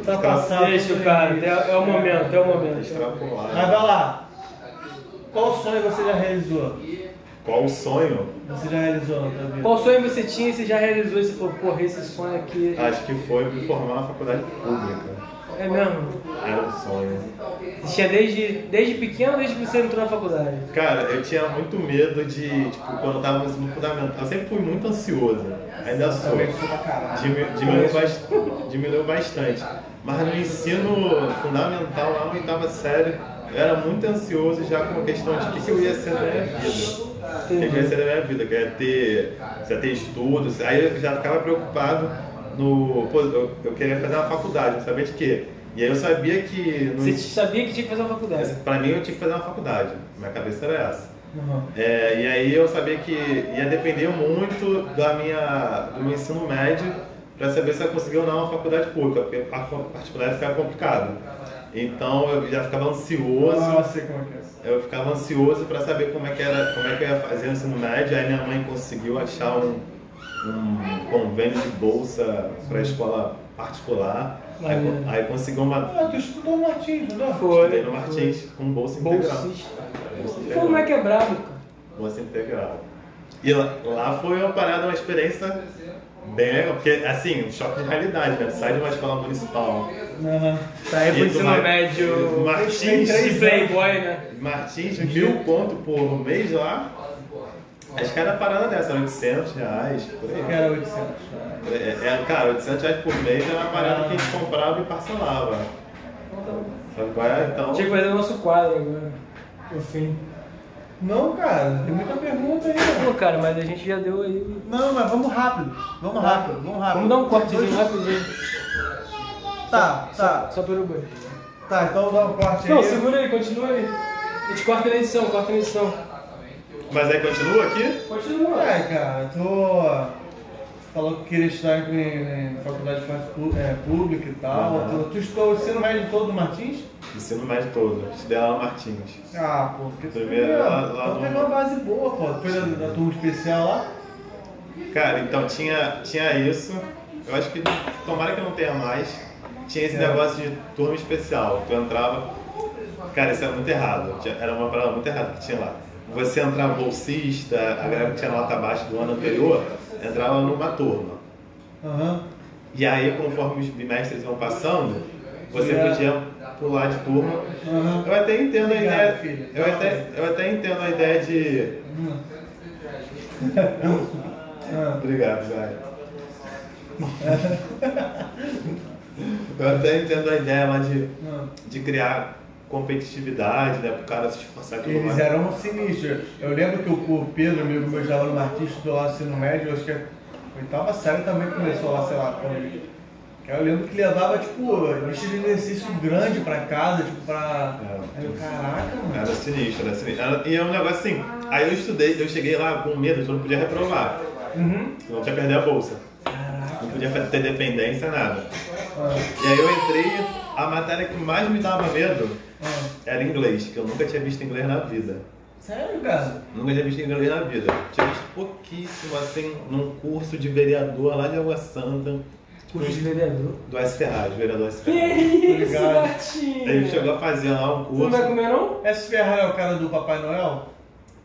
[SPEAKER 1] Tá passado.
[SPEAKER 2] Deixa o cara, é, é o momento, é o momento.
[SPEAKER 1] Mas
[SPEAKER 3] extrapolar.
[SPEAKER 1] vai lá. Qual sonho você já realizou?
[SPEAKER 3] Qual o sonho?
[SPEAKER 1] Você já realizou na tua vida?
[SPEAKER 2] Qual sonho você tinha e você já realizou e você falou, porra, esse sonho aqui
[SPEAKER 3] Acho que foi me formar na faculdade pública.
[SPEAKER 2] é mesmo?
[SPEAKER 3] Era um sonho.
[SPEAKER 2] Você tinha desde, desde pequeno, desde que você entrou na faculdade?
[SPEAKER 3] Cara, eu tinha muito medo de, tipo, quando eu tava no fundamental. Eu sempre fui muito ansioso. Ainda sou. Dimi- Diminuiu, bas- diminuiu bastante. Mas no ensino fundamental, lá na oitava série, eu era muito ansioso já com a questão de o que, que eu ia ser na minha vida. O que, que eu ia ser na minha vida? Que eu ia ter, se eu ia ter estudo. se- Aí eu já ficava preocupado no. Pô, eu, eu queria fazer uma faculdade, não sabia de quê. E aí eu sabia que. no
[SPEAKER 2] Você sabia que tinha que fazer uma faculdade?
[SPEAKER 3] Pra mim, eu tinha que fazer uma faculdade. Minha cabeça era essa.
[SPEAKER 2] Uhum.
[SPEAKER 3] É, e aí eu sabia que ia depender muito da minha, do meu ensino médio para saber se eu conseguia ou não uma faculdade pública, porque a fa- particular ficava complicado. Então eu já ficava
[SPEAKER 1] Ah, eu
[SPEAKER 3] ansioso,
[SPEAKER 1] sei como é que é.
[SPEAKER 3] eu ficava ansioso para saber como é que era, como é que eu ia fazer o ensino médio. Aí minha mãe conseguiu achar um, um convênio de bolsa para escola particular. Aí, co- aí conseguiu uma
[SPEAKER 1] Ah, tu estudou no Martins, não é?
[SPEAKER 2] Foi.
[SPEAKER 3] estudei no Martins com bolsa integral.
[SPEAKER 2] Bolsista.
[SPEAKER 3] Bolsa
[SPEAKER 2] Foi um
[SPEAKER 3] integral.
[SPEAKER 2] moleque é brabo, cara.
[SPEAKER 3] Moça integral. E lá, lá foi uma parada, uma experiência bem legal, porque assim, um choque de realidade, né? Sai de uma escola municipal.
[SPEAKER 1] Aham.
[SPEAKER 2] Saiu pro
[SPEAKER 3] E tu
[SPEAKER 2] ensino
[SPEAKER 3] vai-
[SPEAKER 2] médio.
[SPEAKER 3] Martins,
[SPEAKER 2] de playboy, né?
[SPEAKER 3] Martins, mil pontos por mês lá. Acho que era parada dessa, era 800 reais, por
[SPEAKER 1] Que
[SPEAKER 3] aí.
[SPEAKER 1] era 800.
[SPEAKER 3] É, é, cara, 800 reais por mês era uma parada que a gente comprava e parcelava. Sabe qual é? Então,
[SPEAKER 2] Tinha que fazer o nosso quadro agora. No fim.
[SPEAKER 1] Não, cara, tem muita pergunta aí. ó.
[SPEAKER 2] Pô, cara, mas a gente já deu aí.
[SPEAKER 1] Não, mas vamos rápido. Vamos rápido, vamos rápido.
[SPEAKER 2] Tá. Vamos dar um cortezinho
[SPEAKER 1] Dois-
[SPEAKER 2] rapidinho.
[SPEAKER 1] Tá, tá.
[SPEAKER 2] Só pelo banho.
[SPEAKER 1] Tá, então dá um corte
[SPEAKER 2] Não,
[SPEAKER 1] aí.
[SPEAKER 2] segura aí, continua aí. A gente corta na edição, corta na edição.
[SPEAKER 3] mas aí continua aqui?
[SPEAKER 2] Continua.
[SPEAKER 1] É, cara, tô. Falou que queria estudar em, em faculdade pú- é, pública e tal.
[SPEAKER 3] Aham.
[SPEAKER 1] Tu, tu estudou o ensino médio todo do Martins?
[SPEAKER 3] Ensino médio todo, estudei lá no Martins.
[SPEAKER 1] Ah, pô, porque tu
[SPEAKER 3] Primeiro,
[SPEAKER 1] teve-
[SPEAKER 3] lá- lá
[SPEAKER 1] então
[SPEAKER 3] no-
[SPEAKER 1] teve uma base boa, pô. Tu foi da, da turma especial lá?
[SPEAKER 3] Cara, então tinha, tinha isso. Eu acho que tomara que não tenha mais. Tinha esse
[SPEAKER 1] É.
[SPEAKER 3] negócio de turma especial. Tu entrava. Cara, isso era muito errado. Tinha- Era uma parada muito errada que tinha lá. Você entrava bolsista, a galera que tinha nota baixa do ano anterior, entrava numa turma.
[SPEAKER 1] Aham.
[SPEAKER 3] E aí, conforme os bimestres iam passando, você
[SPEAKER 1] Ia-
[SPEAKER 3] podia pular de turma.
[SPEAKER 1] Aham.
[SPEAKER 3] Eu até entendo a
[SPEAKER 1] Obrigado,
[SPEAKER 3] ideia.
[SPEAKER 1] filho.
[SPEAKER 3] Eu até, eu até entendo a ideia de.
[SPEAKER 1] Ah.
[SPEAKER 3] Obrigado, Zé. Eu até entendo a ideia lá de,
[SPEAKER 1] Ah.
[SPEAKER 3] de criar competitividade, né? Pro cara se esforçar e tudo
[SPEAKER 1] Eles
[SPEAKER 3] mais.
[SPEAKER 1] eram sinistros. Eu lembro que o o Pedro, amigo meu, estava no Martins, estudou lá no ensino médio, acho que a oitava série também começou lá, sei lá, quando ele... que Eu lembro que levava, tipo, lista de exercício grande pra casa, tipo, pra...
[SPEAKER 3] É.
[SPEAKER 1] Aí eu, caraca,
[SPEAKER 3] Era
[SPEAKER 1] mano.
[SPEAKER 3] sinistro, era sinistro. Era- e é um negócio assim. Aí eu estudei, eu cheguei lá com medo, que eu não podia reprovar.
[SPEAKER 1] Uhum.
[SPEAKER 3] Não podia perder a bolsa. Não podia fa- ter dependência, nada.
[SPEAKER 1] Ah.
[SPEAKER 3] E aí eu entrei, a matéria que mais me dava medo
[SPEAKER 1] Ah.
[SPEAKER 3] era inglês, que eu nunca tinha visto inglês na vida.
[SPEAKER 1] Sério, cara?
[SPEAKER 3] Nunca tinha visto inglês na vida. Tinha visto pouquíssimo, assim, num curso de vereador lá de Água Santa,
[SPEAKER 2] Curso de vereador.
[SPEAKER 3] do S. Ferraz, vereador S.
[SPEAKER 2] Que
[SPEAKER 3] Ferraz.
[SPEAKER 2] isso,
[SPEAKER 1] Obrigado. É
[SPEAKER 2] gatinho!
[SPEAKER 3] Ele chegou a fazer lá um
[SPEAKER 2] Você não vai
[SPEAKER 3] curso.
[SPEAKER 2] comer não?
[SPEAKER 1] Esse Ferrari é o cara do Papai Noel?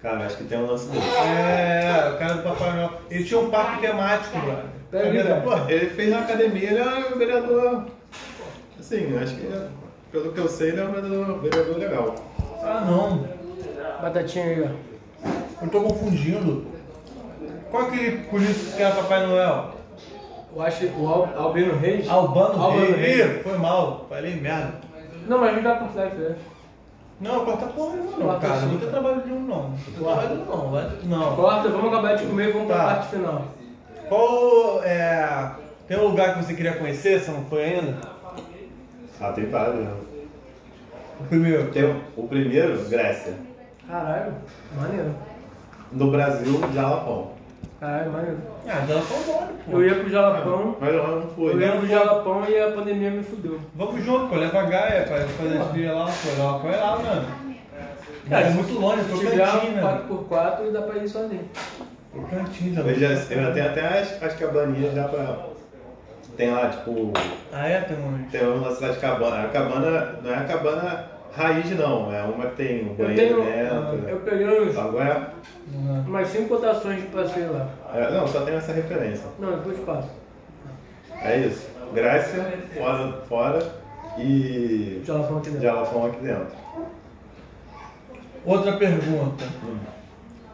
[SPEAKER 3] Cara, acho que tem um lance desse.
[SPEAKER 1] É, o cara do Papai Noel. Ele tinha um parque temático, Tá mano.
[SPEAKER 2] Pega aí, cara.
[SPEAKER 1] Pô,
[SPEAKER 3] Ele fez na academia, ele é um vereador. Assim, acho que, pelo que eu sei, ele é um vereador, vereador legal.
[SPEAKER 1] Ah, não.
[SPEAKER 2] Batatinha aí, ó.
[SPEAKER 1] Eu tô confundindo. Qual é aquele político que era Papai Noel?
[SPEAKER 2] Eu acho que o Al- Albino Reis.
[SPEAKER 1] Albano,
[SPEAKER 2] Albano
[SPEAKER 1] Reis.
[SPEAKER 2] Reis.
[SPEAKER 1] Ih, Foi mal, falei merda.
[SPEAKER 2] Não, mas não dá pra trás, velho.
[SPEAKER 1] Não, corta porra nenhuma não,
[SPEAKER 2] Corta
[SPEAKER 1] cara.
[SPEAKER 2] sim.
[SPEAKER 1] Não tem trabalho nenhum não. Não tem
[SPEAKER 2] Corta.
[SPEAKER 1] trabalho nenhum não. Vai... Não.
[SPEAKER 2] Corta, vamos acabar de comer e vamos pra
[SPEAKER 1] Tá.
[SPEAKER 2] parte final.
[SPEAKER 1] Qual é. Tem um lugar que você queria conhecer, você não foi ainda?
[SPEAKER 3] Ah, tem vários. né?
[SPEAKER 1] O primeiro.
[SPEAKER 3] Tem o- o primeiro, Grécia.
[SPEAKER 2] Caralho, maneiro.
[SPEAKER 3] No Brasil, Jalapão.
[SPEAKER 2] Caralho, maneiro.
[SPEAKER 1] Ah, dá pra embora, pô.
[SPEAKER 2] Eu ia pro Jalapão,
[SPEAKER 3] Mas eu não fui. né?
[SPEAKER 2] eu ia pro Jalapão e a pandemia me fudeu.
[SPEAKER 1] Vamos junto, pô. Leva a Gaia pra fazer as trilhas lá, pô. Ela vai lá, mano. Cara, é muito longe,
[SPEAKER 2] Se
[SPEAKER 1] tô
[SPEAKER 2] tiver
[SPEAKER 1] cantinho,
[SPEAKER 2] um
[SPEAKER 1] né?
[SPEAKER 2] 4x4 dá pra ir sozinho.
[SPEAKER 1] Cantinho
[SPEAKER 3] Eu já,
[SPEAKER 1] também.
[SPEAKER 3] eu tenho até as, as cabaninhas já pra. Tem lá, tipo.
[SPEAKER 1] Ah, é? Tem um.
[SPEAKER 3] Tem uma na cidade de cabana. A cabana não é a cabana raiz, não. É uma que tem um
[SPEAKER 2] Eu
[SPEAKER 3] banheiro
[SPEAKER 2] tenho. ah,
[SPEAKER 3] dentro.
[SPEAKER 1] tá.
[SPEAKER 3] Então,
[SPEAKER 2] Eu peguei uns,
[SPEAKER 3] Agora,
[SPEAKER 1] Uhum.
[SPEAKER 2] umas 5 cotações de passeio lá.
[SPEAKER 3] é, não, só tem essa referência.
[SPEAKER 2] Não, depois passo.
[SPEAKER 3] É isso. Grécia, fora, fora e
[SPEAKER 2] Jalapão aqui dentro.
[SPEAKER 3] Jalapão aqui dentro.
[SPEAKER 1] Outra pergunta.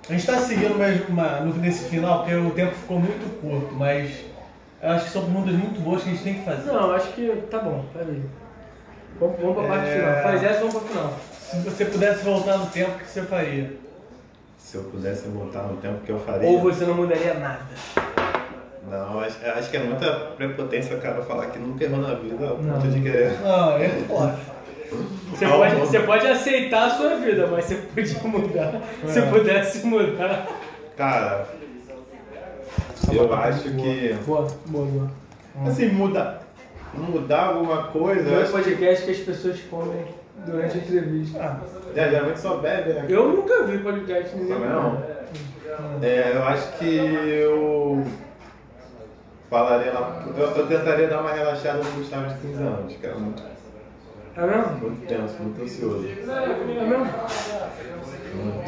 [SPEAKER 1] A gente tá seguindo mais uma, no- nesse final, porque o tempo ficou muito curto, mas eu acho que são perguntas muito boas que a gente tem que fazer.
[SPEAKER 2] Não, acho que tá bom, peraí. Vamos, vamos pra parte
[SPEAKER 1] É.
[SPEAKER 2] final. Faz essa, vamos pra final.
[SPEAKER 1] Se você pudesse voltar no tempo, o que você faria?
[SPEAKER 3] Se eu pudesse voltar no tempo que eu faria.
[SPEAKER 2] Ou você não mudaria nada.
[SPEAKER 3] Não, acho, acho que é muita prepotência o cara falar que nunca errou na vida ao
[SPEAKER 2] Não.
[SPEAKER 3] ponto de querer.
[SPEAKER 1] Não, é foda.
[SPEAKER 2] Você,
[SPEAKER 3] Não,
[SPEAKER 2] pode,
[SPEAKER 3] não.
[SPEAKER 2] você pode aceitar a sua vida, mas você podia mudar. Se
[SPEAKER 3] É.
[SPEAKER 2] pudesse mudar.
[SPEAKER 3] Cara, eu acho que.
[SPEAKER 2] Boa, boa, boa.
[SPEAKER 3] Assim, muda, mudar alguma coisa. eu
[SPEAKER 2] Não é
[SPEAKER 3] acho que-
[SPEAKER 2] podcast que as pessoas comem durante a entrevista.
[SPEAKER 1] Ah,
[SPEAKER 3] Já, já muito é, só bebe, né?
[SPEAKER 2] Eu nunca vi podcast ninguém.
[SPEAKER 3] Também não. É, eu acho que eu falaria lá. Eu, eu tentaria dar uma relaxada no Gustavo de 15 anos, que era muito,
[SPEAKER 2] É mesmo?
[SPEAKER 3] muito tenso, muito ansioso.
[SPEAKER 2] É mesmo?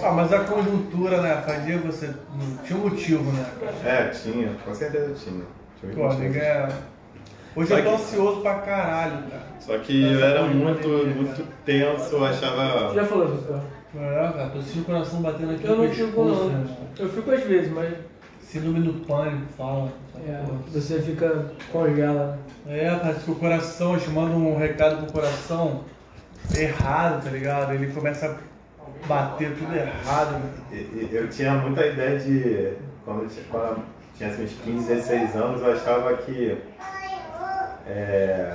[SPEAKER 1] ah, mas a conjuntura, né? Fazia você. não Tinha um motivo, né?
[SPEAKER 3] É, tinha, com certeza tinha. Tinha
[SPEAKER 1] Pô,
[SPEAKER 3] muito
[SPEAKER 1] nega
[SPEAKER 3] motivo.
[SPEAKER 1] é. Hoje
[SPEAKER 3] Só
[SPEAKER 1] eu tô
[SPEAKER 3] que-
[SPEAKER 1] ansioso pra caralho, cara.
[SPEAKER 3] Só que eu era muito, muito tenso, eu achava.
[SPEAKER 2] Já falou, Vitor.
[SPEAKER 1] É, cara, tô sentindo o coração batendo aqui
[SPEAKER 2] Eu
[SPEAKER 1] no
[SPEAKER 2] não fico,
[SPEAKER 1] pescoço,
[SPEAKER 2] não.
[SPEAKER 1] né?
[SPEAKER 2] Eu fico às vezes, mas.
[SPEAKER 1] Síndrome do pânico, fala.
[SPEAKER 2] é,
[SPEAKER 1] Pô.
[SPEAKER 2] você fica congela.
[SPEAKER 1] É, parece que o coração, a gente manda um recado pro coração errado, tá ligado? Ele começa a bater tudo errado. né?
[SPEAKER 3] e- e- Eu tinha muita ideia de. Quando eu tinha, quando eu tinha assim, uns 15, 16 anos, eu achava que. é,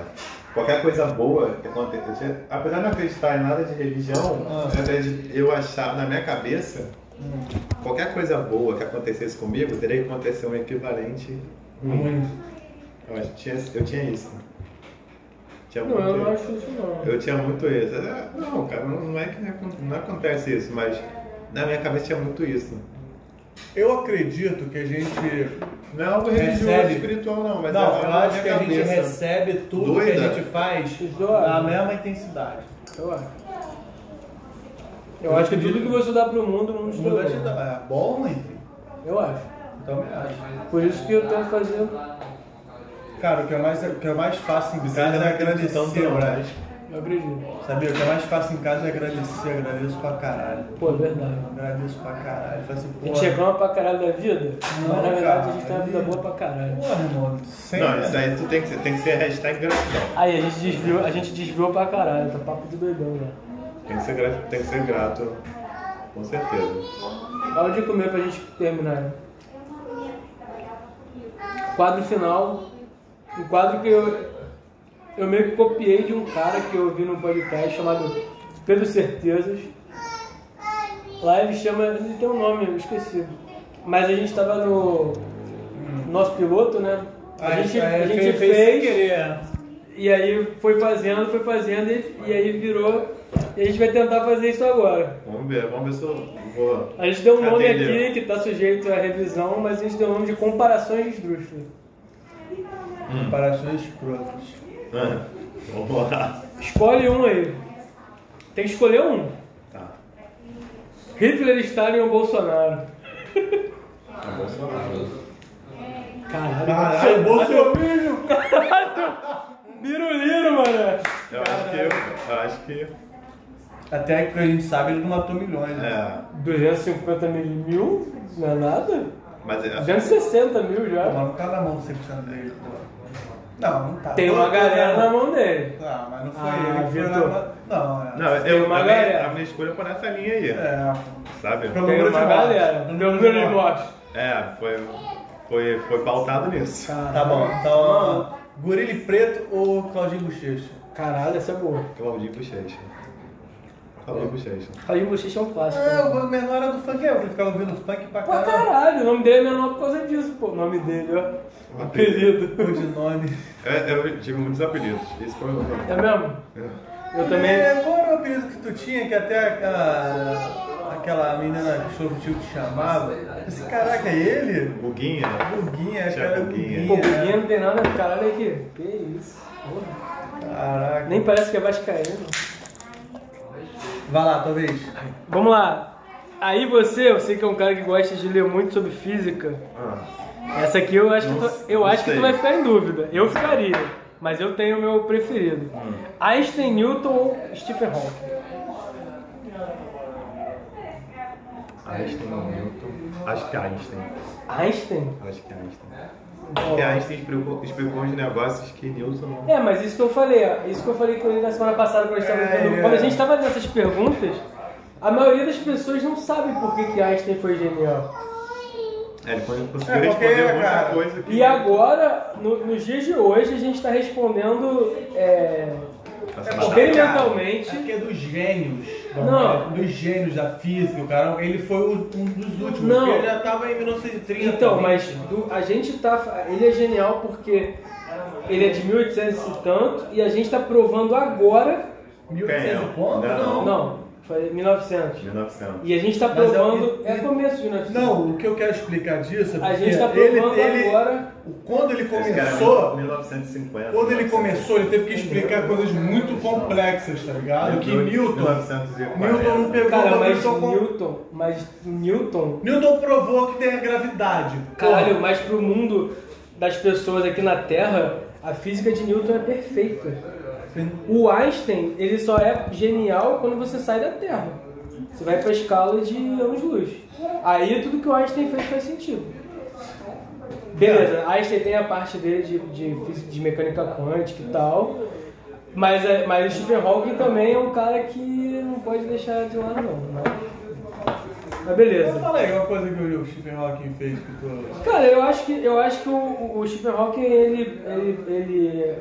[SPEAKER 3] qualquer coisa boa que acontece. eu tinha- Apesar de não acreditar em nada de religião,
[SPEAKER 1] Ah. Hum.
[SPEAKER 3] eu acredi- eu achava, na minha cabeça, qualquer coisa boa que acontecesse comigo teria que acontecer um equivalente ruim.
[SPEAKER 1] Muito.
[SPEAKER 3] Eu, acho que tinha, eu tinha isso. Tinha
[SPEAKER 2] Não, eu
[SPEAKER 3] muito-
[SPEAKER 2] não acho isso não.
[SPEAKER 3] É um eu tinha muito isso. Ah, Não, cara, não não é que não acon- não acontece isso, mas na minha cabeça tinha muito isso.
[SPEAKER 1] Eu acredito que a gente.
[SPEAKER 3] Não é algo religioso
[SPEAKER 1] Recebe.
[SPEAKER 3] espiritual, não, mas
[SPEAKER 1] não,
[SPEAKER 3] é
[SPEAKER 1] eu
[SPEAKER 3] na
[SPEAKER 1] acho
[SPEAKER 3] minha
[SPEAKER 1] que a gente
[SPEAKER 3] cabeça.
[SPEAKER 1] recebe tudo que
[SPEAKER 3] Doida.
[SPEAKER 1] a gente faz
[SPEAKER 2] Doida.
[SPEAKER 1] na mesma intensidade.
[SPEAKER 2] Eu acho. Eu acho que tudo que você dá pro mundo, o mundo te
[SPEAKER 1] Muda de
[SPEAKER 2] dá.
[SPEAKER 1] idade. É bom, hein?
[SPEAKER 2] Eu acho.
[SPEAKER 1] Então eu acho.
[SPEAKER 2] Por isso que eu tento fazer.
[SPEAKER 1] Cara, o que é mais, o que é mais fácil em
[SPEAKER 3] Cara,
[SPEAKER 1] casa é
[SPEAKER 3] não acredito, não
[SPEAKER 1] agradecer,
[SPEAKER 3] tem
[SPEAKER 1] né?
[SPEAKER 3] mais.
[SPEAKER 2] Eu acredito.
[SPEAKER 1] Sabia? O que é mais fácil em casa é agradecer. Agradeço pra caralho.
[SPEAKER 2] Pô, é verdade.
[SPEAKER 1] Agradeço pra caralho. Fala assim,
[SPEAKER 2] A gente
[SPEAKER 1] porra.
[SPEAKER 2] reclama pra caralho da vida,
[SPEAKER 1] Não,
[SPEAKER 2] mas na verdade a
[SPEAKER 1] cara.
[SPEAKER 2] gente tem uma é vida boa pra caralho.
[SPEAKER 1] Porra, irmão. Sempre.
[SPEAKER 3] Não, isso aí tu tem que ser, tem que ser hashtag gratidão.
[SPEAKER 2] Aí a gente desviou, a gente desviou pra caralho, tá papo de doidão, né?
[SPEAKER 3] Tem que ser, gra- tem que ser grato, com certeza.
[SPEAKER 2] Hora de comer pra gente terminar. né? Quadro final. Um quadro que eu, eu meio que copiei de um cara que eu vi num podcast chamado Pedro Certezas. Lá ele chama. Ele tem um nome, eu esqueci. Mas a gente tava no. Nosso piloto, né? A
[SPEAKER 1] Aí,
[SPEAKER 2] gente,
[SPEAKER 1] aí
[SPEAKER 2] a gente
[SPEAKER 1] Ah, é, fez- fez sem
[SPEAKER 2] fez.
[SPEAKER 1] querer.
[SPEAKER 2] E aí foi fazendo, foi fazendo, e, e aí virou. E a gente vai tentar fazer isso agora.
[SPEAKER 3] Vamos ver, vamos ver se eu vou.
[SPEAKER 2] A gente deu um nome
[SPEAKER 3] atender.
[SPEAKER 2] aqui que está sujeito à revisão, mas a gente deu o nome de comparações esdrúxulas.
[SPEAKER 1] Comparações escrotas.
[SPEAKER 3] Ah, vamos lá.
[SPEAKER 2] Escolhe um aí. Tem que escolher um.
[SPEAKER 3] Tá.
[SPEAKER 2] Hitler, Stalin ou Bolsonaro?
[SPEAKER 3] Tá Bolsonaro.
[SPEAKER 2] Caralho,
[SPEAKER 1] Caralho, Bolsonaro.
[SPEAKER 2] Biruliro, mano.
[SPEAKER 3] Eu acho que eu, eu acho que.
[SPEAKER 1] Até que a gente sabe, ele não matou milhões. né?
[SPEAKER 3] É.
[SPEAKER 2] 250 mil, mil? Não é nada?
[SPEAKER 3] Mas é.
[SPEAKER 2] 260 mil
[SPEAKER 1] Pô,
[SPEAKER 2] já.
[SPEAKER 1] mas não tá na mão 100% dele, pô. Não, não tá.
[SPEAKER 2] Tem uma galera na mão dele.
[SPEAKER 1] Tá, mas não foi
[SPEAKER 2] Ah,
[SPEAKER 1] ele que foi
[SPEAKER 2] Vitor.
[SPEAKER 1] na- Não, é.
[SPEAKER 3] Não,
[SPEAKER 2] Tem
[SPEAKER 3] eu,
[SPEAKER 2] uma
[SPEAKER 3] a, minha,
[SPEAKER 2] galera.
[SPEAKER 3] a minha escolha foi nessa linha aí,
[SPEAKER 1] É.
[SPEAKER 3] sabe?
[SPEAKER 1] Pelo
[SPEAKER 2] Tem
[SPEAKER 1] número
[SPEAKER 2] uma
[SPEAKER 1] de mortes.
[SPEAKER 2] galera. Meu número de mortes.
[SPEAKER 3] É, foi, foi, foi pautado nisso.
[SPEAKER 1] Tá bom, então. Gorille Preto ou Claudinho Bochecha?
[SPEAKER 2] Caralho, essa é boa.
[SPEAKER 3] Claudinho Bochecha. Claudinho Bochecha.
[SPEAKER 2] Raio Bochecha é um clássico.
[SPEAKER 1] Ah,
[SPEAKER 2] né?
[SPEAKER 1] o menor era do funk, eu ficava ouvindo funk pra
[SPEAKER 2] Pô,
[SPEAKER 1] caralho.
[SPEAKER 2] caralho, o nome dele é menor por causa disso, pô. O nome dele, ó. Apelido.
[SPEAKER 1] O de nome.
[SPEAKER 3] Eu, eu tive muitos apelidos. Esse foi o meu.
[SPEAKER 2] É mesmo? Eu também.
[SPEAKER 1] É, qual era o apelido que tu tinha que até aquela, aquela menina que o tio te chamava? Esse caraca, é ele?
[SPEAKER 3] Buguinha.
[SPEAKER 1] Buguinha, acho que
[SPEAKER 3] Tinha
[SPEAKER 1] era Buguinha.
[SPEAKER 3] Buguinha.
[SPEAKER 2] Pô, Buguinha não tem nada, caralho, aqui. Que isso. Porra.
[SPEAKER 1] Caraca.
[SPEAKER 2] Nem parece que é vascaíno.
[SPEAKER 1] Vai lá, talvez.
[SPEAKER 2] Vamos lá. Aí você, eu sei que é um cara que gosta de ler muito sobre física.
[SPEAKER 3] Ah,
[SPEAKER 2] Essa aqui eu acho, que
[SPEAKER 3] Não-
[SPEAKER 2] tu, eu
[SPEAKER 3] não
[SPEAKER 2] acho que
[SPEAKER 3] sei.
[SPEAKER 2] tu vai ficar em dúvida. Eu ficaria, mas eu tenho o meu preferido. Einstein, Newton ou Stephen Hawking?
[SPEAKER 3] Einstein, Newton. Acho que Einstein.
[SPEAKER 2] Einstein?
[SPEAKER 3] Acho que é Einstein. Porque Einstein explicou, explicou uns negócios que Newton não.
[SPEAKER 2] É, mas isso que eu falei, ó, isso que eu falei com ele na semana passada quando a gente tava
[SPEAKER 1] É,
[SPEAKER 2] tendo-
[SPEAKER 1] é.
[SPEAKER 2] quando a gente tava nessas perguntas, a maioria das pessoas não sabe por que, que Einstein foi genial.
[SPEAKER 3] É, ele foi- conseguiu
[SPEAKER 1] É, porque,
[SPEAKER 3] responder muita
[SPEAKER 1] cara,
[SPEAKER 3] coisa que.
[SPEAKER 2] E agora, no- nos dias de hoje, a gente está respondendo é,
[SPEAKER 3] Nossa,
[SPEAKER 1] É
[SPEAKER 3] mas-
[SPEAKER 1] porque,
[SPEAKER 2] Experimentalmente-
[SPEAKER 1] cara, é porque é dos gênios. da
[SPEAKER 2] Não.
[SPEAKER 1] humanidade, Dos gênios da física, o cara. Ele foi o- um dos últimos.
[SPEAKER 2] Não.
[SPEAKER 1] porque Ele já tava em 1930.
[SPEAKER 2] Então,
[SPEAKER 1] 20.
[SPEAKER 2] mas do- a gente tá. Ele é genial porque ele é de 1800 e tanto e a gente tá provando agora.
[SPEAKER 1] 1800
[SPEAKER 3] Quem? é?
[SPEAKER 1] pontos?
[SPEAKER 3] Não.
[SPEAKER 2] Não, foi 1900.
[SPEAKER 3] 1900.
[SPEAKER 2] E a gente tá
[SPEAKER 1] Mas é o-
[SPEAKER 2] provando. É começo de 1900.
[SPEAKER 1] Não, o que eu quero explicar disso é
[SPEAKER 2] A
[SPEAKER 1] porque
[SPEAKER 2] gente tá
[SPEAKER 1] ele,
[SPEAKER 2] provando
[SPEAKER 1] ele-
[SPEAKER 2] agora.
[SPEAKER 1] quando ele
[SPEAKER 3] Esse cara é
[SPEAKER 1] começou,
[SPEAKER 3] 1950.
[SPEAKER 1] quando ele
[SPEAKER 3] 1950.
[SPEAKER 1] começou, ele teve que explicar coisas muito complexas, tá ligado? Que Newton,
[SPEAKER 3] 1940.
[SPEAKER 1] Newton não pegou,
[SPEAKER 2] Cara, mas
[SPEAKER 1] Newton, com-
[SPEAKER 2] Newton. Mas Newton.
[SPEAKER 1] Newton provou que tem a gravidade.
[SPEAKER 2] Caralho, mas pro mundo das pessoas aqui na Terra, a física de Newton é perfeita.
[SPEAKER 1] Porra.
[SPEAKER 2] O Einstein, ele só é genial quando você sai da Terra. Você vai pra escala de anos-luz. Aí tudo que o Einstein fez faz sentido. Beleza, Einstein tem a parte dele de, de, física- de mecânica quântica e tal. Mas, é- mas o Stephen Hawking também é um cara que não pode deixar de lado, não. né? Mas
[SPEAKER 1] Eu
[SPEAKER 2] beleza.
[SPEAKER 1] falei uma coisa que o Stephen Hawking fez que tu...
[SPEAKER 2] Cara, eu acho que, eu acho que o, o Stephen Hawking, ele, ele, ele,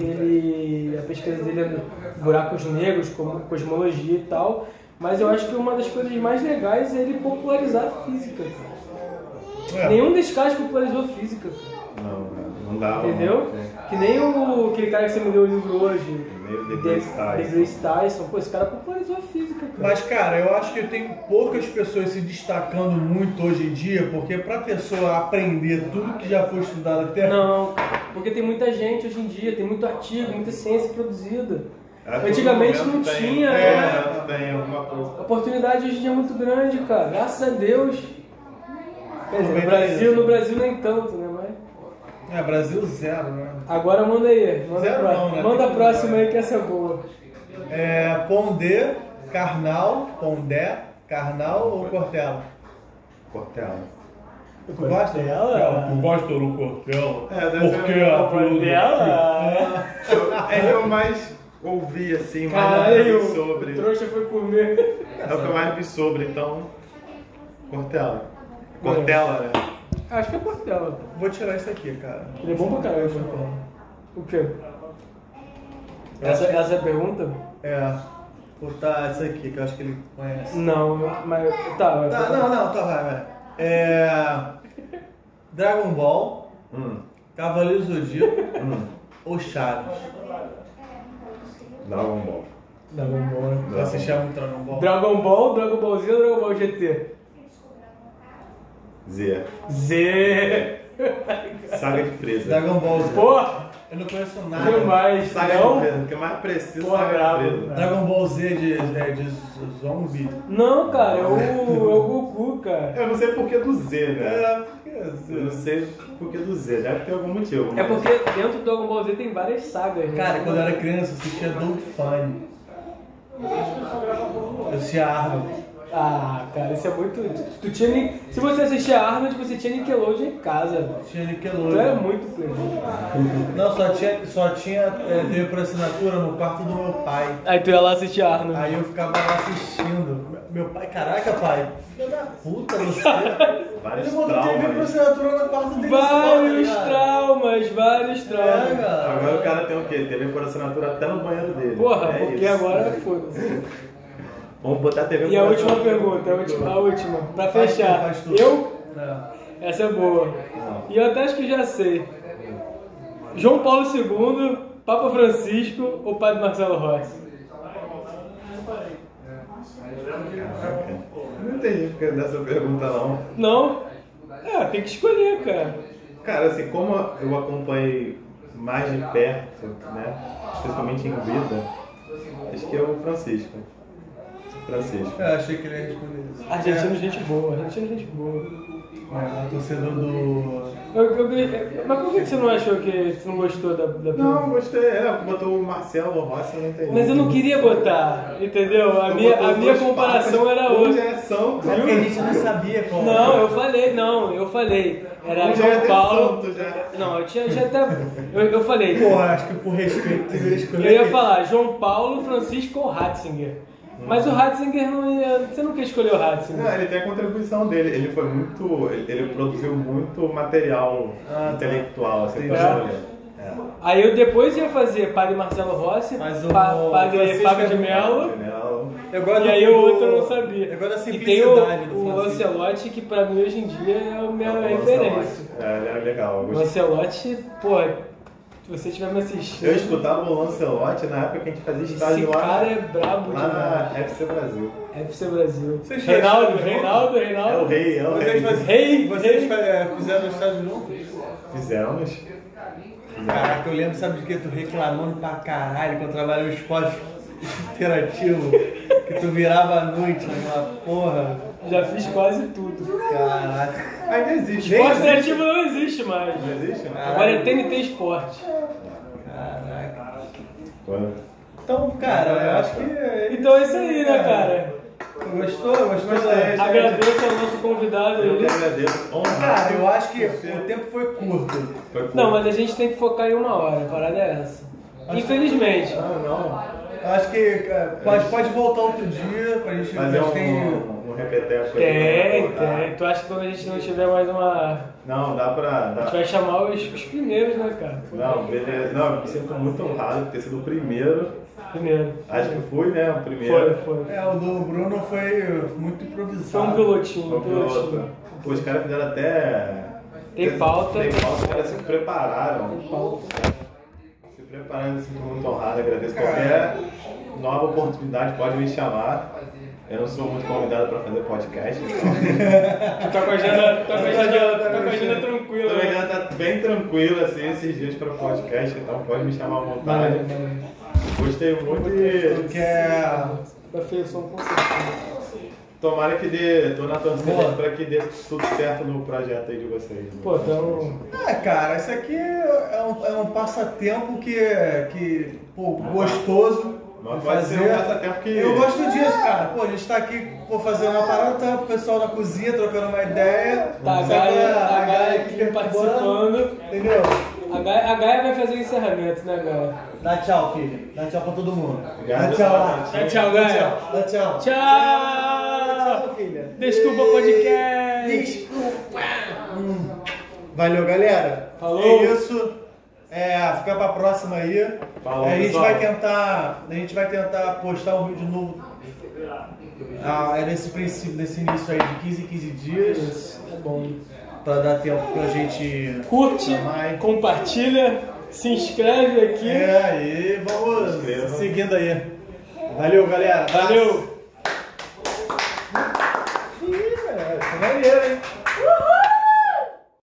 [SPEAKER 2] ele- a pesquisa dele é no- buracos negros, como cosmologia e tal, mas eu acho que uma das coisas mais legais é ele popularizar a física.
[SPEAKER 1] É.
[SPEAKER 2] Nenhum desses caras popularizou física, cara,
[SPEAKER 3] Não, não dava.
[SPEAKER 2] entendeu? Que nem o, aquele cara que você me deu o livro hoje,
[SPEAKER 3] Meio de Grace
[SPEAKER 2] The Grace Tyson, pô, esse cara popularizou a física, cara.
[SPEAKER 1] Mas, cara, eu acho que tem poucas pessoas se destacando muito hoje em dia, porque pra pessoa aprender tudo que já foi estudado até...
[SPEAKER 2] Não, porque tem muita gente hoje em dia, tem muito artigo, muita ciência produzida.
[SPEAKER 1] É,
[SPEAKER 3] A todo
[SPEAKER 2] Antigamente
[SPEAKER 3] um momento
[SPEAKER 2] não
[SPEAKER 3] tem-
[SPEAKER 2] tinha,
[SPEAKER 3] é,
[SPEAKER 2] né?
[SPEAKER 3] Tem alguma coisa.
[SPEAKER 2] A oportunidade hoje em dia é muito grande, cara. Graças a Deus. Quer dizer, no
[SPEAKER 1] Aproveita
[SPEAKER 2] Brasil,
[SPEAKER 1] isso.
[SPEAKER 2] no Brasil nem tanto, né? Mas...
[SPEAKER 1] É, Brasil zero, né?
[SPEAKER 2] Agora manda aí. Manda,
[SPEAKER 1] Zero
[SPEAKER 2] a pró-
[SPEAKER 1] não, né?
[SPEAKER 2] manda a próxima aí que essa é boa.
[SPEAKER 1] É, Pondé, Carnal, Pondé, Carnal ou Cortella?
[SPEAKER 3] Cortella.
[SPEAKER 1] Tu gosta?
[SPEAKER 2] Cortella?
[SPEAKER 1] Não, Tu gosta do Cortella?
[SPEAKER 3] É, deve ser
[SPEAKER 1] Porque
[SPEAKER 3] o
[SPEAKER 1] a
[SPEAKER 2] Cortella?
[SPEAKER 3] É que eu mais ouvi assim, mais
[SPEAKER 2] Caralho,
[SPEAKER 3] vi sobre.
[SPEAKER 2] o trouxa foi comer.
[SPEAKER 3] É o que eu mais vi sobre, então. Cortella.
[SPEAKER 1] é?
[SPEAKER 3] Cortella, né?
[SPEAKER 2] Acho que é Portela.
[SPEAKER 1] Vou tirar isso aqui, cara.
[SPEAKER 2] Ele é bom pra caralho, Portela. O quê? Essa, essa é a pergunta?
[SPEAKER 1] É, botar isso aqui, que eu acho que ele conhece.
[SPEAKER 2] Não, mas. Tá, mas-
[SPEAKER 1] Tá, não, não, tá, vai, vai. É... Dragon Ball,
[SPEAKER 3] Hum,
[SPEAKER 1] Cavaleiro Zodíaco
[SPEAKER 3] hum.
[SPEAKER 1] ou Chaves?
[SPEAKER 3] Dragon Ball.
[SPEAKER 2] Dragon Ball. né?
[SPEAKER 1] Você assistia muito Dragon Ball?
[SPEAKER 2] Dragon Ball, Dragon Ball Z ou Dragon Ball GT?
[SPEAKER 3] Z.
[SPEAKER 2] Z!
[SPEAKER 3] Saga de Frieza.
[SPEAKER 1] Dragon Ball Z.
[SPEAKER 2] Porra!
[SPEAKER 1] Eu não conheço nada.
[SPEAKER 2] Demais,
[SPEAKER 3] Saga de
[SPEAKER 2] não?
[SPEAKER 3] Frieza. O que eu mais preciso
[SPEAKER 2] Porra,
[SPEAKER 3] Saga
[SPEAKER 2] bravo.
[SPEAKER 3] de Frieza.
[SPEAKER 1] Dragon Ball Z de, de, de zombie.
[SPEAKER 2] Não, cara, é o, é o Goku, cara.
[SPEAKER 3] Eu não sei por que do Z, né?
[SPEAKER 1] É, porque-
[SPEAKER 3] Eu não sei por que do Z. Deve ter algum motivo.
[SPEAKER 2] É
[SPEAKER 3] mas-
[SPEAKER 2] porque dentro do Dragon Ball Z tem várias sagas, né?
[SPEAKER 1] Cara, quando eu era criança, eu assistia Dog Funny. Eu assistia Arnold.
[SPEAKER 2] Ah, cara, isso é muito. Tu tinha nem... Se você assistia Arnold, você tinha Nickelodeon em casa, velho.
[SPEAKER 1] Tinha
[SPEAKER 2] Tu era
[SPEAKER 1] Nickelodeon.
[SPEAKER 2] muito playboy.
[SPEAKER 1] é Não, só tinha, só tinha é, teve por assinatura no quarto do meu pai.
[SPEAKER 2] Aí tu ia lá assistir Arnold.
[SPEAKER 1] Aí eu ficava lá assistindo. Meu pai, caraca, pai, filho da puta você.
[SPEAKER 3] Vários
[SPEAKER 1] Ele botou TV
[SPEAKER 3] traumas. né?
[SPEAKER 1] por assinatura no quarto dele.
[SPEAKER 2] Vários
[SPEAKER 1] só, tá ligado?
[SPEAKER 2] traumas, vários
[SPEAKER 1] É,
[SPEAKER 2] traumas.
[SPEAKER 1] cara.
[SPEAKER 3] Agora o cara tem o quê? TV por assinatura até no banheiro dele.
[SPEAKER 2] Porra,
[SPEAKER 3] É
[SPEAKER 2] porque
[SPEAKER 3] isso.
[SPEAKER 2] agora foda-se.
[SPEAKER 3] Vamos botar TV por
[SPEAKER 2] E a última
[SPEAKER 3] assinatura.
[SPEAKER 2] pergunta, a última, a última. Pra
[SPEAKER 1] Faz tudo,
[SPEAKER 2] fechar.
[SPEAKER 1] faz tudo.
[SPEAKER 2] Eu?
[SPEAKER 1] É.
[SPEAKER 2] Essa é boa.
[SPEAKER 3] Não.
[SPEAKER 2] E eu até acho que já sei. João Paulo II, Papa Francisco ou Padre Marcelo Rossi?
[SPEAKER 3] Não entendi porque dessa pergunta não.
[SPEAKER 2] Não? É, tem que escolher, cara.
[SPEAKER 3] Cara, assim, como eu acompanhei mais de perto, né? Principalmente em vida, acho que é o Francisco. Francisco.
[SPEAKER 1] Eu achei que ele ia responder isso.
[SPEAKER 3] É.
[SPEAKER 2] Argentino, gente boa. Argentino, gente boa.
[SPEAKER 1] É, é, torcedor do.
[SPEAKER 2] Eu- eu- eu- mas por que que você não achou que você não gostou da, da
[SPEAKER 3] Não, gostei. É, botou o Marcelo Rossi, eu não entendi.
[SPEAKER 2] Mas eu não queria botar, entendeu? A
[SPEAKER 3] Tu
[SPEAKER 2] minha,
[SPEAKER 3] botou
[SPEAKER 2] a minha
[SPEAKER 3] dois
[SPEAKER 2] comparação
[SPEAKER 3] papas,
[SPEAKER 2] era
[SPEAKER 3] Um
[SPEAKER 2] outra.
[SPEAKER 3] já é santo,
[SPEAKER 1] É porque a
[SPEAKER 3] viu?
[SPEAKER 1] gente não sabia qual.
[SPEAKER 2] Não, eu falei, não, eu falei. Era
[SPEAKER 3] Um já é né?
[SPEAKER 2] João
[SPEAKER 3] de
[SPEAKER 2] Paulo.
[SPEAKER 3] santo, já.
[SPEAKER 2] Não, eu tinha já até. Eu, eu falei.
[SPEAKER 1] Porra, acho que por respeito tu ia
[SPEAKER 2] Eu
[SPEAKER 1] escolher.
[SPEAKER 2] ia falar João Paulo, Francisco ou Ratzinger. Mas o Ratzinger não ia. Você não quer escolher o
[SPEAKER 3] Não,
[SPEAKER 2] Ratzinger.
[SPEAKER 3] ele tem a contribuição dele. Ele foi muito. Ele, ele produziu muito material
[SPEAKER 1] Ah,
[SPEAKER 3] intelectual, assim,
[SPEAKER 1] Entendi.
[SPEAKER 3] pra olhar. É.
[SPEAKER 2] Aí eu depois ia fazer Padre Marcelo Rossi,
[SPEAKER 1] Mas o
[SPEAKER 2] pa- Padre
[SPEAKER 1] Francisco
[SPEAKER 2] Fábio
[SPEAKER 1] é
[SPEAKER 2] de
[SPEAKER 1] muito
[SPEAKER 2] Melo.
[SPEAKER 3] Entendeu?
[SPEAKER 1] Eu gosto
[SPEAKER 2] E aí
[SPEAKER 1] do-
[SPEAKER 2] o outro eu não sabia.
[SPEAKER 1] Eu gosto da
[SPEAKER 2] e tem o,
[SPEAKER 1] simplicidade do
[SPEAKER 2] o
[SPEAKER 1] Francisco.
[SPEAKER 2] Lancelotti, que pra mim hoje em dia é a minha
[SPEAKER 3] É,
[SPEAKER 2] referência.
[SPEAKER 3] É, ele é legal. eu
[SPEAKER 2] O
[SPEAKER 3] gostei.
[SPEAKER 2] Lancelotti, pô, se você estiver me assistindo,
[SPEAKER 3] Eu escutava o Lancelot na época que a gente fazia
[SPEAKER 2] esse
[SPEAKER 3] estágio lá, Ah.
[SPEAKER 2] cara é brabo
[SPEAKER 3] lá
[SPEAKER 2] demais.
[SPEAKER 3] na FC Brasil.
[SPEAKER 2] FC Brasil.
[SPEAKER 1] Vocês
[SPEAKER 2] Reinaldo,
[SPEAKER 1] chegaram-
[SPEAKER 2] Reinaldo,
[SPEAKER 3] É o
[SPEAKER 2] Reinaldo.
[SPEAKER 3] rei, é o
[SPEAKER 1] Vocês,
[SPEAKER 3] rei.
[SPEAKER 1] faz...
[SPEAKER 2] Rei,
[SPEAKER 1] Vocês
[SPEAKER 2] rei.
[SPEAKER 1] fa- é, fizeram os estádios juntos?
[SPEAKER 3] Fizemos.
[SPEAKER 1] Caraca, eu lembro, sabe de que? Tu reclamando pra caralho quando eu trabalhava em esporte interativo. que tu virava à noite naquela porra.
[SPEAKER 2] Já fiz quase tudo.
[SPEAKER 1] Caraca.
[SPEAKER 3] Ainda existe.
[SPEAKER 2] Esporte interativo não existe mais.
[SPEAKER 3] Não existe?
[SPEAKER 2] Agora é TNT Esporte.
[SPEAKER 1] Caraca.
[SPEAKER 3] Quando?
[SPEAKER 1] Então, cara, eu acho que. é
[SPEAKER 2] Então é isso aí, né, cara?
[SPEAKER 1] isso. Gostou? Gostou
[SPEAKER 3] Gostei.
[SPEAKER 1] da.
[SPEAKER 2] Agradeço ao nosso convidado
[SPEAKER 3] Eu que
[SPEAKER 2] aí.
[SPEAKER 3] agradeço. Honra.
[SPEAKER 1] Cara, eu acho que o tempo foi curto.
[SPEAKER 3] Foi por-
[SPEAKER 2] Não, mas a gente tem que focar em uma hora. A parada é essa. Infelizmente.
[SPEAKER 3] Ah, não.
[SPEAKER 1] Eu acho que cara, pode, pode voltar outro dia pra gente. a
[SPEAKER 3] Fazer
[SPEAKER 1] gente
[SPEAKER 3] um, um repeteco aí. né? tá.
[SPEAKER 2] Tem, tem. Tu acha que quando a gente não tiver mais uma.
[SPEAKER 3] Não, dá pra.
[SPEAKER 2] A
[SPEAKER 3] Dá.
[SPEAKER 2] gente vai chamar os, os primeiros, né, cara?
[SPEAKER 3] Não, beleza. Não, eu me sinto muito honrado por ter sido o primeiro.
[SPEAKER 2] Primeiro.
[SPEAKER 3] Acho que fui, né? O
[SPEAKER 2] Foi,
[SPEAKER 3] primeiro.
[SPEAKER 2] foi.
[SPEAKER 1] É, o do Bruno foi muito improvisado.
[SPEAKER 2] Foi um pilotinho,
[SPEAKER 3] Foi
[SPEAKER 2] um
[SPEAKER 3] o piloto.
[SPEAKER 2] pilotinho.
[SPEAKER 3] Pô, os caras fizeram até.
[SPEAKER 2] Tem pauta.
[SPEAKER 3] Tem pauta, os caras se prepararam.
[SPEAKER 2] Tem pauta.
[SPEAKER 3] Se prepararam, me sinto muito honrado, agradeço qualquer nova oportunidade, pode me chamar. Eu não sou muito convidado para fazer podcast, então.
[SPEAKER 2] Tu tá com a agenda, tá com a agenda, tá com a agenda tranquila.
[SPEAKER 3] Também
[SPEAKER 2] né?
[SPEAKER 3] já tá bem tranquilo assim esses dias para podcast, então pode me chamar à vontade.
[SPEAKER 2] Maravilha, maravilha.
[SPEAKER 3] Gostei muito e
[SPEAKER 1] Que é.
[SPEAKER 2] Tá feio, só um conceito.
[SPEAKER 3] tomara que dê, tô na torcida
[SPEAKER 1] Boa.
[SPEAKER 3] para que dê tudo certo no projeto aí de vocês. né?
[SPEAKER 2] Pô, então.
[SPEAKER 1] É, cara, isso aqui é um, é um passatempo que, que pô, gostoso.
[SPEAKER 3] Mas
[SPEAKER 1] de
[SPEAKER 3] pode ser um passatempo que-
[SPEAKER 1] Eu gosto disso,
[SPEAKER 2] É.
[SPEAKER 1] cara. Pô, a gente tá aqui pô, fazendo uma parada, tá o pessoal na cozinha trocando uma ideia.
[SPEAKER 2] Tá, a
[SPEAKER 1] Só que
[SPEAKER 2] Gaia, a
[SPEAKER 1] Gaia
[SPEAKER 2] Gaia aqui participando.
[SPEAKER 1] Entendeu?
[SPEAKER 2] A Gaia, a Gaia vai fazer o encerramento, né, Gaia?
[SPEAKER 1] Dá tchau, filho. Dá tchau pra todo mundo.
[SPEAKER 3] Gaia,
[SPEAKER 1] Dá tchau lá.
[SPEAKER 2] Dá tchau, Gaia.
[SPEAKER 1] Dá tchau.
[SPEAKER 2] Tchau!
[SPEAKER 1] Tchau, filha.
[SPEAKER 2] Desculpa, podcast.
[SPEAKER 1] Desculpa. Hum. Valeu, galera.
[SPEAKER 2] Falou.
[SPEAKER 1] É isso. É, fica pra próxima aí. É,
[SPEAKER 3] Falou,
[SPEAKER 1] a gente
[SPEAKER 3] pessoal.
[SPEAKER 1] vai tentar. A gente vai tentar postar um vídeo novo. Ah, é nesse princípio, nesse início aí de 15 em 15 dias.
[SPEAKER 2] Isso, é bom.
[SPEAKER 1] Pra dar tempo pra gente.
[SPEAKER 2] Curte,
[SPEAKER 1] Vai.
[SPEAKER 2] compartilha, se inscreve aqui.
[SPEAKER 1] É aí, vamos
[SPEAKER 3] inscreva.
[SPEAKER 1] seguindo aí. Valeu, galera.
[SPEAKER 2] Valeu!
[SPEAKER 1] Ih, é, tá maneiro, hein?